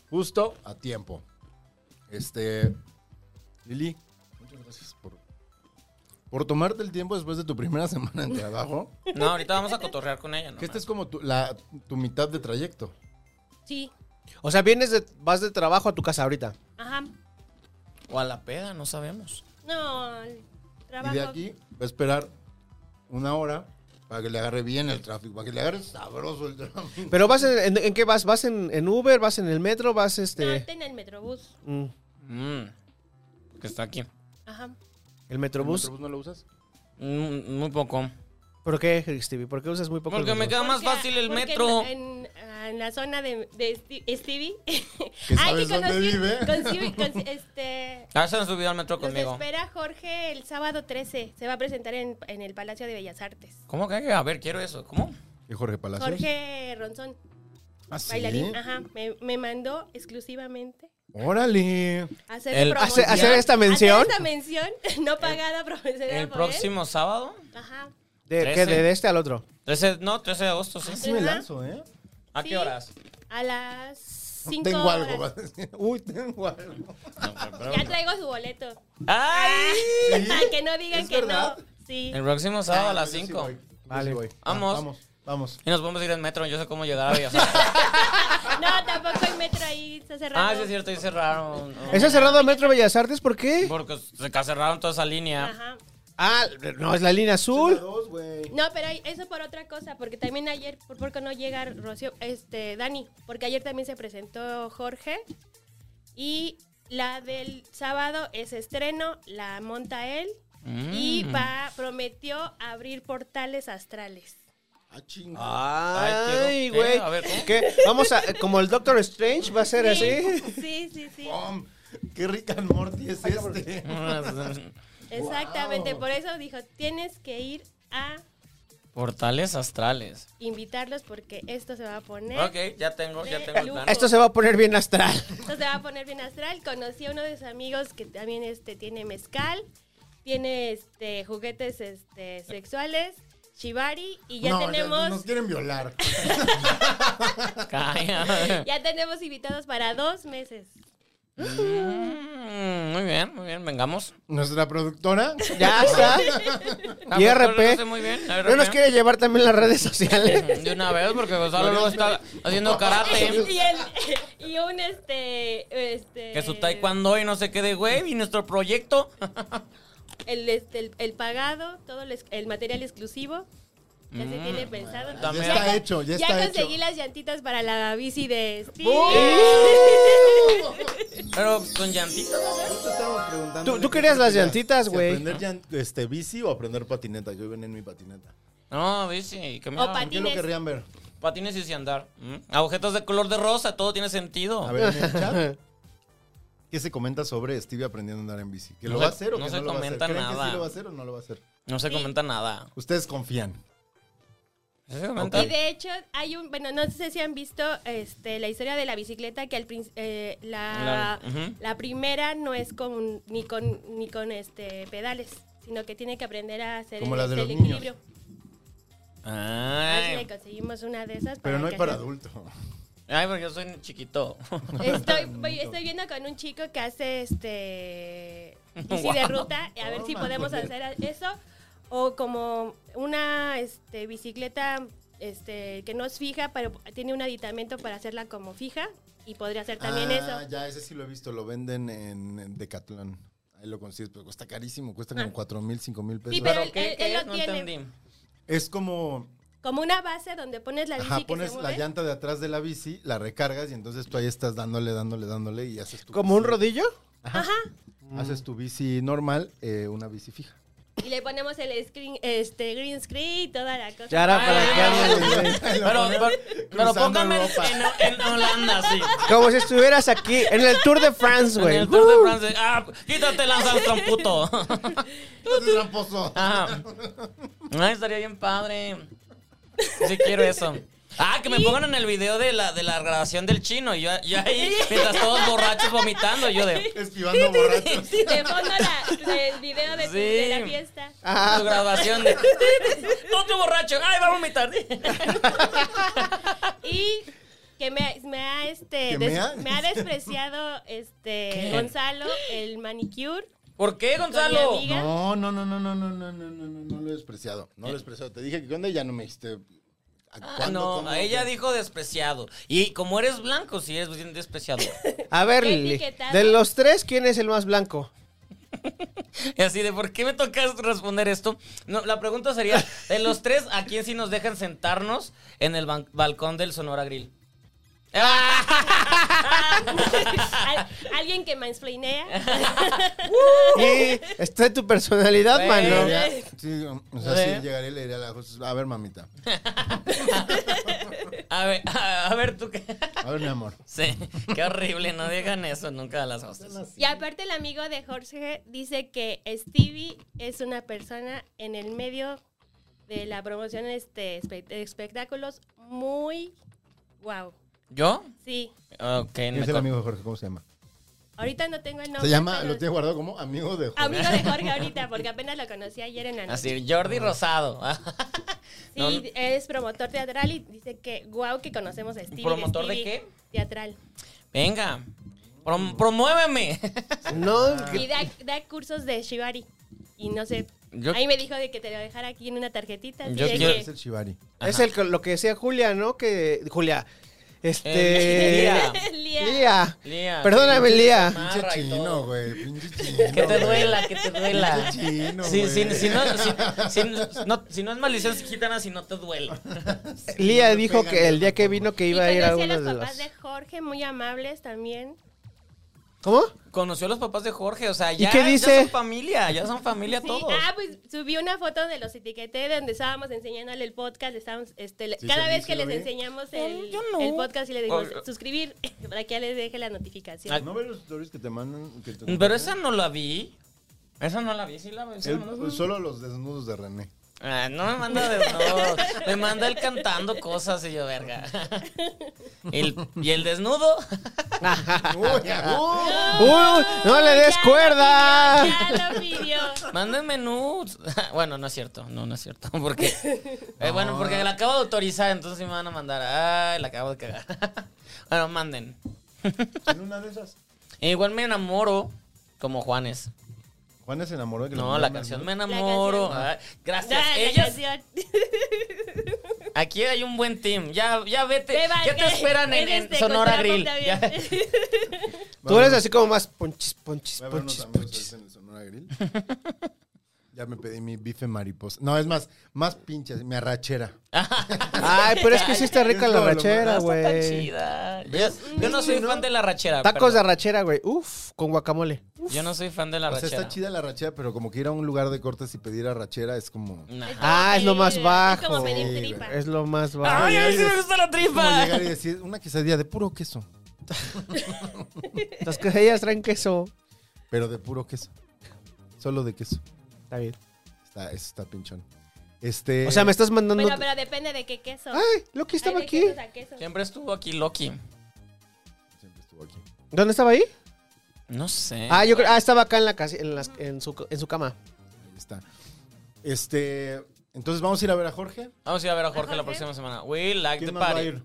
[SPEAKER 7] Justo a tiempo. Este. Lili, muchas gracias por, por tomarte el tiempo después de tu primera semana en trabajo.
[SPEAKER 5] No, ahorita vamos a cotorrear con ella.
[SPEAKER 7] que
[SPEAKER 5] nomás.
[SPEAKER 7] esta es como tu, la, tu mitad de trayecto.
[SPEAKER 8] Sí,
[SPEAKER 6] O sea, vienes de, vas de trabajo a tu casa ahorita.
[SPEAKER 8] ajá.
[SPEAKER 5] O a la peda, no sabemos.
[SPEAKER 8] No, el trabajo.
[SPEAKER 7] Y de aquí va a esperar una hora para que le agarre bien el tráfico, para que le agarre sabroso el tráfico.
[SPEAKER 6] Pero vas en, en- ¿en qué vas? ¿Vas en, en Uber? ¿Vas en el metro? ¿Vas
[SPEAKER 8] No,
[SPEAKER 6] este?
[SPEAKER 8] está en el metrobús.
[SPEAKER 6] mm,
[SPEAKER 5] Mm, Que está aquí.
[SPEAKER 8] Ajá.
[SPEAKER 6] ¿El metrobús?
[SPEAKER 7] no lo usas?
[SPEAKER 5] Mm, muy poco.
[SPEAKER 6] ¿Por qué, Stevie? ¿Por qué usas muy poco? el
[SPEAKER 5] Porque me
[SPEAKER 6] metro?
[SPEAKER 5] queda más
[SPEAKER 8] Porque-
[SPEAKER 5] fácil el
[SPEAKER 8] porque
[SPEAKER 5] metro.
[SPEAKER 8] En, en- en la zona de, de Sti- Stevie. [laughs]
[SPEAKER 7] sabes dónde vive.
[SPEAKER 8] conocí- con- este,
[SPEAKER 5] Ah, se han subido al metro
[SPEAKER 8] los
[SPEAKER 5] [laughs] conmigo.
[SPEAKER 8] espera Jorge el sábado 13. Se va a presentar en, en el Palacio de Bellas Artes.
[SPEAKER 5] ¿Cómo que? A ver, quiero eso. ¿Cómo?
[SPEAKER 7] ¿Y Jorge Palacios?
[SPEAKER 8] Jorge Ronzón,
[SPEAKER 7] ¿Ah, sí?
[SPEAKER 8] bailarín. Ajá. Me, me mandó exclusivamente
[SPEAKER 7] ¡Órale!
[SPEAKER 8] a hacer,
[SPEAKER 5] El-
[SPEAKER 8] promoción-
[SPEAKER 6] ¿Hacer- hacer esta mención?
[SPEAKER 8] hacer esta mención [laughs] no pagada, profesional.
[SPEAKER 5] El
[SPEAKER 8] por él.
[SPEAKER 5] próximo sábado.
[SPEAKER 8] Ajá.
[SPEAKER 6] ¿De, qué?
[SPEAKER 5] Trece.
[SPEAKER 6] ¿De de este al otro?
[SPEAKER 5] 13, no, 13 de agosto, Ah, sí.
[SPEAKER 7] Sí me lanzo, ¿eh?
[SPEAKER 5] ¿A qué
[SPEAKER 8] Sí.
[SPEAKER 5] horas?
[SPEAKER 8] A las 5
[SPEAKER 7] Tengo algo.
[SPEAKER 8] horas.
[SPEAKER 7] vas a decir.
[SPEAKER 5] [laughs]
[SPEAKER 7] Uy, tengo algo.
[SPEAKER 8] Ya traigo su boleto.
[SPEAKER 5] ¡Ay!
[SPEAKER 8] [laughs] Para que no digan
[SPEAKER 7] ¿Es
[SPEAKER 8] que
[SPEAKER 7] verdad?
[SPEAKER 8] no. Ah, Sí.
[SPEAKER 5] El próximo sábado a las 5.
[SPEAKER 6] Vale.
[SPEAKER 7] Vale.
[SPEAKER 5] Vamos.
[SPEAKER 7] Vamos. Vamos.
[SPEAKER 5] Y nos vamos a ir en metro, yo sé cómo llegar a
[SPEAKER 8] [laughs]
[SPEAKER 5] Bellas Artes.
[SPEAKER 8] [laughs] No, tampoco hay metro ahí. Está cerrado.
[SPEAKER 5] Ah, sí es cierto, y cerraron. no.
[SPEAKER 6] ¿Está cerrado el metro Bellas Artes? ¿Por qué?
[SPEAKER 5] Porque se ca- cerraron toda esa línea.
[SPEAKER 8] Ajá.
[SPEAKER 6] Ah, no, es la línea azul.
[SPEAKER 7] Dos, güey.
[SPEAKER 8] No, pero hay- eso por otra cosa, porque también ayer, por poco no llega Rocío, este, Dani, porque ayer también se presentó Jorge y la del sábado es estreno, la monta él y va, prometió abrir portales astrales.
[SPEAKER 7] Ah, chinga.
[SPEAKER 6] Ay,
[SPEAKER 5] Ay, quiero-
[SPEAKER 6] güey.
[SPEAKER 5] ¿Qué? A ver, ¿cómo?
[SPEAKER 6] ¿Qué? Vamos a. Como el Doctor Strange va a ser
[SPEAKER 8] Sí,
[SPEAKER 6] así.
[SPEAKER 8] sí, sí, sí.
[SPEAKER 7] Pom. ¡Qué rica and Morty es este!
[SPEAKER 5] Mm.
[SPEAKER 8] Exactamente, por eso dijo, tienes que ir a
[SPEAKER 5] [laughs] Portales astrales.
[SPEAKER 8] invitarlos porque esto se va a poner...
[SPEAKER 5] Ok, ya tengo, ya tengo el plan.
[SPEAKER 6] Esto se va a poner bien astral.
[SPEAKER 8] Esto se va a poner bien astral. Conocí a uno de sus amigos que también este, tiene mezcal, tiene este, juguetes este, sexuales, shibari, y ya
[SPEAKER 7] No,
[SPEAKER 8] tenemos...
[SPEAKER 7] nos quieren
[SPEAKER 8] [laughs]
[SPEAKER 7] violar.
[SPEAKER 5] Calla.
[SPEAKER 8] Ya tenemos invitados para dos meses.
[SPEAKER 5] Mm, Muy bien, muy bien, vengamos.
[SPEAKER 7] Nuestra productora.
[SPEAKER 5] [laughs]
[SPEAKER 6] Ya está.
[SPEAKER 5] Ah,
[SPEAKER 6] Y
[SPEAKER 5] pues,
[SPEAKER 6] RP.
[SPEAKER 5] lo sé muy bien, la
[SPEAKER 6] No nos
[SPEAKER 5] RP.
[SPEAKER 6] quiere llevar también las redes sociales.
[SPEAKER 5] De una vez, porque Gonzalo luego está haciendo karate.
[SPEAKER 8] [laughs] Y, el- y un este, este
[SPEAKER 5] Que su taekwondo y no sé qué de güey. Y nuestro proyecto.
[SPEAKER 8] El, este, el, el pagado, todo el, ex- el material exclusivo. Ya
[SPEAKER 5] Mm.
[SPEAKER 8] se tiene pensado.
[SPEAKER 7] Ya
[SPEAKER 5] También.
[SPEAKER 7] está
[SPEAKER 8] con-
[SPEAKER 7] hecho, ya
[SPEAKER 8] ya
[SPEAKER 7] está
[SPEAKER 8] conseguí
[SPEAKER 7] hecho.
[SPEAKER 8] las llantitas para la bici de Steve.
[SPEAKER 5] Pero con llantitas.
[SPEAKER 6] Tú- tú querías las llantitas, güey.
[SPEAKER 7] ¿Aprender llan- este, bici o aprender patineta? Yo ven en mi patineta.
[SPEAKER 5] No, bici. que me-
[SPEAKER 8] O patín.
[SPEAKER 7] ¿Qué lo
[SPEAKER 8] Patines.
[SPEAKER 7] querrían ver?
[SPEAKER 5] Patines y si andar. ¿Mm? Agujetas de color de rosa, todo tiene sentido.
[SPEAKER 7] A ver, en el [laughs] chat. ¿Qué se comenta sobre Stevie aprendiendo a andar en bici? ¿Que
[SPEAKER 5] No
[SPEAKER 7] lo
[SPEAKER 5] se-
[SPEAKER 7] va a hacer o
[SPEAKER 5] no
[SPEAKER 7] que
[SPEAKER 5] se
[SPEAKER 7] no lo va a hacer?
[SPEAKER 5] comenta
[SPEAKER 7] ¿Creen que
[SPEAKER 5] nada.
[SPEAKER 7] sí lo va a hacer o no lo va a hacer?
[SPEAKER 5] No se
[SPEAKER 8] Sí.
[SPEAKER 5] comenta nada.
[SPEAKER 7] Ustedes confían.
[SPEAKER 5] No se comenta.
[SPEAKER 8] Y de hecho, hay un, bueno, no sé si han visto este, la historia de la bicicleta, que al prin- eh, la,
[SPEAKER 5] La- ujú.
[SPEAKER 8] la primera no es con, ni con, ni con este, pedales, sino que tiene que aprender a hacer
[SPEAKER 7] Como
[SPEAKER 8] el,
[SPEAKER 7] las de
[SPEAKER 8] este,
[SPEAKER 7] los
[SPEAKER 8] el
[SPEAKER 7] niños.
[SPEAKER 8] equilibrio. A ver si
[SPEAKER 5] Ay,
[SPEAKER 8] le conseguimos una de esas.
[SPEAKER 7] Pero no hay
[SPEAKER 8] que
[SPEAKER 7] para
[SPEAKER 8] hacer-
[SPEAKER 7] adulto.
[SPEAKER 5] ay, porque yo soy chiquito.
[SPEAKER 8] Estoy, voy- estoy viendo con un chico que hace este bici de
[SPEAKER 5] Wow.
[SPEAKER 8] ruta, a ver
[SPEAKER 7] Oh,
[SPEAKER 8] si podemos hacer eso. O como una este, bicicleta este, que no es fija, pero tiene un aditamento para hacerla como fija y podría hacer también
[SPEAKER 7] Ah,
[SPEAKER 8] eso.
[SPEAKER 7] Ya, ese sí lo he visto, lo venden en, en Decathlon. Ahí lo consigues, pero cuesta carísimo, cuesta como
[SPEAKER 8] Ah.
[SPEAKER 7] 4 mil, 5 mil pesos.
[SPEAKER 8] Sí, pero él,
[SPEAKER 5] ¿Qué-
[SPEAKER 8] él-
[SPEAKER 5] qué
[SPEAKER 8] él
[SPEAKER 5] es?
[SPEAKER 8] lo
[SPEAKER 5] No
[SPEAKER 8] tiene
[SPEAKER 5] entendí.
[SPEAKER 7] Es como,
[SPEAKER 8] como una base donde pones la bici
[SPEAKER 7] ajá,
[SPEAKER 8] que
[SPEAKER 7] pones
[SPEAKER 8] se
[SPEAKER 7] la
[SPEAKER 8] mueve.
[SPEAKER 7] llanta de atrás de la bici, la recargas y entonces tú ahí estás dándole, dándole, dándole y haces tu
[SPEAKER 6] ¿Como un
[SPEAKER 7] bici-
[SPEAKER 6] rodillo?
[SPEAKER 7] Haces tu bici normal, eh, una bici fija.
[SPEAKER 8] y le ponemos el screen, este green screen y toda la cosa.
[SPEAKER 6] Ya era
[SPEAKER 5] Ah,
[SPEAKER 6] para
[SPEAKER 5] ya,
[SPEAKER 6] que
[SPEAKER 5] ya,
[SPEAKER 6] alguien-
[SPEAKER 5] ya, ya.
[SPEAKER 7] [laughs]
[SPEAKER 5] [laughs] Pero, pero, pero
[SPEAKER 7] Cruzando
[SPEAKER 5] póngame
[SPEAKER 7] Europa.
[SPEAKER 5] en, en Holanda, sí.
[SPEAKER 6] Como si estuvieras aquí en el Tour de France,
[SPEAKER 5] En
[SPEAKER 6] güey.
[SPEAKER 5] el Tour de
[SPEAKER 6] Uh.
[SPEAKER 5] France. Ah, quítate las Armstrong, puto. [laughs]
[SPEAKER 7] tramposo!
[SPEAKER 5] Ajá. Ay, estaría bien padre. Sí quiero eso. Ah, que me pongan en el video de la, de la grabación del chino. Yo, yo ahí, mientras todos borrachos vomitando, yo de...
[SPEAKER 7] [laughs] Esquivando borrachos. [laughs]
[SPEAKER 8] [laughs] De fondo la- el video de, tu-
[SPEAKER 5] Sí.
[SPEAKER 8] de la fiesta.
[SPEAKER 5] Tu grabación de...
[SPEAKER 7] Ah,
[SPEAKER 5] Otro borracho. Ay, va a vomitar. [laughs]
[SPEAKER 8] [laughs] Y que me, me ha este
[SPEAKER 7] ¿Que me
[SPEAKER 8] des-
[SPEAKER 7] ha?
[SPEAKER 8] me ha despreciado este Gonzalo, el manicure.
[SPEAKER 5] ¿Por qué,
[SPEAKER 8] Con
[SPEAKER 5] Gonzalo?
[SPEAKER 8] mi amiga.
[SPEAKER 7] No, no, no, no, no, no, no, no, no, no, no lo he despreciado. No lo he despreciado. Te dije que ¿qué onda y ya no me dijiste. ¿a
[SPEAKER 5] Ah,
[SPEAKER 7] cuándo,
[SPEAKER 5] no,
[SPEAKER 7] cómo,
[SPEAKER 5] ella
[SPEAKER 7] qué?
[SPEAKER 5] dijo despreciado. Y como eres blanco, sí eres bien despreciado.
[SPEAKER 8] [laughs]
[SPEAKER 6] A ver,
[SPEAKER 8] ¿Qué
[SPEAKER 6] Lili,
[SPEAKER 8] etiquetado?
[SPEAKER 6] de los tres, ¿quién es el más blanco?
[SPEAKER 5] Y así de, ¿por qué me tocas responder esto? No, la pregunta sería, de los tres, ¿a quién sí nos dejan sentarnos en el ban- balcón del Sonora Grill?
[SPEAKER 8] [laughs] Al- alguien que mansplainea.
[SPEAKER 6] Y está tu personalidad,
[SPEAKER 5] Güey.
[SPEAKER 6] mano.
[SPEAKER 7] Diría- Sí, o sea,
[SPEAKER 5] ¿Eh?
[SPEAKER 7] sí, llegaré y le diré a la José, a ver, mamita,
[SPEAKER 5] A ver, [laughs] a ver tú qué...
[SPEAKER 7] a ver,
[SPEAKER 5] [laughs]
[SPEAKER 7] mi amor.
[SPEAKER 5] Sí, qué horrible, no digan eso nunca a las hostes.
[SPEAKER 8] Y aparte el amigo de Jorge dice que Stevie es una persona en el medio de la promoción este espe- de espectáculos muy wow.
[SPEAKER 5] ¿Yo?
[SPEAKER 8] Sí.
[SPEAKER 5] Ok,
[SPEAKER 7] ¿Quién
[SPEAKER 5] me
[SPEAKER 7] es el
[SPEAKER 5] co-
[SPEAKER 7] amigo de Jorge? ¿Cómo se llama?
[SPEAKER 8] Ahorita no tengo el nombre.
[SPEAKER 7] Se llama,
[SPEAKER 8] pero-
[SPEAKER 7] lo tiene guardado como amigo de Jorge.
[SPEAKER 8] Amigo de Jorge ahorita, porque apenas lo conocí ayer en la noche.
[SPEAKER 5] Así, Jordi Rosado. [laughs]
[SPEAKER 8] Sí,
[SPEAKER 5] No,
[SPEAKER 8] es promotor teatral y dice que wow que conocemos a Stevie.
[SPEAKER 5] ¿Promotor de
[SPEAKER 8] Stevie
[SPEAKER 5] qué?
[SPEAKER 8] Teatral.
[SPEAKER 5] Venga, prom- promuéveme. [laughs]
[SPEAKER 6] No,
[SPEAKER 8] Y da, da cursos de Shibari. Y no sé.
[SPEAKER 5] Yo-
[SPEAKER 8] Ahí me dijo de que te lo dejara aquí en una tarjetita. así
[SPEAKER 5] Yo-
[SPEAKER 8] de
[SPEAKER 5] yo-
[SPEAKER 8] que-
[SPEAKER 7] Es
[SPEAKER 8] [laughs]
[SPEAKER 7] el Shibari.
[SPEAKER 6] es el, que- lo que decía Julia, ¿no? Que Julia,
[SPEAKER 5] Eh, Lía.
[SPEAKER 6] este...
[SPEAKER 8] Lía.
[SPEAKER 6] Lía.
[SPEAKER 5] Lía.
[SPEAKER 6] Perdóname, Lía.
[SPEAKER 7] Pinche
[SPEAKER 5] Amarra y todo.
[SPEAKER 7] chino, güey. Pinche chino.
[SPEAKER 5] Ah, [laughs] Que te
[SPEAKER 7] güey.
[SPEAKER 5] duela, que te duela.
[SPEAKER 7] Pinche chino,
[SPEAKER 5] Sí, sí,
[SPEAKER 7] güey.
[SPEAKER 5] si, no, si,
[SPEAKER 7] [laughs]
[SPEAKER 5] si no, si no es maldición gitana, si no te duele.
[SPEAKER 6] Lía
[SPEAKER 7] no
[SPEAKER 6] dijo
[SPEAKER 7] pegan,
[SPEAKER 6] que el
[SPEAKER 7] no
[SPEAKER 6] día que vino que
[SPEAKER 8] Y
[SPEAKER 6] iba a ir a
[SPEAKER 8] conocí
[SPEAKER 6] uno
[SPEAKER 8] los
[SPEAKER 6] de los...
[SPEAKER 8] papás de Jorge, muy amables también.
[SPEAKER 6] ¿Cómo?
[SPEAKER 5] Conoció a los papás de Jorge, o sea, ya,
[SPEAKER 6] qué
[SPEAKER 5] ya
[SPEAKER 6] dice?
[SPEAKER 5] son familia, ya son familia
[SPEAKER 8] Sí,
[SPEAKER 5] todos.
[SPEAKER 8] Ah, pues subí una foto donde los etiqueté, de donde estábamos enseñándole el podcast. le estábamos, este, le-
[SPEAKER 7] Sí,
[SPEAKER 8] cada
[SPEAKER 7] sí,
[SPEAKER 8] vez
[SPEAKER 7] sí
[SPEAKER 8] que
[SPEAKER 7] lo
[SPEAKER 8] les
[SPEAKER 7] vi.
[SPEAKER 8] enseñamos
[SPEAKER 5] No,
[SPEAKER 8] el,
[SPEAKER 5] yo no.
[SPEAKER 8] el podcast y le dimos
[SPEAKER 5] Oh, oh.
[SPEAKER 8] suscribir, [laughs] para que ya les deje la notificación.
[SPEAKER 5] Ah,
[SPEAKER 7] ¿No ves los stories que te mandan? Que te
[SPEAKER 5] Pero esa no la vi. Esa no la vi, sí la vi. sí la
[SPEAKER 7] El-
[SPEAKER 5] mandó.
[SPEAKER 7] pues, solo los desnudos
[SPEAKER 5] [laughs]
[SPEAKER 7] de René.
[SPEAKER 5] Ah, no me manda de no, me manda él cantando cosas y yo, verga. El- y el desnudo.
[SPEAKER 7] Uy, ah,
[SPEAKER 6] ¡Uy! ¡No le des
[SPEAKER 8] Ya lo
[SPEAKER 6] cuerda!
[SPEAKER 8] pidió, Ya lo pidió.
[SPEAKER 5] Mándenme nudes. Bueno, no es cierto, no, no es cierto. Porque, eh, bueno, porque la acabo de autorizar, entonces sí me van a mandar. Ay, la acabo de cagar. Bueno, manden.
[SPEAKER 7] uh, en una de esas.
[SPEAKER 5] E igual me enamoro como Juanes.
[SPEAKER 7] Juana se enamoró de que le
[SPEAKER 5] No,
[SPEAKER 7] mandaron
[SPEAKER 5] la
[SPEAKER 7] al-
[SPEAKER 5] canción Ah. me enamoro.
[SPEAKER 8] La
[SPEAKER 5] Ay, gracias.
[SPEAKER 8] Ya, la
[SPEAKER 5] Ellas,
[SPEAKER 8] canción. [laughs]
[SPEAKER 5] aquí hay un buen team. Ya, ya vete.
[SPEAKER 8] Beba,
[SPEAKER 5] ¿Qué te
[SPEAKER 8] que-
[SPEAKER 5] esperan
[SPEAKER 8] [laughs]
[SPEAKER 5] en,
[SPEAKER 8] es
[SPEAKER 5] en
[SPEAKER 8] este,
[SPEAKER 5] Sonora
[SPEAKER 8] con
[SPEAKER 5] Grill?
[SPEAKER 8] Tabo
[SPEAKER 5] Ya. [laughs]
[SPEAKER 8] también. [laughs]
[SPEAKER 6] Tú eres así como más ponchis, ponchis,
[SPEAKER 7] Voy a ver unos
[SPEAKER 6] ponchis, ponchis.
[SPEAKER 7] amigos ahorita en el Sonora
[SPEAKER 5] [laughs]
[SPEAKER 7] Grill. Ya me pedí mi bife mariposa. No, es más, más pinche, mi arrachera.
[SPEAKER 5] Ah.
[SPEAKER 7] pues,
[SPEAKER 6] Ay, pero es que sí
[SPEAKER 7] [laughs]
[SPEAKER 6] está rica
[SPEAKER 7] Es
[SPEAKER 6] la
[SPEAKER 7] lo- lo
[SPEAKER 6] rachera,
[SPEAKER 7] más-
[SPEAKER 5] No está tan
[SPEAKER 6] güey.
[SPEAKER 5] chida. Yo, yo no soy fan de la rachera.
[SPEAKER 6] Tacos de
[SPEAKER 5] perdón.
[SPEAKER 6] arrachera, güey. Uf, con guacamole.
[SPEAKER 5] Yo no soy fan de la
[SPEAKER 7] O sea,
[SPEAKER 5] rachera.
[SPEAKER 7] está chida la arrachera, pero como que ir a un lugar de cortes y pedir arrachera es como...
[SPEAKER 5] Nah.
[SPEAKER 8] Es como
[SPEAKER 6] Ah, es lo
[SPEAKER 8] pedir-
[SPEAKER 6] más
[SPEAKER 8] Es como
[SPEAKER 6] bajo.
[SPEAKER 8] pedir
[SPEAKER 7] Sí,
[SPEAKER 8] tripa. Ah.
[SPEAKER 6] Es lo más bajo.
[SPEAKER 5] Ay, a mí sí me gusta la
[SPEAKER 7] Como
[SPEAKER 5] tripa.
[SPEAKER 7] llegar y decir una quesadilla de puro queso,
[SPEAKER 6] Las quesadillas traen queso.
[SPEAKER 7] pero de puro queso. Solo de queso.
[SPEAKER 6] Está bien.
[SPEAKER 7] Está, eso está pinchón. Este...
[SPEAKER 6] O sea, me estás mandando.
[SPEAKER 8] Bueno, pero depende de qué queso.
[SPEAKER 6] Ay, Loki estaba Ah,
[SPEAKER 8] Hay de
[SPEAKER 6] aquí.
[SPEAKER 8] quesos a quesos.
[SPEAKER 5] Siempre estuvo aquí Loki.
[SPEAKER 7] Siempre estuvo aquí.
[SPEAKER 6] ¿Dónde estaba ahí?
[SPEAKER 5] No sé.
[SPEAKER 6] Ah, yo creo. Ah, estaba acá en la casa, en, las- en su, en su cama.
[SPEAKER 7] Ahí está. Este... Entonces, ¿vamos a ir a ver a Jorge?
[SPEAKER 5] Vamos a ir a ver a Jorge la
[SPEAKER 8] Jorge?
[SPEAKER 5] próxima semana. We like the
[SPEAKER 7] ¿Quién más va a
[SPEAKER 5] party.
[SPEAKER 7] ir?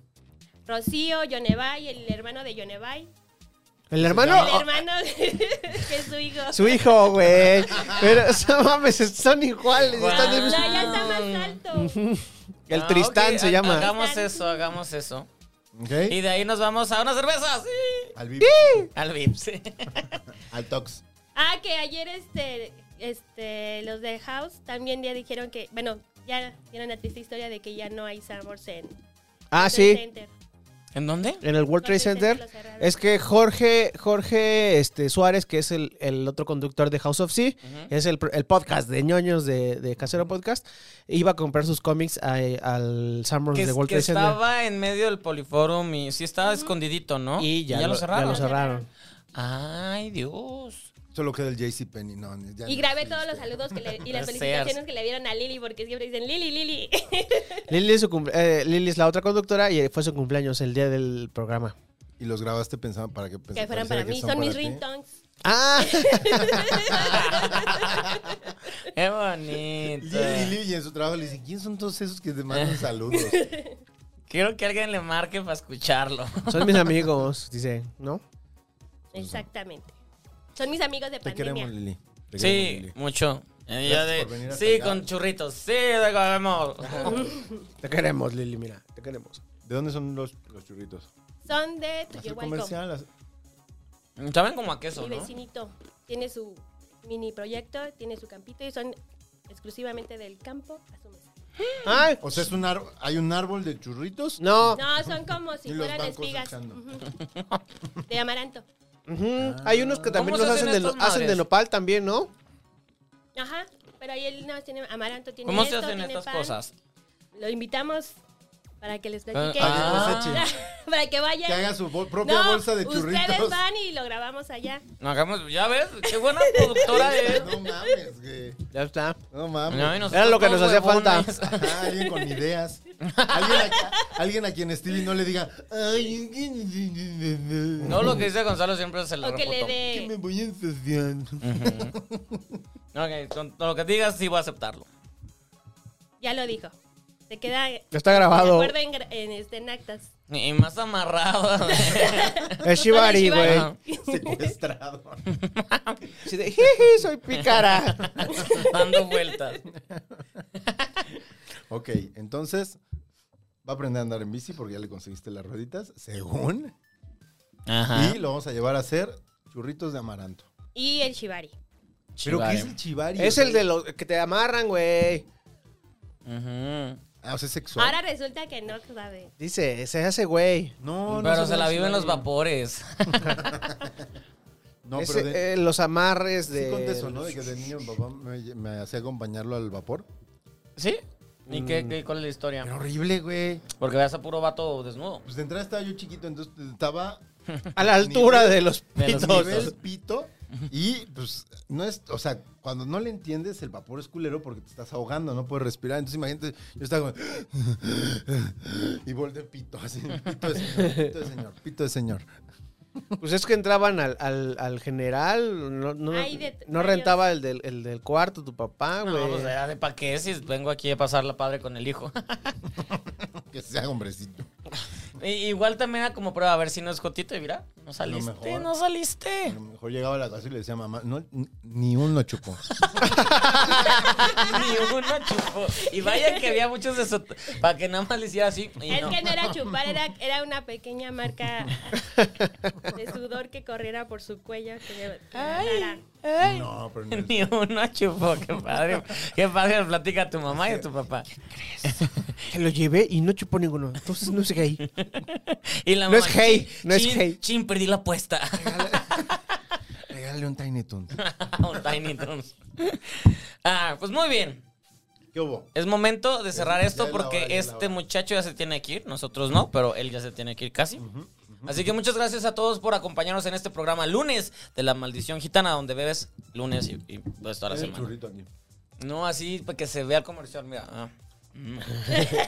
[SPEAKER 8] Rocío, Yonevay, el hermano de Yonevay.
[SPEAKER 6] ¿El hermano?
[SPEAKER 8] El
[SPEAKER 6] Oh,
[SPEAKER 8] hermano [laughs] que es su hijo.
[SPEAKER 6] su hijo, güey. Pero, [laughs] no mames, son iguales.
[SPEAKER 5] Guau.
[SPEAKER 6] están del
[SPEAKER 8] No,
[SPEAKER 6] mismo-
[SPEAKER 8] ya está más alto.
[SPEAKER 6] El
[SPEAKER 5] Ah,
[SPEAKER 6] Tristán
[SPEAKER 5] ok,
[SPEAKER 6] se
[SPEAKER 5] ha-
[SPEAKER 6] llama.
[SPEAKER 5] Hagamos eso, hagamos eso.
[SPEAKER 7] ¿Ok?
[SPEAKER 5] Y de ahí nos vamos a unas cervezas. Sí.
[SPEAKER 7] Al VIP.
[SPEAKER 5] Al VIP, sí.
[SPEAKER 7] Al Tox.
[SPEAKER 8] Ah, que ayer este, este, los de House también ya dijeron que, bueno, ya dieron la triste historia de que ya no hay Sambors en
[SPEAKER 6] Ah,
[SPEAKER 8] Trade
[SPEAKER 6] sí.
[SPEAKER 8] Center.
[SPEAKER 5] ¿En dónde?
[SPEAKER 6] En el World Trade
[SPEAKER 8] Trade Center
[SPEAKER 6] Center.
[SPEAKER 8] lo cerraron.
[SPEAKER 6] Es que Jorge, Jorge este, Suárez, que es el, el otro conductor de House of Sea, es el, pr- el podcast de ñoños de, de Casero Podcast, iba a comprar sus cómics a- al Summers
[SPEAKER 5] Que,
[SPEAKER 6] de World
[SPEAKER 5] que
[SPEAKER 6] Trade Center.
[SPEAKER 5] estaba en medio del poliforum y sí estaba escondidito, ¿no?
[SPEAKER 6] Y ya, lo, ya lo
[SPEAKER 5] cerraron.
[SPEAKER 6] cerraron.
[SPEAKER 5] Ay, Dios.
[SPEAKER 7] Solo queda el JC Penny. No, ya
[SPEAKER 8] Y
[SPEAKER 7] no
[SPEAKER 8] grabé
[SPEAKER 7] sé,
[SPEAKER 8] todos los
[SPEAKER 7] este.
[SPEAKER 8] saludos que
[SPEAKER 7] [laughs]
[SPEAKER 8] le, y
[SPEAKER 5] Puede
[SPEAKER 8] las
[SPEAKER 5] ser.
[SPEAKER 8] felicitaciones que le dieron a Lili, porque siempre dicen Lili, Lili. [laughs]
[SPEAKER 7] Pues
[SPEAKER 6] Lili es, su cumple- eh, Lili es la otra conductora y fue su cumpleaños el día del programa.
[SPEAKER 7] Y los grabaste pensando para que
[SPEAKER 8] que fueran para mí, son mis ringtones.
[SPEAKER 6] ¡Ah!
[SPEAKER 5] Qué bonito.
[SPEAKER 7] [laughs] Lili, Lili, y en su trabajo le dicen, ¿quién son todos esos que te
[SPEAKER 5] [laughs]
[SPEAKER 7] mandan saludos?
[SPEAKER 5] Quiero que alguien le marque para escucharlo.
[SPEAKER 6] Son mis amigos, [laughs] dice, ¿no?
[SPEAKER 8] Exactamente. Son mis amigos de
[SPEAKER 7] Te queremos,
[SPEAKER 8] pandemia.
[SPEAKER 7] Lili. Te queremos,
[SPEAKER 5] Sí,
[SPEAKER 7] Lili.
[SPEAKER 5] mucho. Eh, ya
[SPEAKER 7] Gracias
[SPEAKER 5] de-
[SPEAKER 7] por venir hasta
[SPEAKER 5] sí,
[SPEAKER 7] acá.
[SPEAKER 5] con churritos. Sí, de amor.
[SPEAKER 7] [laughs]
[SPEAKER 6] Te queremos, Lili, mira, te queremos.
[SPEAKER 7] ¿De dónde son los, los churritos?
[SPEAKER 8] Son de
[SPEAKER 7] Hacer
[SPEAKER 8] Tuyehualco.
[SPEAKER 7] comercial. hacer-
[SPEAKER 5] Saben como a queso,
[SPEAKER 8] Mi
[SPEAKER 5] ¿no?
[SPEAKER 8] vecinito tiene su mini proyecto, tiene su campito y son exclusivamente del campo a su mesa.
[SPEAKER 6] ¡Ay!
[SPEAKER 7] O sea, es un ar- hay un árbol de churritos. Ah,
[SPEAKER 6] No,
[SPEAKER 8] No, son como
[SPEAKER 7] [laughs]
[SPEAKER 8] si
[SPEAKER 7] Oh. Y los
[SPEAKER 8] fueran
[SPEAKER 7] van
[SPEAKER 8] espigas.
[SPEAKER 7] cosechando.
[SPEAKER 8] Ujú. De amaranto.
[SPEAKER 6] Ujú,
[SPEAKER 7] Ah.
[SPEAKER 6] Hay unos que también
[SPEAKER 5] ¿Cómo
[SPEAKER 6] los
[SPEAKER 5] se
[SPEAKER 6] hacen
[SPEAKER 5] hacen
[SPEAKER 6] de, no-
[SPEAKER 5] estas
[SPEAKER 6] hacen de
[SPEAKER 5] madres?
[SPEAKER 6] nopal también, ¿no?
[SPEAKER 8] Ajá. Pero ahí él nada más tiene amaranto, tiene
[SPEAKER 5] ¿Cómo se
[SPEAKER 8] esto,
[SPEAKER 5] hacen
[SPEAKER 8] tiene
[SPEAKER 5] estas
[SPEAKER 8] pan.
[SPEAKER 5] cosas?
[SPEAKER 8] Lo invitamos para que les platique.
[SPEAKER 5] Ah,
[SPEAKER 7] que
[SPEAKER 8] [laughs] para que vayan.
[SPEAKER 7] Que haga su bol- propia
[SPEAKER 8] No,
[SPEAKER 7] bolsa de
[SPEAKER 8] Ustedes
[SPEAKER 7] churritos.
[SPEAKER 8] van y lo grabamos allá.
[SPEAKER 5] No, hagamos, ya ves, qué buena
[SPEAKER 7] [laughs]
[SPEAKER 5] productora es.
[SPEAKER 7] [laughs] No mames, güey.
[SPEAKER 6] Ya está.
[SPEAKER 7] No mames.
[SPEAKER 5] No, y nosotros
[SPEAKER 6] Era lo que
[SPEAKER 5] todos
[SPEAKER 6] nos hacía
[SPEAKER 5] huevones.
[SPEAKER 7] Ajá, alguien con ideas. Alguien a, alguien a quien Stevie no le diga. Ay, es que-
[SPEAKER 5] No, lo que dice Gonzalo siempre se la
[SPEAKER 8] O que le
[SPEAKER 5] reputo.
[SPEAKER 7] que me
[SPEAKER 8] dé.
[SPEAKER 7] voy a ensuciar.
[SPEAKER 5] Ok, con con lo que digas sí voy a aceptarlo.
[SPEAKER 8] Ya lo dijo. Se queda. de
[SPEAKER 6] Ya está grabado.
[SPEAKER 8] acuerdo en, gra- en, este, en actas.
[SPEAKER 5] Y más amarrado.
[SPEAKER 6] [laughs]
[SPEAKER 5] [laughs]
[SPEAKER 6] Es Shibari,
[SPEAKER 8] Shibari.
[SPEAKER 6] güey.
[SPEAKER 5] Ajá.
[SPEAKER 7] [laughs] Secuestrado.
[SPEAKER 6] Así de, "Jiji, soy
[SPEAKER 7] [laughs]
[SPEAKER 6] pícara.
[SPEAKER 5] dando vueltas.
[SPEAKER 7] ok, entonces va a aprender a andar en bici porque ya le conseguiste las rueditas, según.
[SPEAKER 5] Ajá.
[SPEAKER 7] Y lo vamos a llevar a hacer churritos de amaranto.
[SPEAKER 8] Y el Shibari.
[SPEAKER 7] ¿Pero qué es el
[SPEAKER 6] [laughs]
[SPEAKER 7] chivari?
[SPEAKER 6] es el de los que te amarran, güey.
[SPEAKER 5] Ujú.
[SPEAKER 7] Ah, o sea, es sexual.
[SPEAKER 8] Ahora resulta que no sabe.
[SPEAKER 6] Dice, se hace güey.
[SPEAKER 7] No, no.
[SPEAKER 5] Pero
[SPEAKER 7] son
[SPEAKER 5] se la
[SPEAKER 7] los
[SPEAKER 5] viven los
[SPEAKER 7] chivari.
[SPEAKER 5] vapores. [laughs]
[SPEAKER 7] [laughs] No,
[SPEAKER 6] Es,
[SPEAKER 7] pero de,
[SPEAKER 6] eh, los amarres de.
[SPEAKER 7] Sí conté eso, ¿no? De que de niño mi papá me, me hacía acompañarlo al vapor.
[SPEAKER 5] ¿Sí? ¿Y qué, qué- cuál es la historia?
[SPEAKER 7] Era horrible, güey.
[SPEAKER 5] Porque veas a puro vato desnudo.
[SPEAKER 7] Pues de entrada estaba yo chiquito, entonces estaba
[SPEAKER 6] A la altura
[SPEAKER 7] Nivel-
[SPEAKER 6] de los
[SPEAKER 5] de los
[SPEAKER 6] pitos.
[SPEAKER 7] nivel pito y pues no es, o sea, cuando no le entiendes el vapor es culero porque te estás ahogando, no puedes respirar. Entonces imagínate, yo estaba como y volteé pito [laughs] así, pito de señor, pito de señor, pito de señor.
[SPEAKER 6] Pues es que entraban al, al, al general. No, no,
[SPEAKER 8] Ay, de-
[SPEAKER 6] no rentaba el del, el del cuarto tu papá, güey.
[SPEAKER 5] No, pues ya de pa' qué si vengo aquí a pasar la padre con el hijo. [laughs]
[SPEAKER 7] Que sea hombrecito.
[SPEAKER 5] Y- igual también era como prueba a ver si no es Jotito y mira, no saliste,
[SPEAKER 7] mejor.
[SPEAKER 5] no
[SPEAKER 7] A
[SPEAKER 5] saliste. [laughs]
[SPEAKER 7] lo mejor llegaba a la casa y le decía mamá, no, n- ni uno chupó.
[SPEAKER 5] Ni uno chupó. Y vaya que había muchos de eso. Para que nada más le hiciera así. y
[SPEAKER 8] Es
[SPEAKER 5] no.
[SPEAKER 8] que no
[SPEAKER 5] [laughs]
[SPEAKER 8] era chupar, era, era una pequeña
[SPEAKER 7] [laughs]
[SPEAKER 8] marca de sudor que corriera por su cuello. Que le-
[SPEAKER 5] Ay.
[SPEAKER 7] No, pero no.
[SPEAKER 5] Ni uno chupó, qué padre. Qué padre platica a tu mamá y a tu papá.
[SPEAKER 6] Que lo llevé y no chupó ninguno. Entonces no sé qué hay.
[SPEAKER 5] Y la
[SPEAKER 6] No es
[SPEAKER 5] mamá,
[SPEAKER 6] gay,
[SPEAKER 5] "Chin,
[SPEAKER 6] no es
[SPEAKER 5] chin,
[SPEAKER 6] gay".
[SPEAKER 5] Chin, perdí la apuesta. [laughs]
[SPEAKER 7] Regálale un Tiny Toon.
[SPEAKER 5] Un Oh, Tiny Toons. Ah, pues muy bien.
[SPEAKER 7] ¿Qué hubo?
[SPEAKER 5] Es momento de cerrar
[SPEAKER 7] Ya
[SPEAKER 5] esto
[SPEAKER 7] es la
[SPEAKER 5] porque
[SPEAKER 7] hora, ya es la
[SPEAKER 5] este
[SPEAKER 7] hora.
[SPEAKER 5] muchacho ya se tiene que ir, nosotros no, pero él ya se tiene que ir casi. Así que muchas gracias a todos por acompañarnos en este programa lunes de la maldición gitana, donde bebes lunes y, y, pues toda la
[SPEAKER 7] Tiene
[SPEAKER 5] semana.
[SPEAKER 7] churrito aquí.
[SPEAKER 5] No así para que se vea el comercial, mira. ah. Mm.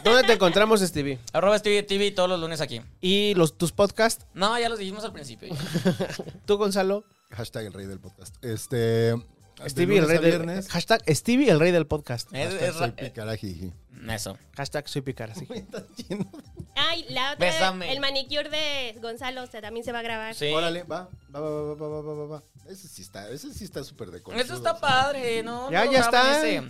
[SPEAKER 6] ¿Dónde te encontramos, Stevie?
[SPEAKER 5] Arroba Stevie TV todos los lunes aquí.
[SPEAKER 6] Y los, tus podcasts.
[SPEAKER 5] No, ya los dijimos al
[SPEAKER 7] [laughs]
[SPEAKER 5] principio.
[SPEAKER 6] Tú, Gonzalo.
[SPEAKER 7] Hashtag el rey del podcast. Este.
[SPEAKER 6] Stevie, el
[SPEAKER 7] lunes
[SPEAKER 6] rey
[SPEAKER 7] a
[SPEAKER 6] del,
[SPEAKER 7] viernes.
[SPEAKER 6] hashtag Stevie, el rey del podcast.
[SPEAKER 5] Es-
[SPEAKER 7] hashtag
[SPEAKER 5] es
[SPEAKER 7] soy
[SPEAKER 5] ra- eh,
[SPEAKER 7] pícara, jiji.
[SPEAKER 5] Eso.
[SPEAKER 6] Hashtag soy picar, sí.
[SPEAKER 7] Está lleno de-
[SPEAKER 8] Ay, la otra.
[SPEAKER 5] Bésame.
[SPEAKER 8] El manicure de Gonzalo o sea, también se va a grabar.
[SPEAKER 5] Sí.
[SPEAKER 7] Órale, va, va, va, va, va, va, va, va, va. Ese sí está, ese sí está súper de
[SPEAKER 5] Eso está padre, ¿no?
[SPEAKER 6] Ya,
[SPEAKER 5] No,
[SPEAKER 6] ya
[SPEAKER 5] graban
[SPEAKER 6] está.
[SPEAKER 5] ese.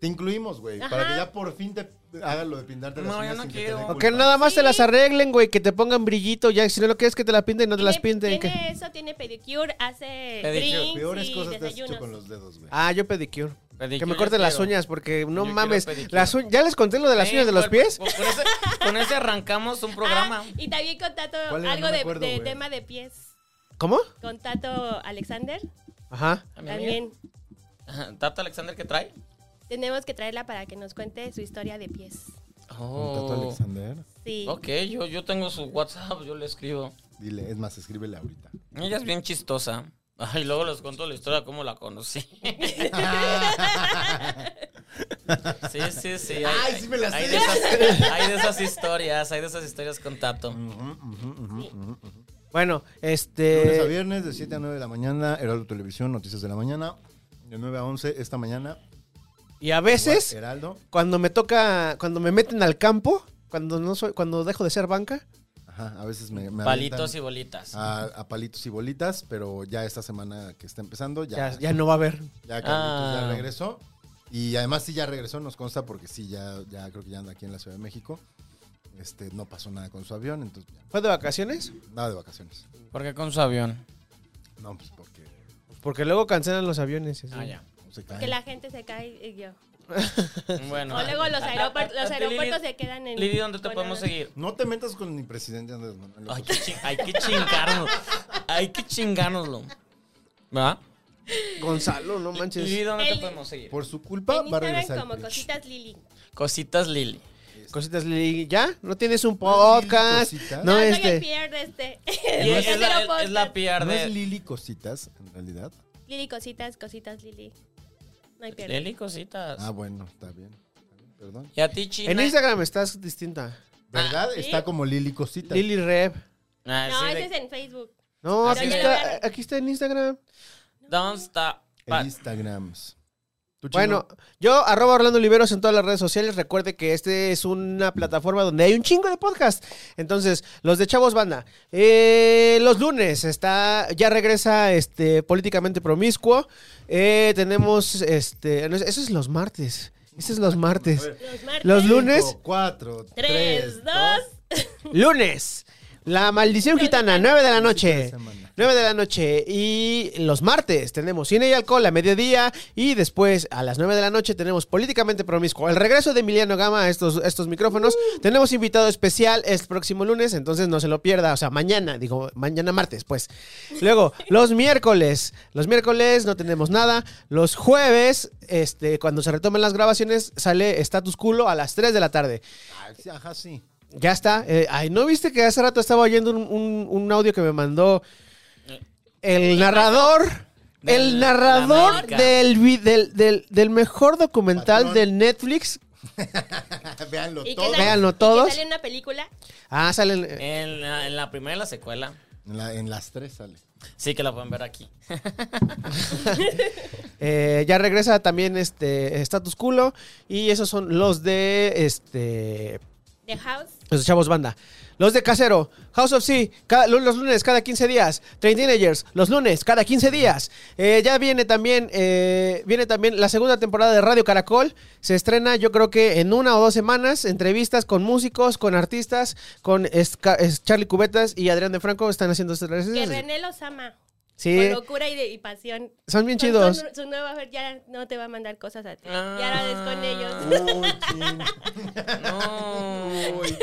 [SPEAKER 7] Te incluimos, güey, para que ya por fin te hagas lo de pintarte las
[SPEAKER 5] No, yo
[SPEAKER 7] uñas
[SPEAKER 5] no
[SPEAKER 7] sin que te
[SPEAKER 5] quiero.
[SPEAKER 7] den
[SPEAKER 6] O
[SPEAKER 7] culpa.
[SPEAKER 6] que nada más te las arreglen, güey, que te pongan brillito. Ya, si no lo quieres que te la pinten, no te las
[SPEAKER 8] Tiene-
[SPEAKER 6] pinten.
[SPEAKER 8] Tiene
[SPEAKER 6] que-
[SPEAKER 8] eso, tiene pedicure, hace
[SPEAKER 5] Pedicure.
[SPEAKER 8] drinks
[SPEAKER 7] Peores
[SPEAKER 8] y
[SPEAKER 7] cosas te has hecho
[SPEAKER 8] desayunos.
[SPEAKER 7] con los dedos, güey.
[SPEAKER 6] Ah, yo pedicure.
[SPEAKER 5] Pedicure
[SPEAKER 6] que me
[SPEAKER 5] yo
[SPEAKER 6] corten las
[SPEAKER 5] quiero.
[SPEAKER 6] uñas, porque no
[SPEAKER 5] Yo quiero
[SPEAKER 6] mames.
[SPEAKER 5] pedicure.
[SPEAKER 6] Las uñ- ¿Ya les conté lo de las
[SPEAKER 5] Sí,
[SPEAKER 6] uñas de los
[SPEAKER 5] por-
[SPEAKER 6] pies?
[SPEAKER 5] por- Con ese, con ese arrancamos un programa.
[SPEAKER 8] Ah, y también con Tato,
[SPEAKER 7] ¿Cuál era?
[SPEAKER 8] algo
[SPEAKER 7] No me
[SPEAKER 8] de,
[SPEAKER 7] acuerdo,
[SPEAKER 8] de
[SPEAKER 7] güey.
[SPEAKER 8] tema de pies.
[SPEAKER 6] ¿Cómo?
[SPEAKER 8] Con Tato Alexander,
[SPEAKER 6] Ajá.
[SPEAKER 5] ¿A mi amiga?
[SPEAKER 8] también
[SPEAKER 5] Ajá, ¿Tata Alexander qué trae?
[SPEAKER 8] tenemos que traerla para que nos cuente su historia de pies.
[SPEAKER 7] Tato
[SPEAKER 5] Oh,
[SPEAKER 7] Alexander.
[SPEAKER 8] Sí.
[SPEAKER 5] ok, yo, yo tengo su WhatsApp, yo le escribo.
[SPEAKER 7] Dile, es más, escríbele ahorita.
[SPEAKER 5] [laughs] Ella es bien chistosa. Ay, luego les cuento la historia, cómo la conocí. [laughs] Sí, sí, sí. hay-
[SPEAKER 7] Ay, sí me la
[SPEAKER 5] hay
[SPEAKER 7] sé.
[SPEAKER 5] de, esas, hay de esas historias, hay de esas historias con Tato.
[SPEAKER 6] Bueno,
[SPEAKER 7] Lunes a
[SPEAKER 6] este.
[SPEAKER 7] viernes, de 7 a 9 de la mañana, Heraldo Televisión, Noticias de la Mañana. De 9 a 11, esta mañana.
[SPEAKER 6] Y a veces,
[SPEAKER 7] Heraldo.
[SPEAKER 6] cuando me toca, cuando me meten al campo, cuando no soy, cuando dejo de ser banca,
[SPEAKER 7] Ajá, a veces me. me
[SPEAKER 5] Palitos y
[SPEAKER 7] avientan
[SPEAKER 5] bolitas.
[SPEAKER 7] A, a palitos y bolitas, pero ya esta semana que está empezando, ya.
[SPEAKER 6] ya, ya no va a haber.
[SPEAKER 7] Ya Carlitos
[SPEAKER 5] Ah.
[SPEAKER 7] ya regresó. Y además sí ya regresó, nos consta, porque sí, ya, ya creo que ya anda aquí en la Ciudad de México. Este, no pasó nada con su avión, entonces ya,
[SPEAKER 6] ¿Fue de vacaciones?
[SPEAKER 7] nada de vacaciones.
[SPEAKER 5] ¿Por qué con su avión?
[SPEAKER 7] No, pues porque
[SPEAKER 6] Porque luego cancelan los aviones. y así.
[SPEAKER 5] Ah, ya.
[SPEAKER 7] no se
[SPEAKER 8] Que
[SPEAKER 7] caen.
[SPEAKER 8] la gente se cae y yo.
[SPEAKER 5] Bueno.
[SPEAKER 8] O luego
[SPEAKER 5] Ah,
[SPEAKER 8] los, aeropuertos los
[SPEAKER 5] Lili,
[SPEAKER 8] aeropuertos se quedan en.
[SPEAKER 5] Lili, ¿dónde te
[SPEAKER 8] con
[SPEAKER 5] podemos
[SPEAKER 8] nada.
[SPEAKER 5] seguir?
[SPEAKER 7] No te metas con mi presidente Andrés Manuel.
[SPEAKER 5] Hay que, chin- hay que chingarnos. Hay que chingárnoslo. ¿Verdad?
[SPEAKER 6] Gonzalo, no manches.
[SPEAKER 5] Lili, ¿dónde te
[SPEAKER 8] El-
[SPEAKER 5] podemos seguir?
[SPEAKER 7] Por su culpa
[SPEAKER 8] En
[SPEAKER 7] va a
[SPEAKER 8] Instagram
[SPEAKER 7] regresar.
[SPEAKER 8] como
[SPEAKER 7] el PRI.
[SPEAKER 8] cositas Lili.
[SPEAKER 5] Cositas Lili.
[SPEAKER 6] Cositas, Lili, ¿ya? ¿No tienes un podcast?
[SPEAKER 7] Cositas.
[SPEAKER 6] No,
[SPEAKER 8] No, soy el
[SPEAKER 6] este.
[SPEAKER 8] Pierre este. [laughs]
[SPEAKER 5] Y es, es la, es- es la PR
[SPEAKER 7] ¿No es
[SPEAKER 5] de
[SPEAKER 7] Lili Cositas, en realidad?
[SPEAKER 8] Lili, cositas, cositas Lili. No hay pierde.
[SPEAKER 5] Lili Cositas.
[SPEAKER 7] Ah, bueno, está bien. está bien, Perdón.
[SPEAKER 5] Y a ti, China.
[SPEAKER 6] En Instagram estás distinta.
[SPEAKER 7] ¿Verdad?
[SPEAKER 8] Ah, ¿sí?
[SPEAKER 7] Está como Lili Cositas.
[SPEAKER 6] Lili Rev.
[SPEAKER 5] Ah,
[SPEAKER 8] No,
[SPEAKER 5] sí,
[SPEAKER 8] ese
[SPEAKER 5] de-
[SPEAKER 8] es en Facebook.
[SPEAKER 6] No,
[SPEAKER 5] Así
[SPEAKER 6] aquí
[SPEAKER 5] de-
[SPEAKER 6] está, aquí está en Instagram.
[SPEAKER 5] Don't stop.
[SPEAKER 7] En Instagram. ¿Tú, Chino?
[SPEAKER 6] Bueno, yo arroba Orlando Oliveros en todas las redes sociales. Recuerde que este es una plataforma donde hay un chingo de podcast. Entonces, los de Chavos Banda. eh, los lunes está. Ya regresa este políticamente promiscuo. Eh, tenemos este. no, Eso es los martes. Eso es los martes.
[SPEAKER 8] Los martes.
[SPEAKER 6] Los lunes.
[SPEAKER 7] Cinco, cuatro,
[SPEAKER 8] Tres, dos.
[SPEAKER 6] Lunes. La maldición gitana, 9 de la noche.
[SPEAKER 7] semana.
[SPEAKER 6] 9 de la noche. Y los martes tenemos cine y alcohol a mediodía. Y después a las 9 de la noche tenemos políticamente promiscuo. El regreso de Emiliano Gama a estos, estos micrófonos. Tenemos invitado especial el próximo lunes. Entonces no se lo pierda. O sea, mañana, digo, mañana martes, pues. Luego, los miércoles. Los miércoles no tenemos nada. Los jueves, este, cuando se retomen las grabaciones, sale Status Culo a las 3 de la tarde.
[SPEAKER 7] Ah, sí, Ajá, sí. [laughs]
[SPEAKER 6] Ya está. Eh, ay, ¿no viste que hace rato estaba oyendo un, un- un audio que me mandó el narrador?
[SPEAKER 5] De
[SPEAKER 6] El
[SPEAKER 5] la- la
[SPEAKER 6] narrador
[SPEAKER 5] América.
[SPEAKER 6] del, vi- del, del- del mejor documental
[SPEAKER 7] Patrón.
[SPEAKER 6] de Netflix.
[SPEAKER 7] Véanlo
[SPEAKER 8] ¿Y que
[SPEAKER 7] todo.
[SPEAKER 8] sale-
[SPEAKER 6] Véanlo
[SPEAKER 8] y que
[SPEAKER 6] todos.
[SPEAKER 8] sale una película.
[SPEAKER 6] Ah, sale.
[SPEAKER 5] En la, en la primera y la secuela.
[SPEAKER 7] En, la- en las tres sale.
[SPEAKER 5] Sí que la pueden ver aquí.
[SPEAKER 6] eh, ya regresa también este Status Culo. Y esos son los de este.
[SPEAKER 8] The House.
[SPEAKER 6] Los chavos banda. Los de casero, House of Sea, cada- lu- los lunes cada 15 días. Train Teenagers, los lunes cada 15 días. Eh, ya viene también, eh, viene también la segunda temporada de Radio Caracol. Se estrena yo creo que en una o dos semanas. Entrevistas con músicos, con artistas, con es- ca- es Charlie Cubetas y Adrián de Franco están haciendo estas
[SPEAKER 8] Que
[SPEAKER 6] entrevistas.
[SPEAKER 8] René los ama.
[SPEAKER 6] Sí,
[SPEAKER 8] Con locura y, de- y pasión.
[SPEAKER 6] son bien
[SPEAKER 8] Con
[SPEAKER 6] chidos.
[SPEAKER 8] Su, su nueva ver ya no te va a mandar cosas a ti.
[SPEAKER 5] Ah.
[SPEAKER 8] Ya ahora es con ellos. [laughs]
[SPEAKER 7] Uy, chin.
[SPEAKER 5] No.
[SPEAKER 7] [laughs] Uy.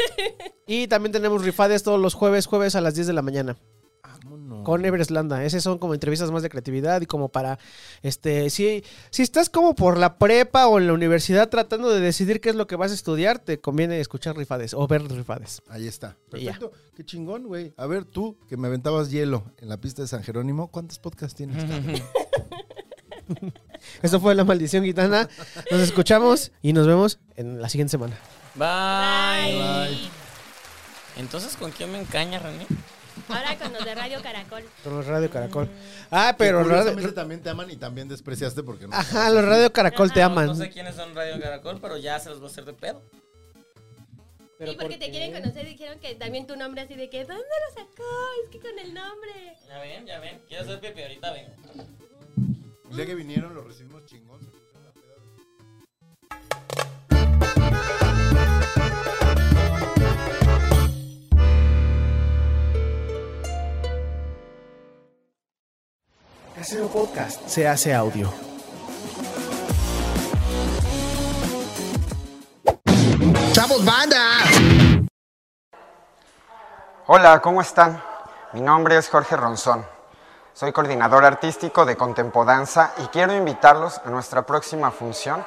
[SPEAKER 6] Y también tenemos rifades todos los jueves, jueves a las 10 de la mañana.
[SPEAKER 7] Vámonos.
[SPEAKER 6] con Everest Landa. Esas son como entrevistas más de creatividad y como para, este, si, si estás como por la prepa o en la universidad tratando de decidir qué es lo que vas a estudiar, te conviene escuchar rifades o ver rifades.
[SPEAKER 7] Ahí está.
[SPEAKER 6] Y ya.
[SPEAKER 7] Perfecto. Qué chingón, güey. A ver, tú, que me aventabas hielo en la pista de San Jerónimo, ¿cuántos podcasts tienes? cabrón?
[SPEAKER 6] Esto fue La Maldición Gitana. Nos escuchamos y nos vemos en la siguiente semana.
[SPEAKER 5] Bye.
[SPEAKER 7] Bye.
[SPEAKER 5] Entonces, ¿con quién me encaña, René?
[SPEAKER 8] Ahora con los de Radio Caracol.
[SPEAKER 6] Con los Radio Caracol. Ah, pero
[SPEAKER 7] Que
[SPEAKER 6] radio,
[SPEAKER 7] curiosamente también te aman y también despreciaste porque no.
[SPEAKER 6] Ajá, los Radio Caracol te
[SPEAKER 5] No-
[SPEAKER 7] Pues
[SPEAKER 6] aman.
[SPEAKER 5] No sé quiénes son Radio Caracol, pero ya se los va a hacer de pedo.
[SPEAKER 8] sí, porque te quieren conocer. Dijeron que también tu nombre así de que, ¿dónde lo sacó? Es que con el nombre.
[SPEAKER 5] Ya ven, ya ven. Quiero hacer pipi, ahorita ven.
[SPEAKER 7] El día que vinieron los recibimos chingón. se pusieron la peda de-
[SPEAKER 3] Casero Podcast se hace audio.
[SPEAKER 4] ¡Chavos, banda!
[SPEAKER 1] Hola, ¿cómo están? Mi nombre es Jorge Ronzón. Soy coordinador artístico de Contempodanza y quiero invitarlos a nuestra próxima función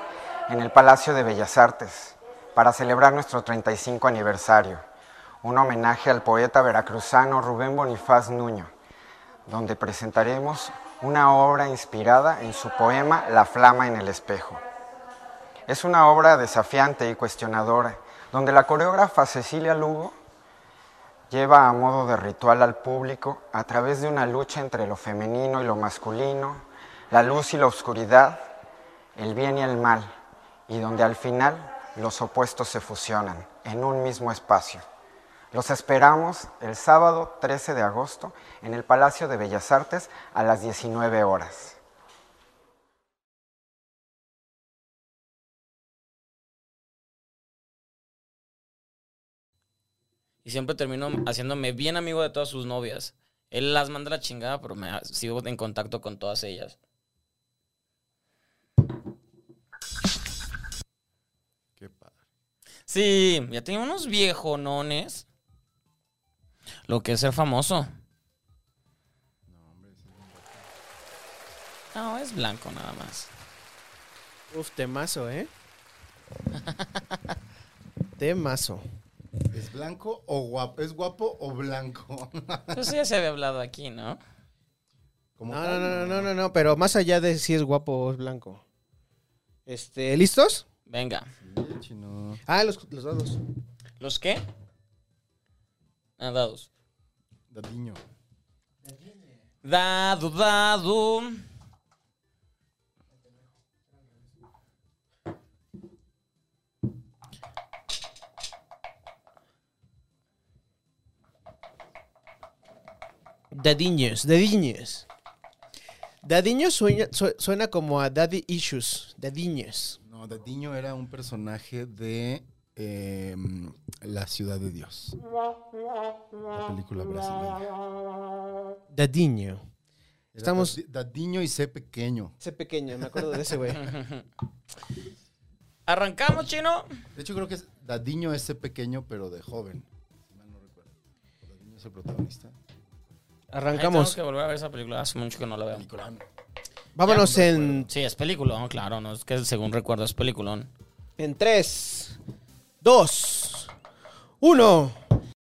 [SPEAKER 1] en el Palacio de Bellas Artes para celebrar nuestro 35 aniversario, un homenaje al poeta veracruzano Rubén Bonifaz Nuño, donde presentaremos una obra inspirada en su poema La flama en el espejo. Es una obra desafiante y cuestionadora, donde la coreógrafa Cecilia Lugo lleva a modo de ritual al público a través de una lucha entre lo femenino y lo masculino, la luz y la oscuridad, el bien y el mal, y donde al final los opuestos se fusionan en un mismo espacio. Los esperamos el sábado 13 de agosto en el Palacio de Bellas Artes a las 19 horas.
[SPEAKER 5] Y siempre termino haciéndome bien amigo de todas sus novias. Él las manda a la chingada, pero me sigo en contacto con todas ellas.
[SPEAKER 7] Qué padre.
[SPEAKER 5] Sí, ya tenía unos viejonones. Lo que es ser famoso. No, es blanco nada más.
[SPEAKER 6] Uf, temazo, ¿eh? [laughs] temazo.
[SPEAKER 7] ¿Es blanco o guapo? ¿Es guapo o blanco? [laughs]
[SPEAKER 5] Eso Pues ya se había hablado aquí, ¿no?
[SPEAKER 7] Como
[SPEAKER 6] No, no,
[SPEAKER 7] tal,
[SPEAKER 6] no, no, no, no, pero más allá de si es guapo o es blanco. Este, ¿listos?
[SPEAKER 5] Venga.
[SPEAKER 7] Sí, chino.
[SPEAKER 6] Ah, los, los dados.
[SPEAKER 5] ¿Los qué? Ah, dados.
[SPEAKER 7] Dadiño.
[SPEAKER 5] Dado, dado.
[SPEAKER 6] Dadiños, dadiños. Dadiños sueña- su- suena como a daddy issues. Dadiños.
[SPEAKER 7] No, Dadiño era un personaje de eh, La Ciudad de Dios. La película brasileña.
[SPEAKER 6] Dadiño.
[SPEAKER 7] Era
[SPEAKER 6] Estamos-
[SPEAKER 7] Dadi- Dadiño y C pequeño.
[SPEAKER 6] Ese pequeño, me acuerdo de ese güey.
[SPEAKER 5] ¿Arrancamos, chino?
[SPEAKER 7] De hecho, creo que es Dadiño es C pequeño, pero de joven. Si mal no recuerdo. Dadiño es el protagonista.
[SPEAKER 5] Ahí Tenemos
[SPEAKER 6] Arrancamos.
[SPEAKER 5] que volver a ver esa película. Hace mucho que no la veo.
[SPEAKER 7] Peliculón.
[SPEAKER 6] Vámonos en,
[SPEAKER 5] Sí, es peliculón, claro. No, es que según recuerdo es peliculón.
[SPEAKER 6] en 3, 2, 1.